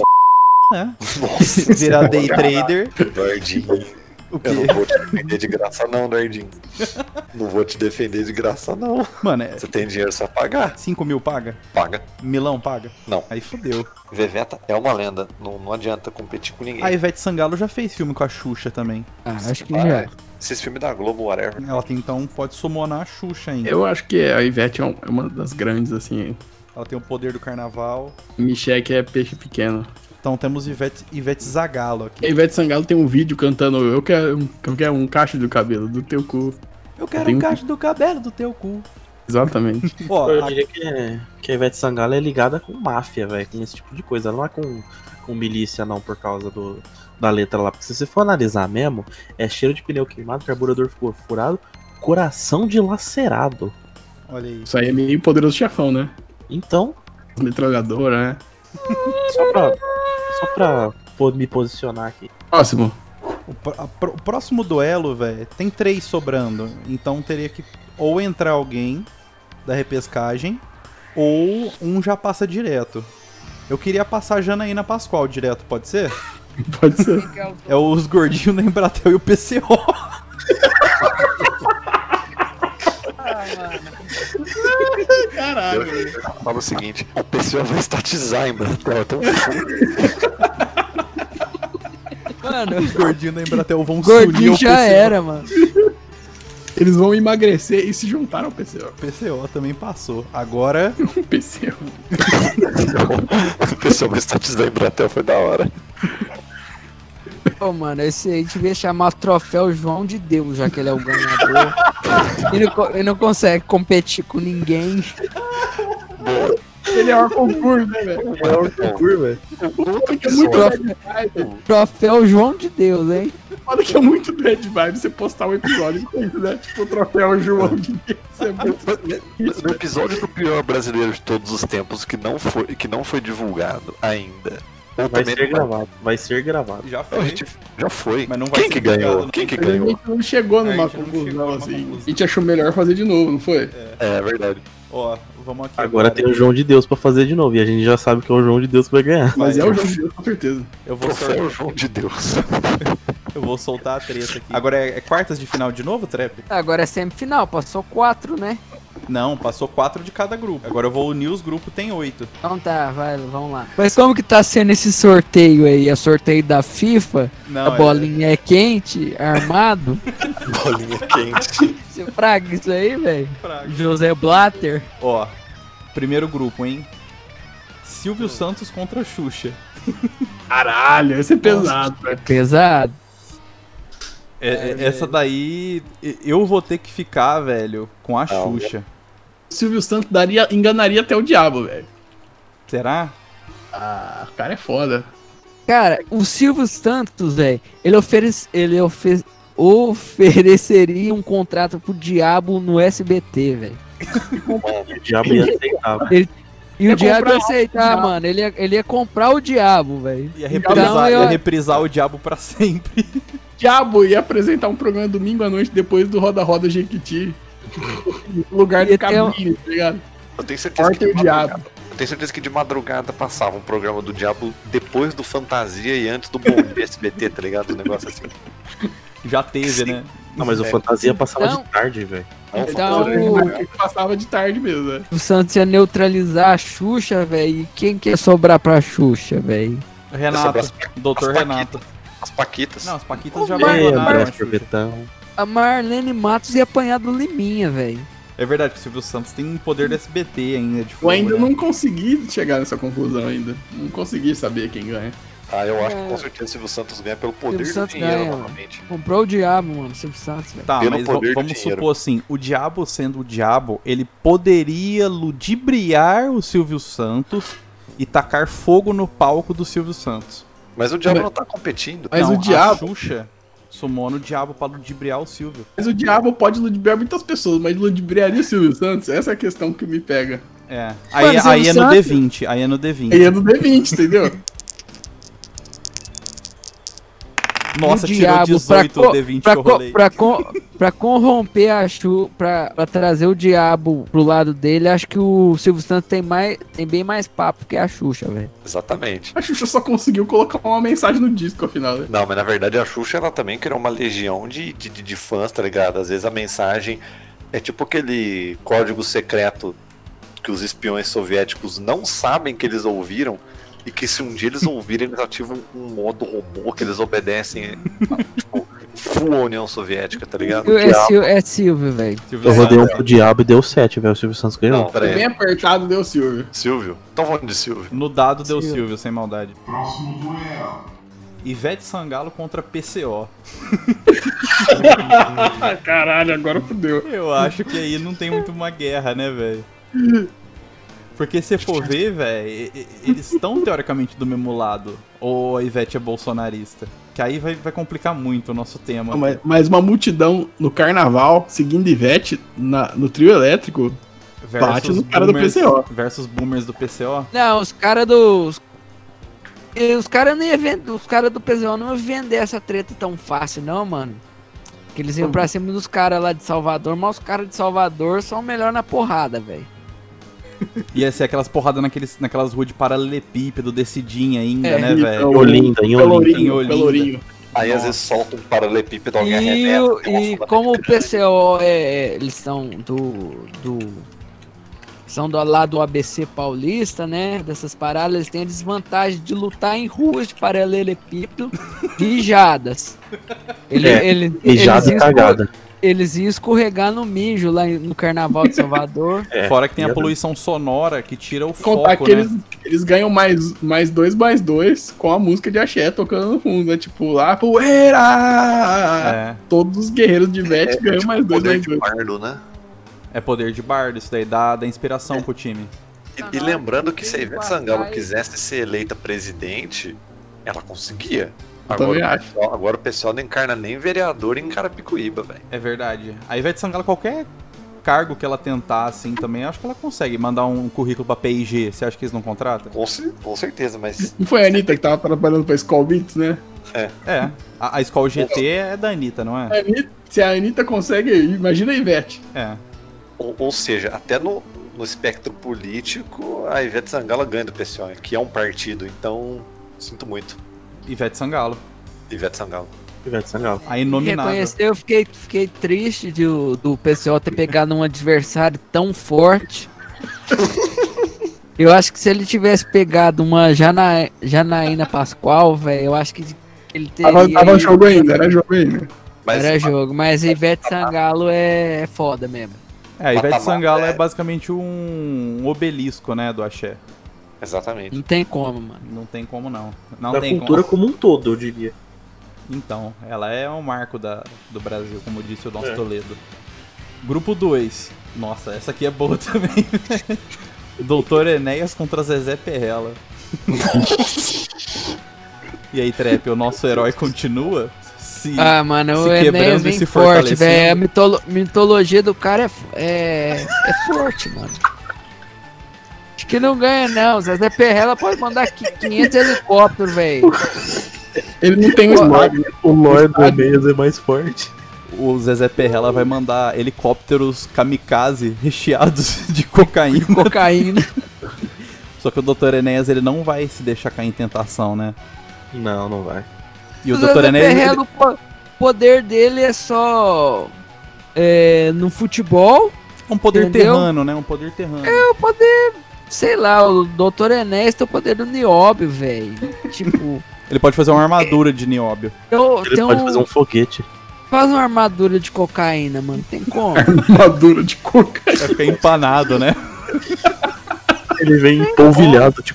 S3: Nada.
S4: né? *laughs*
S3: Nossa, *laughs*
S4: Virar day trader.
S3: Nerdinho.
S4: O
S3: Eu
S4: que?
S3: não vou te defender de graça, não, Nerdinho. Não vou te defender de graça, não.
S4: Mano, é
S3: Você tem dinheiro só pagar.
S4: 5 mil paga?
S3: Paga.
S4: Milão paga?
S3: Não.
S4: Aí fodeu.
S3: Veveta é uma lenda. Não, não adianta competir com ninguém.
S4: A Ivete Sangalo já fez filme com a Xuxa também.
S7: Ah, acho que
S3: Para.
S7: já.
S3: Esses filmes da Globo, whatever.
S4: Ela tem, então pode sumonar a Xuxa ainda.
S5: Eu acho que a Ivete é um- é uma das grandes, assim.
S4: Ela tem o poder do carnaval.
S5: Michelle é peixe pequeno.
S4: Então temos Ivete, Ivete Zagalo aqui.
S5: A Ivete Sangalo tem um vídeo cantando Eu quero um, eu quero um cacho do cabelo do teu cu.
S4: Eu quero
S5: Tem
S4: um
S5: um-
S4: cacho do cabelo do teu cu.
S5: Exatamente.
S4: Ó,
S6: Eu
S4: a-
S6: diria que, é- que a Ivete Sangalo é ligada com máfia, velho, com esse tipo de coisa. Ela não é com, com milícia, não, por causa do, da letra lá. Porque se você for analisar mesmo, é cheiro de pneu queimado, carburador fu- furado, coração dilacerado.
S4: olha aí.
S5: Isso aí é meio poderoso chefão, né?
S6: Então,
S5: Metralhadora, né?
S6: só pra, só pra pô- me posicionar aqui.
S5: Próximo. *laughs*
S4: O, pr- a pr- o próximo duelo, velho, tem três sobrando. Então teria que ou entrar alguém da repescagem, ou um já passa direto. Eu queria passar a Janaína Pascoal direto, pode ser?
S5: Pode ser.
S4: É os gordinhos *laughs* da Embratel e o PCO.
S3: Eu,
S5: Caralho.
S3: eu falo o seguinte: a pessoa vai estatizar, mano. Ela é *laughs* tão foda.
S7: Mano, *laughs*
S4: Os gordinhos da Embratel vão se unir
S7: gordinho
S4: ao
S7: já
S4: PCO.
S7: era, mano.
S5: Eles vão emagrecer e se juntar ao *laughs* PCO.
S4: O PCO também passou. Agora
S5: O PCO.
S3: A pessoa vai estatizar em Bratel, foi da hora.
S7: Pô, mano, esse aí devia chamar troféu João de Deus, já que ele é o *laughs* ganhador. ele, não, co- ele não consegue competir com ninguém.
S5: Ele é o concurso, né, velho? É muito
S3: Só.
S5: bad vibe.
S7: Troféu João de Deus, hein?
S5: Foda que é muito bad vibe você postar um episódio com isso, né? Tipo, o troféu João de Deus. Isso é muito
S3: No episódio do pior brasileiro de todos os tempos, que não foi, que não foi divulgado ainda. Ou
S6: Vai
S3: também
S6: ser
S3: não vai-
S6: gravado, vai ser gravado.
S4: Já
S3: Não, a
S4: *laughs* foi.
S3: gente já foi.
S4: Mas não vai
S3: Quem
S4: ser
S3: que
S4: divulgado,
S3: ganhou?
S4: não.
S3: Quem que
S5: Mas a
S3: ganhou?
S5: gente não chegou
S4: É, a
S5: numa
S4: gente não chegou
S5: conclusão,
S4: numa
S5: assim.
S4: conclusão.
S5: A gente achou melhor fazer de novo, não foi?
S3: É verdade.
S4: Ó, vamos aqui.
S6: Agora tem o João de Deus pra fazer de novo. E a gente já sabe que é o João de Deus que vai ganhar.
S5: Mas
S4: Vai.
S5: é o jogo de Deus, com certeza.
S4: Eu vou, sor-
S3: Troféu João de Deus. *laughs*
S4: eu vou soltar a treta aqui. Agora é, é quartas de final de novo, Trap?
S7: Agora é semifinal, passou quatro, né?
S4: Não, passou quatro de cada grupo. Agora eu vou unir os grupos, tem oito.
S7: Então tá, vai, vamos lá. Mas como que tá sendo esse sorteio aí? É sorteio da FIFA?
S4: Não,
S7: a
S4: é-
S7: bolinha é, quente? Armado?
S3: Bolinha quente.
S7: *laughs* Você fraga isso aí, velho?
S4: Fraga.
S7: José Blatter?
S4: Ó, primeiro grupo, hein? Silvio Santos contra Xuxa.
S5: Caralho, esse é pesado, velho.
S7: Pesado.
S4: É, é, essa daí, e- eu vou ter que ficar, velho, com a
S3: Não.
S4: Xuxa.
S5: O Silvio Santos daria, enganaria até o diabo, velho.
S4: Será?
S5: Ah, o cara é foda.
S7: Cara, o Silvio Santos, velho, ele, oferece, ele ofe- ofereceria um contrato pro Diabo no SBT, velho.
S6: O diabo ia aceitar, velho.
S7: E
S5: Ia
S7: o Diabo ia
S5: comprar
S7: aceitar,
S5: Diabo.
S7: mano. Ele ia, ele ia comprar o Diabo, velho.
S4: Ia reprisar,
S7: Então eu-
S4: ia reprisar o diabo pra *laughs* sempre.
S5: Diabo ia apresentar um programa domingo à noite depois do Roda Roda Jequiti. No lugar do
S7: Ia ter um-
S5: cabine, tá ligado?
S3: Eu tenho certeza
S5: Porta
S3: que
S5: e o
S3: de madrugada,
S5: diabo.
S3: eu tenho certeza que de madrugada passava um programa do Diabo depois do Fantasia e antes do Bom Dia SBT, tá ligado? Um negócio assim.
S4: Já teve, né?
S6: Não, mas o
S3: É.
S6: Fantasia passava
S7: Então-
S6: de tarde, velho.
S3: Não,
S7: Então,
S3: Fantasia.
S5: O... é Passava de tarde mesmo, né?
S7: O Santos ia neutralizar a Xuxa, velho. E quem quer sobrar pra Xuxa, velho?
S4: Renato,
S3: Essa
S4: doutor
S3: as paquitas.
S4: Renato.
S3: As Paquitas.
S4: Não, as Paquitas já
S7: Ô, Mar-
S4: abandonaram a
S6: Lembra,
S4: Xuxa.
S6: Chupetão.
S7: A Marlene Matos ia apanhar do Liminha, velho.
S4: É verdade que o Silvio Santos tem um poder do SBT ainda. De
S5: Eu
S4: fogo,
S5: ainda
S4: né?
S5: não consegui chegar nessa conclusão ainda. Não consegui saber quem ganha.
S3: Ah, eu acho que com certeza o Silvio Santos ganha pelo poder
S7: Silvio
S3: do
S7: Santos
S3: dinheiro
S7: ganha.
S3: novamente.
S7: Comprou o Diabo, mano, Silvio Santos, velho.
S4: Tá,
S3: Pelo
S4: mas va-
S3: poder do
S4: vamos
S3: dinheiro.
S4: supor assim, o diabo sendo o diabo, ele poderia ludibriar o Silvio Santos e tacar fogo no palco do Silvio Santos.
S3: Mas o Diabo
S5: Mas-
S3: não tá competindo.
S5: Mas
S4: Não,
S5: o diabo,
S4: A Xuxa sumou no diabo pra ludibriar o Silvio.
S5: mas o diabo pode ludibriar muitas pessoas, mas ludibriaria o Silvio Santos? Essa é a questão que me pega.
S4: É. Aí,
S7: Silvio
S4: aí é no
S7: Santos-
S4: D20, aí é no D20.
S5: Aí é do D20, entendeu?
S4: Nossa,
S7: O
S4: tirou
S7: diabo,
S4: 18
S7: pra
S4: o
S7: co-
S4: D20
S7: Pra,
S4: que eu
S7: co-
S4: rolei.
S7: pra, con- pra corromper a Xuxa, pra, pra trazer o Diabo pro lado dele, acho que o Silvio Santos tem, mais, tem bem mais papo que a Xuxa, velho.
S3: Exatamente.
S5: A Xuxa só conseguiu colocar uma mensagem no disco, afinal. né?
S3: Não, mas na verdade a Xuxa ela também criou uma legião de, de, de- de fãs, tá ligado? Às vezes a mensagem é tipo aquele código secreto que os espiões soviéticos não sabem que eles ouviram e que se um dia eles ouvirem, eles ativam um modo robô que eles obedecem, tipo, full União Soviética, tá ligado?
S7: Eu- É, Sil- é Silvio, velho.
S4: Silvio
S6: Eu rodei um
S4: Santos.
S6: pro diabo e deu 7, velho. O Silvio Santos
S3: Não,
S6: ganhou.
S5: Foi bem
S3: peraí.
S5: apertado, deu Silvio.
S3: Silvio? Estão falando de Silvio.
S4: No dado deu
S7: Silvio.
S4: Silvio, sem maldade.
S10: Próximo duelo.
S4: Ivete Sangalo contra PCO.
S5: Ah, caralho, agora fudeu.
S4: Eu acho que aí não tem muito uma guerra, né, velho? Porque se for ver, velho, e- e- eles estão teoricamente do mesmo lado. Ou a Ivete é bolsonarista. Que aí vai, vai complicar muito o nosso tema.
S5: Não, mas, mas uma multidão no carnaval, seguindo Ivete, na- no trio elétrico, bate no cara do
S4: boomers-
S5: PCO.
S4: Versus boomers do PCO.
S7: Não, os caras dos. e Os caras não iam vender. Os caras do PZO não iam vender essa treta tão fácil, não, mano. Que eles iam pra cima dos caras lá de Salvador, mas os caras de Salvador são melhor na porrada, velho.
S4: Ia ser aquelas porradas naqueles, naquelas ruas de paralelepípedo, descidinha ainda,
S7: É,
S4: né,
S5: então,
S4: velho?
S6: Em Olinda, em Olinda.
S4: Em
S5: Pelourinho,
S4: Olinda.
S5: Pelourinho.
S3: Aí às vezes solta um paralelepípedo, alguém
S7: E,
S3: arrebenta.
S7: o-
S3: tem uma
S7: e
S3: fala
S7: como o
S3: muito grande.
S7: PCO é, é, eles são do. do são do lá do ABC paulista, né? Dessas paradas, eles têm a desvantagem de lutar em ruas
S6: *laughs*
S7: de paralelepípedo mijadas. Ele,
S6: É,
S7: ele,
S6: Mijada e
S7: eles iam esco-
S6: cagada.
S7: Eles iam escorregar no mijo lá em- no Carnaval de Salvador.
S6: É.
S4: Fora que tem a
S6: Ia-
S4: poluição sonora que tira o
S5: Contar
S4: foco,
S5: que eles
S4: né?
S5: Eles ganham mais, mais dois, mais dois com a música de axé tocando no fundo, né? Tipo, lá, poeira!
S4: É,
S5: Todos os guerreiros de Vete
S3: É,
S5: ganham
S3: tipo,
S5: mais dois,
S3: poder
S5: mais
S3: de
S5: dois.
S3: bardo, né?
S4: é poder de bardo, isso daí dá, dá inspiração pro time.
S3: E, e lembrando que se a Ivete Sangalo quisesse ser eleita presidente, ela conseguia. Agora,
S5: também
S3: o
S5: acho.
S3: pessoal, agora o pessoal não encarna nem vereador em Carapicuíba, velho.
S4: É verdade. A Ivete Sangalo, qualquer cargo que ela tentar, assim, também, acho que ela consegue mandar um currículo pra PIG. Você acha que eles não contratam?
S3: Com, cer- com certeza, mas
S5: Não foi a Anitta que tava trabalhando pra Skull Beats, né?
S4: É. A, a escola GT é da Anitta, não é?
S5: A Anitta- se a Anitta consegue, imagina a Ivete.
S4: É.
S3: *laughs* Ou, ou seja, até no, no espectro político, a Ivete Sangalo ganha do PSOL, que é um partido. Então, sinto muito,
S4: Ivete Sangalo.
S3: Ivete Sangalo.
S6: Ivete Sangalo.
S4: A inominável.
S7: Reconhecer, eu fiquei, fiquei triste de, o- do PCO ter pegado um adversário tão forte. Eu acho que se ele tivesse pegado uma Jana, Janaína Pascoal, velho, eu acho que ele teria.
S5: Tava, tava jogo ainda, era jogo ainda.
S3: Mas
S7: Era jogo, mas Ivete Sangalo é, é foda mesmo.
S4: É, a Ivete
S3: Patamar,
S4: Sangalo é
S3: é.
S4: basicamente um obelisco, né, do axé.
S3: Exatamente.
S7: Não tem como, mano.
S4: Não tem como não. Não
S6: Da
S4: tem
S6: cultura
S4: como.
S6: como um todo, eu diria.
S4: Então, ela é um marco da, do Brasil, como disse o nosso
S6: É.
S4: Toledo. Grupo 2. Nossa, essa aqui é boa *laughs* também. Doutor Enéas contra Zezé Perrela. e aí, Trep, o nosso herói continua? Sim.
S7: Ah, mano,
S4: se
S7: o Enéas
S4: quebrando e
S7: vem
S4: se
S7: forte,
S4: fortalecendo.
S7: velho. A mitolo- mitologia do cara é, f- é, é forte, mano. Acho que não ganha, não. Zezé Perrela pode mandar aqui 500
S4: *laughs*
S7: helicópteros, velho.
S5: Ele não
S3: *laughs*
S5: tem um esmago.
S6: O Lord do Enéas é mais forte.
S4: O Zezé Perrela vai mandar helicópteros kamikaze recheados de cocaína.
S7: Cocaína.
S4: Só que o Dr. Enéas ele não vai se deixar cair em tentação, né?
S6: Não, não vai.
S4: E o é
S7: Zezé
S4: Dr. Enéas. ele-
S7: Perrela, o po- poder dele é só é, no futebol.
S4: É um poder
S7: Entendeu?
S4: terrano, né? Um poder terrano.
S7: É o poder, sei lá, o Dr. Enéas tem o poder do Nióbio, velho. Tipo, *laughs*
S4: Ele pode fazer uma armadura de nióbio.
S7: eu,
S6: Ele
S7: tem
S6: pode
S7: um-
S6: fazer um foguete.
S7: faz uma armadura de cocaína, mano. Tem como.
S5: Armadura de cocaína.
S4: Vai ficar empanado, né?
S6: Ele vem polvilhado de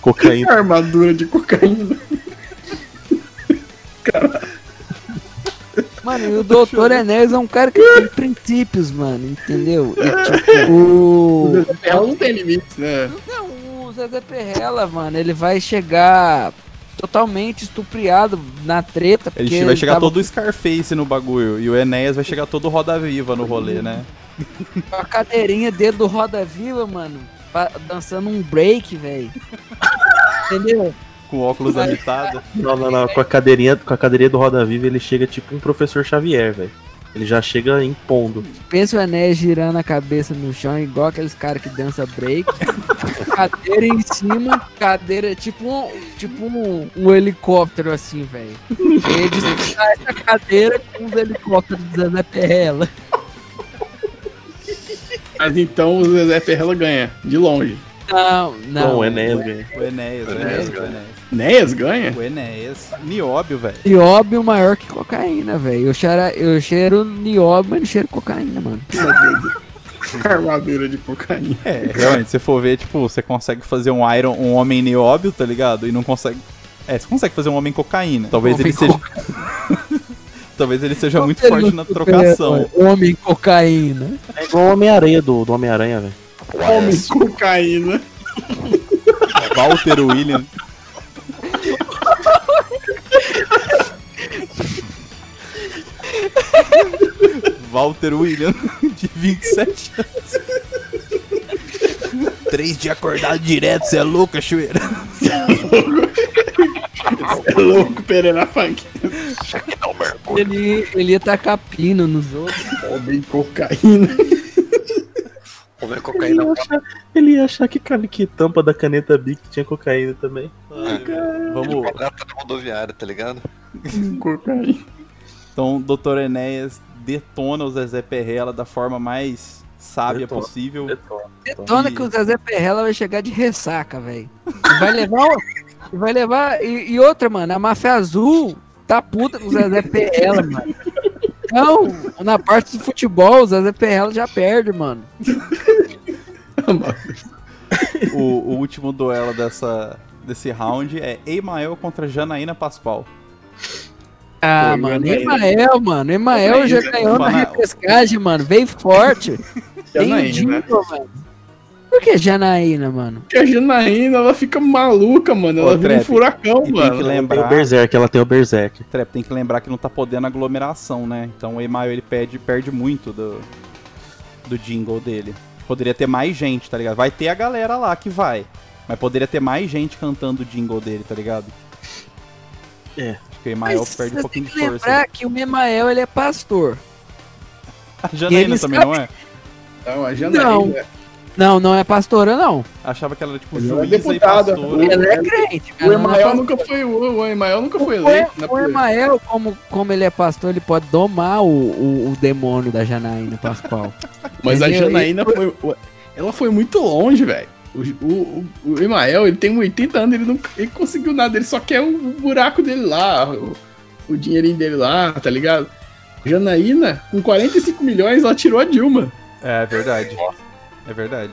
S5: *laughs*
S6: cocaína.
S5: Armadura de cocaína.
S7: Mano, e o Doutor Enéas é um cara que tem princípios, mano, entendeu? E, tipo, o...
S5: *laughs* Ela não tem limites, né?
S7: Não, o Zezé Perrela, mano, ele vai chegar totalmente estupriado na treta.
S4: Ele
S7: Porque
S4: vai chegar
S7: tava
S4: todo Scarface no bagulho. E o Enéas vai chegar todo Roda Viva no rolê, né?
S7: com a cadeirinha dentro do Roda Viva, mano, pa- dançando um
S4: *laughs*
S7: break, velho. Entendeu?
S4: Com óculos da mitada.
S6: Não, não, não. Com a cadeirinha, com a cadeirinha do Roda Viva, ele chega tipo um professor Xavier, velho. Ele já chega impondo.
S7: Pensa o Enéas girando a cabeça no chão, igual aqueles caras que dança break. cadeira em cima, cadeira tipo um, tipo um, um helicóptero assim, velho. Ele destrói essa cadeira com os helicópteros da Zé Perrela.
S5: Mas então o Zezé Ferrella ganha, de longe.
S7: Não, não.
S6: Não, o Enéas, velho.
S4: O Enéas, o Enéas,
S3: Enéas,
S4: o Enéas.
S5: Néas ganha?
S4: O Enéas. Nióbio, velho.
S7: Nióbio é maior que cocaína, velho. Eu, cheira- eu cheiro nióbio, mas não cheiro cocaína, mano.
S4: Tá
S5: é. Armadura de cocaína.
S4: É, realmente, se você for ver, tipo, você consegue fazer um Iron, um homem nióbio, tá ligado? E não consegue. É, você consegue fazer um homem cocaína. Talvez
S7: Homem
S4: ele seja. *laughs* Talvez ele seja muito
S7: é Ele
S4: forte na
S7: não supera-
S4: trocação.
S7: Homem cocaína.
S6: É igual o Homem-Aranha do, do Homem-Aranha, velho.
S5: Homem cocaína.
S4: Walter William. Walter William, de 27 anos. Três de acordado direto, você é louca, chueira.
S5: É louco, Pereira Funk.
S7: Ele, ele ia tacar pino nos outros.
S5: Homem cocaína.
S3: Comer
S6: Ele
S3: cocaína
S6: ia achar, ele ia achar que, can- que tampa da caneta Bic tinha cocaína também.
S4: Vamos.
S3: gata na rodoviária, tá ligado?
S5: cocaína.
S4: Então, o Dr. Enéas detona o Zezé Perrela da forma mais sábia
S6: Detona.
S4: possível.
S7: Detona que o Zezé Perrela vai chegar de ressaca, velho. E Vai levar. o- e Vai levar. E, e outra, mano, a Máfia Azul tá puta com o Zezé Perrela, mano. Então, na parte do futebol, o Zezé Perrela já perde, mano.
S4: o, o último duelo dessa, desse round é Emael contra Janaína Pascoal.
S7: Ah,
S6: Pô,
S7: mano,
S6: Janaína.
S7: Emael, mano. Emael já ganhou na
S4: Fala-
S7: repescagem, mano. Veio forte. Tem o
S5: né?
S4: Janaína.
S7: Dingo, mano. Por que Janaína, mano?
S5: Porque a Janaína, ela fica maluca, mano.
S11: Ô,
S5: Ela vira um
S11: Trep,
S5: furacão,
S4: E tem que
S5: mano.
S6: Tem o
S4: lembrar,
S6: Berserk, ela tem o Berserk.
S4: Trep, tem que lembrar que não tá podendo aglomeração, né? Então o Emael ele perde, perde muito do, do jingle dele. Poderia ter mais gente, tá ligado? Vai ter a galera lá que vai. Mas poderia ter mais gente cantando o jingle dele, tá ligado?
S6: É.
S4: Acho que o Emael
S7: Mas
S4: perde um
S7: você
S4: pouquinho de
S7: tem que
S4: força.
S7: lembrar que o Emael, ele é pastor.
S4: A Janaína
S7: eles
S4: também, não é?
S5: Não, a Janaína.
S7: Não, não é pastora, não.
S4: Achava que ela era tipo
S5: Ela é
S4: juíza
S5: deputada.
S4: e pastora.
S7: Ela é crente.
S5: O
S7: ela não é
S5: Emael
S7: pastora.
S5: nunca foi o, o Emael nunca foi
S7: O-
S5: eleito né, na
S7: O
S5: política.
S7: Emael, como, como ele é pastor, ele pode domar o, o, o demônio da Janaína Pascoal.
S5: Mas a
S7: Entendeu?
S5: Janaína foi. Ela foi muito longe, velho. O, o, o- o Emael, ele tem 80 anos, ele não ele conseguiu nada, ele só quer o buraco dele lá, o, o dinheirinho dele lá, tá ligado? Janaína, com 45 milhões, ela tirou a Dilma.
S4: É verdade. É verdade.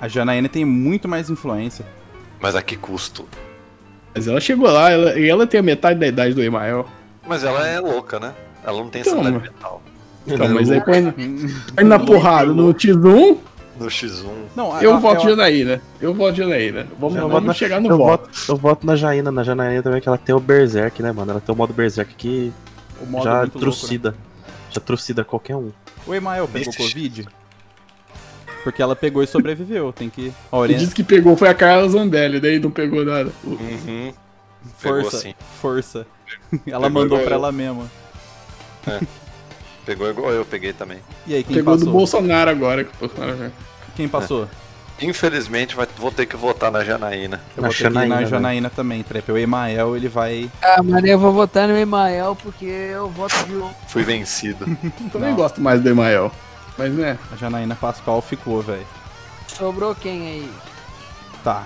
S4: A Janaína tem muito mais influência.
S3: Mas a que custo?
S5: Mas ela chegou lá, ela, e ela tem a metade da idade do Emael.
S3: Mas ela é louca, né? Ela não tem
S5: Então,
S3: sanidade
S5: mano.
S3: mental.
S5: Então, mas *laughs* aí põe na, põe na porrada no X1,
S3: No X1.
S4: Não, a-
S5: eu
S4: a-
S5: voto Janaína. Eu voto Janaína. Vamos,
S6: Eu
S5: vamos
S6: voto na-
S5: chegar no
S6: Eu
S5: voto.
S6: voto, eu voto na Jaina, na Janaína também, é que ela tem o Berserk, né, mano? Ela tem o modo Berserk que
S4: O modo é
S6: já
S4: muito louco, né?
S6: trucida. Já trucida qualquer um.
S4: O Emael pegou
S3: Esse-
S4: Covid? Porque ela pegou e sobreviveu. Tem que. Ó,
S5: Ele
S4: Oriente,
S5: disse que pegou foi a Carla Zambelli, daí não pegou nada.
S3: Uhum. Pegou
S4: força.
S3: sim.
S4: Força. *laughs* Ela
S3: Pegou
S4: mandou pra
S3: igual
S4: ela mesma.
S3: Pegou igual eu peguei também.
S4: E aí, quem
S5: Pegou do
S4: passou?
S5: Bolsonaro agora. que o Bolsonaro-
S4: Quem passou?
S3: Infelizmente, vai- vou ter que votar na Janaína.
S4: Eu
S6: Na
S4: vou ter que ir
S6: Janaína,
S4: na
S6: né?
S4: Janaína também, Trep. O Emael, ele vai.
S7: *laughs* ah, mano, eu vou votar no Emael porque eu voto de um. novo.
S3: Fui vencido.
S5: Eu Também gosto mais do Emael. Mas né,
S4: A Janaína Pascoal ficou, velho.
S7: Sobrou quem aí?
S4: Tá.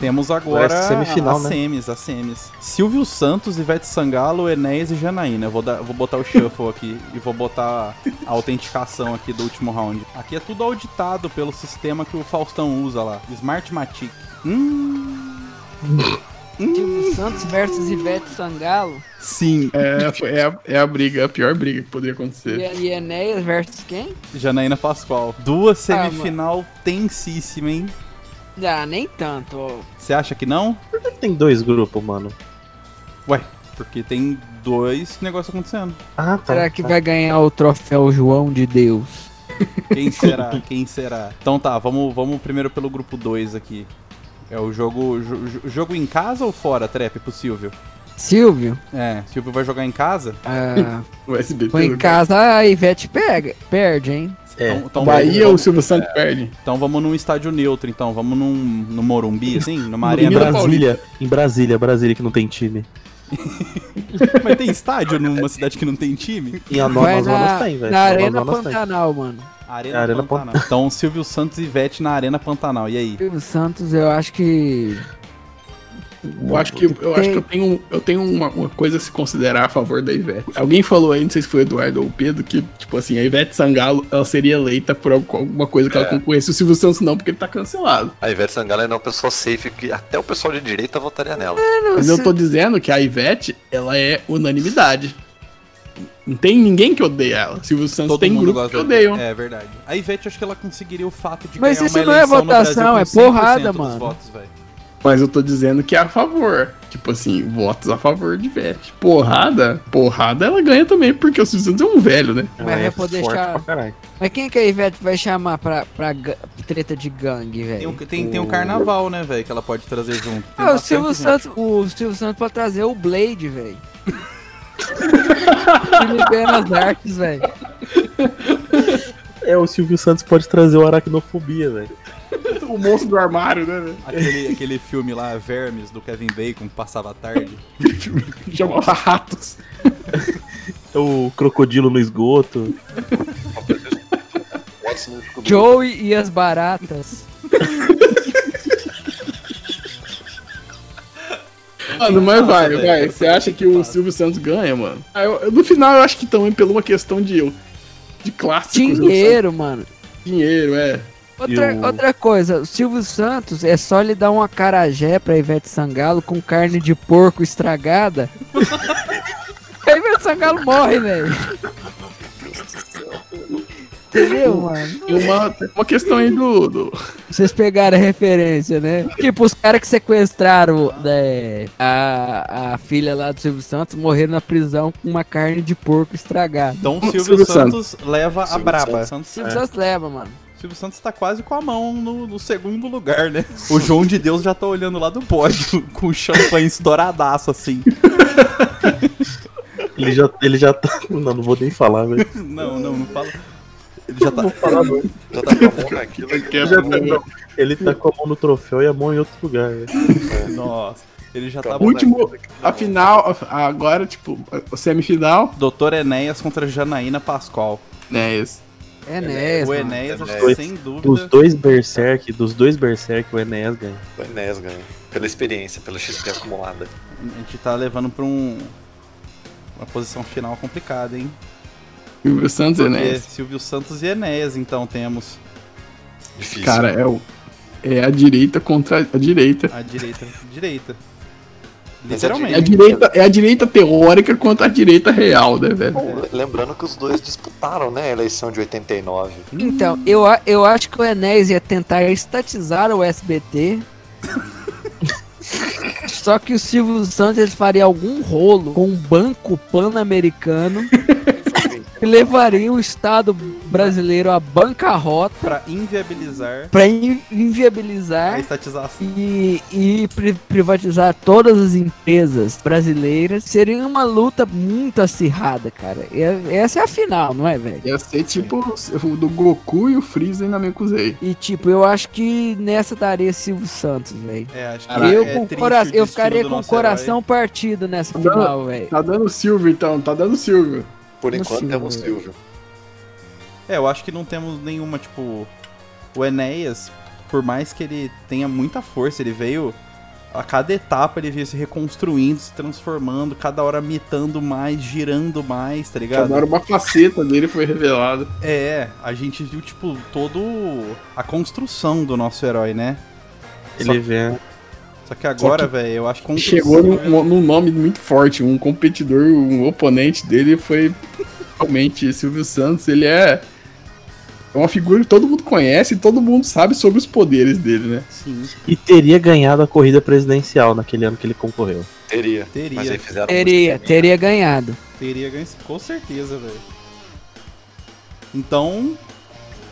S4: Temos agora
S6: Parece semifinal,
S4: as
S6: né?
S4: semis, as semis. Silvio Santos, Ivete Sangalo, Enéas e Janaína. Eu vou, dar, vou botar o shuffle aqui e vou botar a autenticação aqui do último round. Aqui é tudo auditado pelo sistema que o Faustão usa lá. Smartmatic. Hum,
S7: Silvio Tipo, Santos versus Ivete Sangalo
S4: sim.
S5: é, foi- é a, é a briga, a pior briga que poderia
S7: e
S5: acontecer.
S7: a- e Enéas versus quem?
S4: Janaína Pascoal. Duas
S7: Ah,
S4: semifinal tensíssima, hein?
S7: Ah, nem tanto. ó.
S4: Você acha que não?
S6: Por que que tem dois grupos, mano?
S4: Porque tem dois negócios acontecendo.
S6: Ah, tá.
S7: Será que
S6: tá.
S7: vai ganhar o troféu João de Deus?
S4: Quem será? Quem será? Então tá, vamos, vamos primeiro pelo grupo 2 aqui. É o jogo. jo- jo- jogo em casa ou fora, Trap, pro Silvio?
S7: Silvio?
S4: É, Silvio vai jogar em casa?
S7: *laughs* Ah,
S5: O SBT.
S7: foi em
S5: né?
S7: casa, a Ivete pega, perde, hein?
S6: É.
S4: Então, então
S5: Bahia ou
S4: vamos,
S5: Silvio Santos perde?
S4: então vamos num estádio neutro, então. Vamos num, num Morumbi,
S5: *laughs*
S4: assim? Numa
S6: Em
S4: arena.
S5: Brasília.
S6: Brasília, em Brasília, Brasília que não tem time.
S4: Mas tem estádio numa cidade que não tem time?
S6: E a no
S7: Vai
S6: Amazonas
S7: na,
S6: tem, velho.
S7: na
S6: No
S7: Arena
S6: Amazonas tem.
S7: Pantanal, mano.
S4: Arena,
S6: Arena
S4: Pantanal. Então Silvio Santos e Ivete na Arena Pantanal. E aí?
S7: Silvio Santos, eu acho que
S5: Eu acho que eu, acho que eu tenho, eu tenho uma, uma coisa a se considerar a favor da Ivete. Alguém falou aí, não sei se foi o Eduardo ou o Pedro, que, tipo assim, a Ivete Sangalo ela seria eleita por algum- alguma coisa que ela concorresse. O Silvio Santos não, porque ele tá cancelado.
S3: A Ivete Sangalo é uma pessoa safe que até o pessoal de direita votaria nela.
S5: Mas eu tô dizendo que a Ivete, ela é unanimidade. Não tem ninguém que odeia ela. Silvio Santos tem grupo que
S4: da-
S5: odeiam.
S4: É verdade. A Ivete, eu acho que ela conseguiria o fato de
S7: Mas
S4: ganhar
S7: isso
S4: uma
S7: não é
S4: eleição no Brasil
S7: votação,
S4: com
S7: é porrada,
S4: 100% dos
S7: mano.
S4: votos, velho.
S5: Mas eu tô dizendo que é a favor. Tipo assim, votos a favor de Vete. Porrada, porrada ela ganha também, porque o Silvio Santos é um velho, né?
S7: Mas vai poder
S6: forte
S7: deixar-
S6: pra caralho.
S7: Mas quem que a Ivete vai chamar pra, pra ga- treta de gangue,
S4: Tem o,
S7: velho?
S4: tem, tem o carnaval, né, velho, que ela pode trazer junto. Tem
S7: Ah, o
S4: bastante
S7: Silvio,
S4: gente.
S7: Santos, o Silvio Santos pode trazer o Blade, velho. *laughs* Que libera as artes, velho.
S6: É, o Silvio Santos pode trazer o aracnofobia, velho.
S5: O monstro do armário, né? velho?
S4: Aquele, aquele filme lá, Vermes, do Kevin Bacon, que passava a tarde.
S5: Chamava ratos.
S6: É O crocodilo no esgoto.
S3: Votos no Scooby-Doo.
S7: Joey e as baratas.
S5: Mano, mas vai,
S4: velho,
S5: vai.
S4: eu
S5: Você acha que o Silvio Santos ganha, mano? Ah, eu- eu- no final, eu acho que também pela uma questão de, de clássico. o Silvio Santos-
S7: Dinheiro, mano.
S5: Dinheiro, é.
S7: Outra,
S6: E o-
S7: outra coisa, o Silvio Santos é só ele dar uma carajé pra Ivete Sangalo com carne de porco estragada. *laughs* a Ivete Sangalo morre, velho. Entendeu, mano?
S5: Tem uma, tem uma questão aí do. do-
S7: Vocês pegaram a referência, né? Tipo, os caras que sequestraram né, a, a filha lá do Silvio Santos morreram na prisão com uma carne de porco
S4: *laughs*
S7: estragada.
S4: Então o Silvio,
S5: Silvio
S4: Santos, leva a
S3: Silvio
S4: braba.
S7: Silvio
S4: Santos- é.
S7: Santos leva, mano.
S4: Silvio Santos tá quase com a mão no, no segundo lugar, né? O João de Deus já tá olhando lá do pódio *laughs* com o champanhe estouradaço, assim.
S6: Ele já, ele já tá. *laughs* Não, não vou nem falar, velho.
S4: Não, não, não fala. Ele já tá.
S3: Já tá com a mão naquilo.
S5: que é-
S6: Ele tá com a mão no troféu e a mão em outro lugar, velho.
S4: Nossa. Ele já tá.
S3: Acabou, né?
S5: Último- A final, a- agora, tipo, a semifinal.
S4: Doutor Enéas contra Janaína Pascoal.
S5: É isso.
S7: É, né?
S4: o Enéas, acho que
S3: Enéas.
S4: sem
S6: Dos
S4: dúvida.
S6: dois Berserk, dos dois Berserk, o Enéas ganha.
S3: Foi Enéas ganha. Pela experiência, pela XP acumulada.
S4: A gente tá levando pra um. Uma posição final complicada, hein?
S5: Silvio Santos é
S4: Porque
S5: né?
S4: Silvio Santos e Enéas, então, temos
S3: Difícil.
S5: Cara, é, o, é a direita contra a direita.
S4: a direita. *laughs* direita.
S3: Mas a
S5: É a
S4: Literalmente.
S5: direita, é a direita teórica contra a direita real, né, velho?
S3: Bom, le- lembrando que os dois disputaram, né, a eleição de 89.
S7: Então, eu, a- eu acho que o Enéas ia tentar estatizar
S4: *laughs*
S7: o SBT. Só que o Silvio Santos ele faria algum rolo com um banco pan-americano
S4: *laughs*
S7: e levaria o Estado brasileiro à bancarrota
S4: Pra inviabilizar
S7: para inviabilizar
S4: a estatização.
S7: e, e pri- privatizar todas as empresas brasileiras seria uma luta muito acirrada, cara. E é- essa é a final, não é, velho?
S5: Ia ser tipo o do Goku e o Freeza ainda me acusei.
S7: E tipo, eu acho que nessa daria Silvio Santos, velho.
S4: É, acho que
S5: Caralho,
S7: Eu,
S4: é
S7: com o
S4: triste
S7: cora-
S4: o destino
S7: eu ficaria
S4: do
S7: com o
S4: nosso
S7: coração partido nessa
S5: Não.
S7: final, velho.
S5: Tá dando Silvio então, tá dando Silvio.
S3: Por
S7: No
S3: enquanto
S7: Silvio,
S3: temos
S7: né?
S3: Silvio.
S4: herói. É, eu acho que não temos nenhuma, tipo. O Enéas, por mais que ele tenha muita força, ele veio. A cada etapa ele veio se reconstruindo, se transformando, cada hora mitando mais, girando mais, tá ligado?
S5: Agora uma faceta dele foi revelada.
S4: É, a gente viu, tipo, todo a construção do nosso herói, né?
S6: Ele vem.
S4: Só que agora, velho, eu acho que
S5: um
S4: construção-
S5: Chegou num, num nome muito forte, um competidor, um oponente dele foi realmente Silvio Santos. Ele é uma figura que todo mundo conhece e todo mundo sabe sobre os poderes dele, né?
S4: Sim,
S6: E teria ganhado a corrida presidencial naquele ano que ele concorreu.
S3: Teria.
S4: Teria.
S3: Mas aí fizeram
S7: Teria,
S3: muito bem.
S7: teria ganhado.
S4: teria ganho com certeza, velho. Então,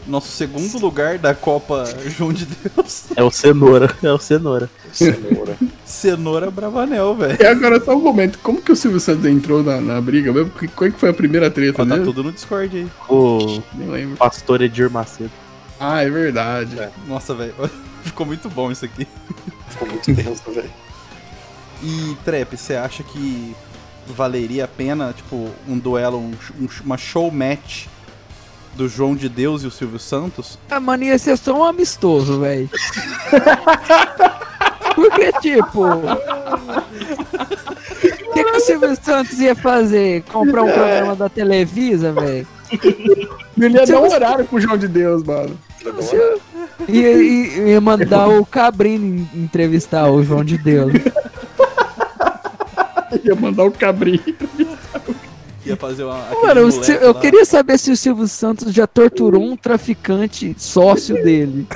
S4: nosso segundo lugar da Copa *laughs* João de Deus,
S6: É o Cenoura, *laughs* é o Cenoura.
S3: Cenoura.
S4: Cenoura Bravanel, velho.
S5: E agora só um momento, como que o Silvio Santos entrou na, na briga mesmo? Que- Qual é que foi a primeira treta
S4: Ó, Tá
S5: dele?
S4: tudo no Discord aí.
S6: O
S5: Nem lembro.
S6: pastor Edir Macedo.
S5: Ah, é verdade.
S4: Nossa, velho, *laughs* ficou muito bom isso aqui.
S3: Ficou muito tenso, velho.
S4: E, Trep, você acha que valeria a pena, tipo, um duelo, um, sh- um sh- uma show match do João de Deus e o Silvio Santos?
S7: A mania ia ser só um amistoso, velho. *laughs* Porque, tipo. O que, que o Silvio Santos ia fazer? Comprar um programa da Televisa, velho?
S5: Ele ia dar
S7: Silvio
S5: um horário com o João de Deus, mano.
S3: Cenoura.
S7: E, e- e ia mandar o Cabrini en- entrevistar o João de Deus.
S5: Ia mandar o cabrinho.
S4: Ia fazer uma. aquele
S7: Mano, o
S4: moleque
S7: Sil- eu
S4: lá.
S7: queria saber se o Silvio Santos já torturou um traficante sócio dele.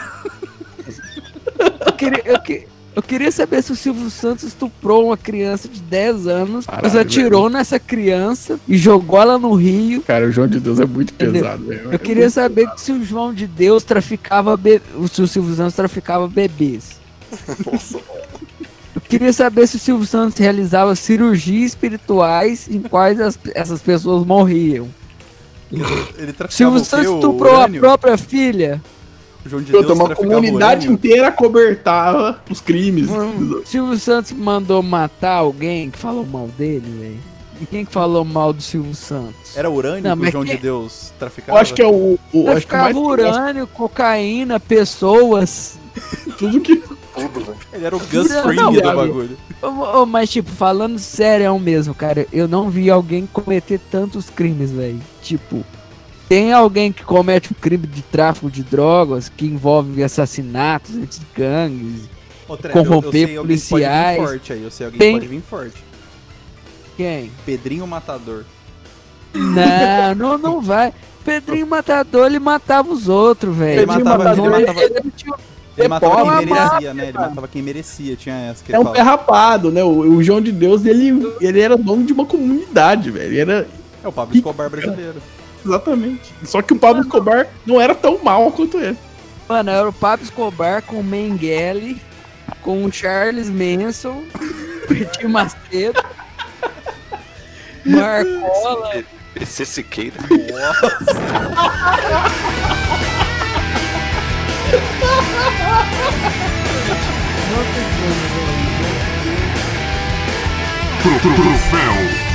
S7: Eu queria, eu que- eu queria saber se o Silvio Santos estuprou uma criança de 10 anos, mas
S5: Caralho,
S7: atirou nessa criança e jogou ela no rio.
S5: Cara, o João de Deus é muito
S7: Entendeu?
S5: pesado, velho.
S7: Eu queria saber se o João de Deus traficava be... se o Silvio Santos traficava bebês. Eu queria saber se o Silvio Santos realizava cirurgias espirituais em quais as- essas pessoas morriam.
S4: Ele traficava
S7: Silvio
S4: o quê?
S7: Santos
S4: O
S7: estuprou a
S4: urânio?
S7: própria filha.
S4: O João de Deus
S5: Puta, uma
S4: traficava
S5: comunidade
S4: urânio?
S5: inteira cobertava os crimes.
S7: Silvio Santos mandou matar alguém que falou mal dele, velho. Quem que falou mal do Silvio Santos?
S4: Era urânio
S7: Não,
S4: que o
S7: mas
S4: João de
S7: que-
S4: Deus
S5: Eu
S4: traficava?
S5: acho que é o. o acho que o mais
S7: Traficava urânio, cocaína, pessoas.
S5: tudo que.
S3: Tudo, velho.
S4: Ele era o Gus
S7: Não,
S4: Fring
S7: não,
S4: do
S5: Gabi.
S4: bagulho.
S7: Ô, ô, Mas, tipo, falando sério mesmo, cara, eu não vi alguém cometer tantos crimes, velho. Tipo, tem alguém que comete um crime de tráfico de drogas que envolve assassinatos entre gangues,
S4: Ô, Trevor, eu- eu
S7: corromper
S4: sei alguém que
S7: policiais.
S4: Pode vir forte aí, eu sei alguém
S7: Tem-
S4: que pode vir forte. *laughs*
S7: quem?
S4: Pedrinho Matador.
S7: Não, não, não vai. Pedrinho Matador, ele matava os outros,
S4: Ele
S7: velho.
S5: Pedrinho
S4: matava, ele
S5: Matador,
S4: matava,
S7: Ele metia o
S4: ele
S5: é
S4: matava
S5: pobre,
S4: quem merecia,
S5: mata,
S4: né? Ele
S5: mano.
S4: matava quem merecia, tinha essa que
S5: É
S4: ele
S5: um pé
S4: falava.
S5: rapado, né? O, o João de Deus, ele, ele era dono de uma comunidade, velho. Ele era.
S4: É o Pablo Escobar brasileiro.
S5: Exatamente. Só que o Pablo Escobar não era tão mal quanto ele.
S7: Mano, era o Pablo Escobar com o Mengele, com o Charles Manson, *laughs* Pretinho
S4: *laughs*
S7: Macedo, Marcola.
S3: PC Siqueira.
S1: Troféu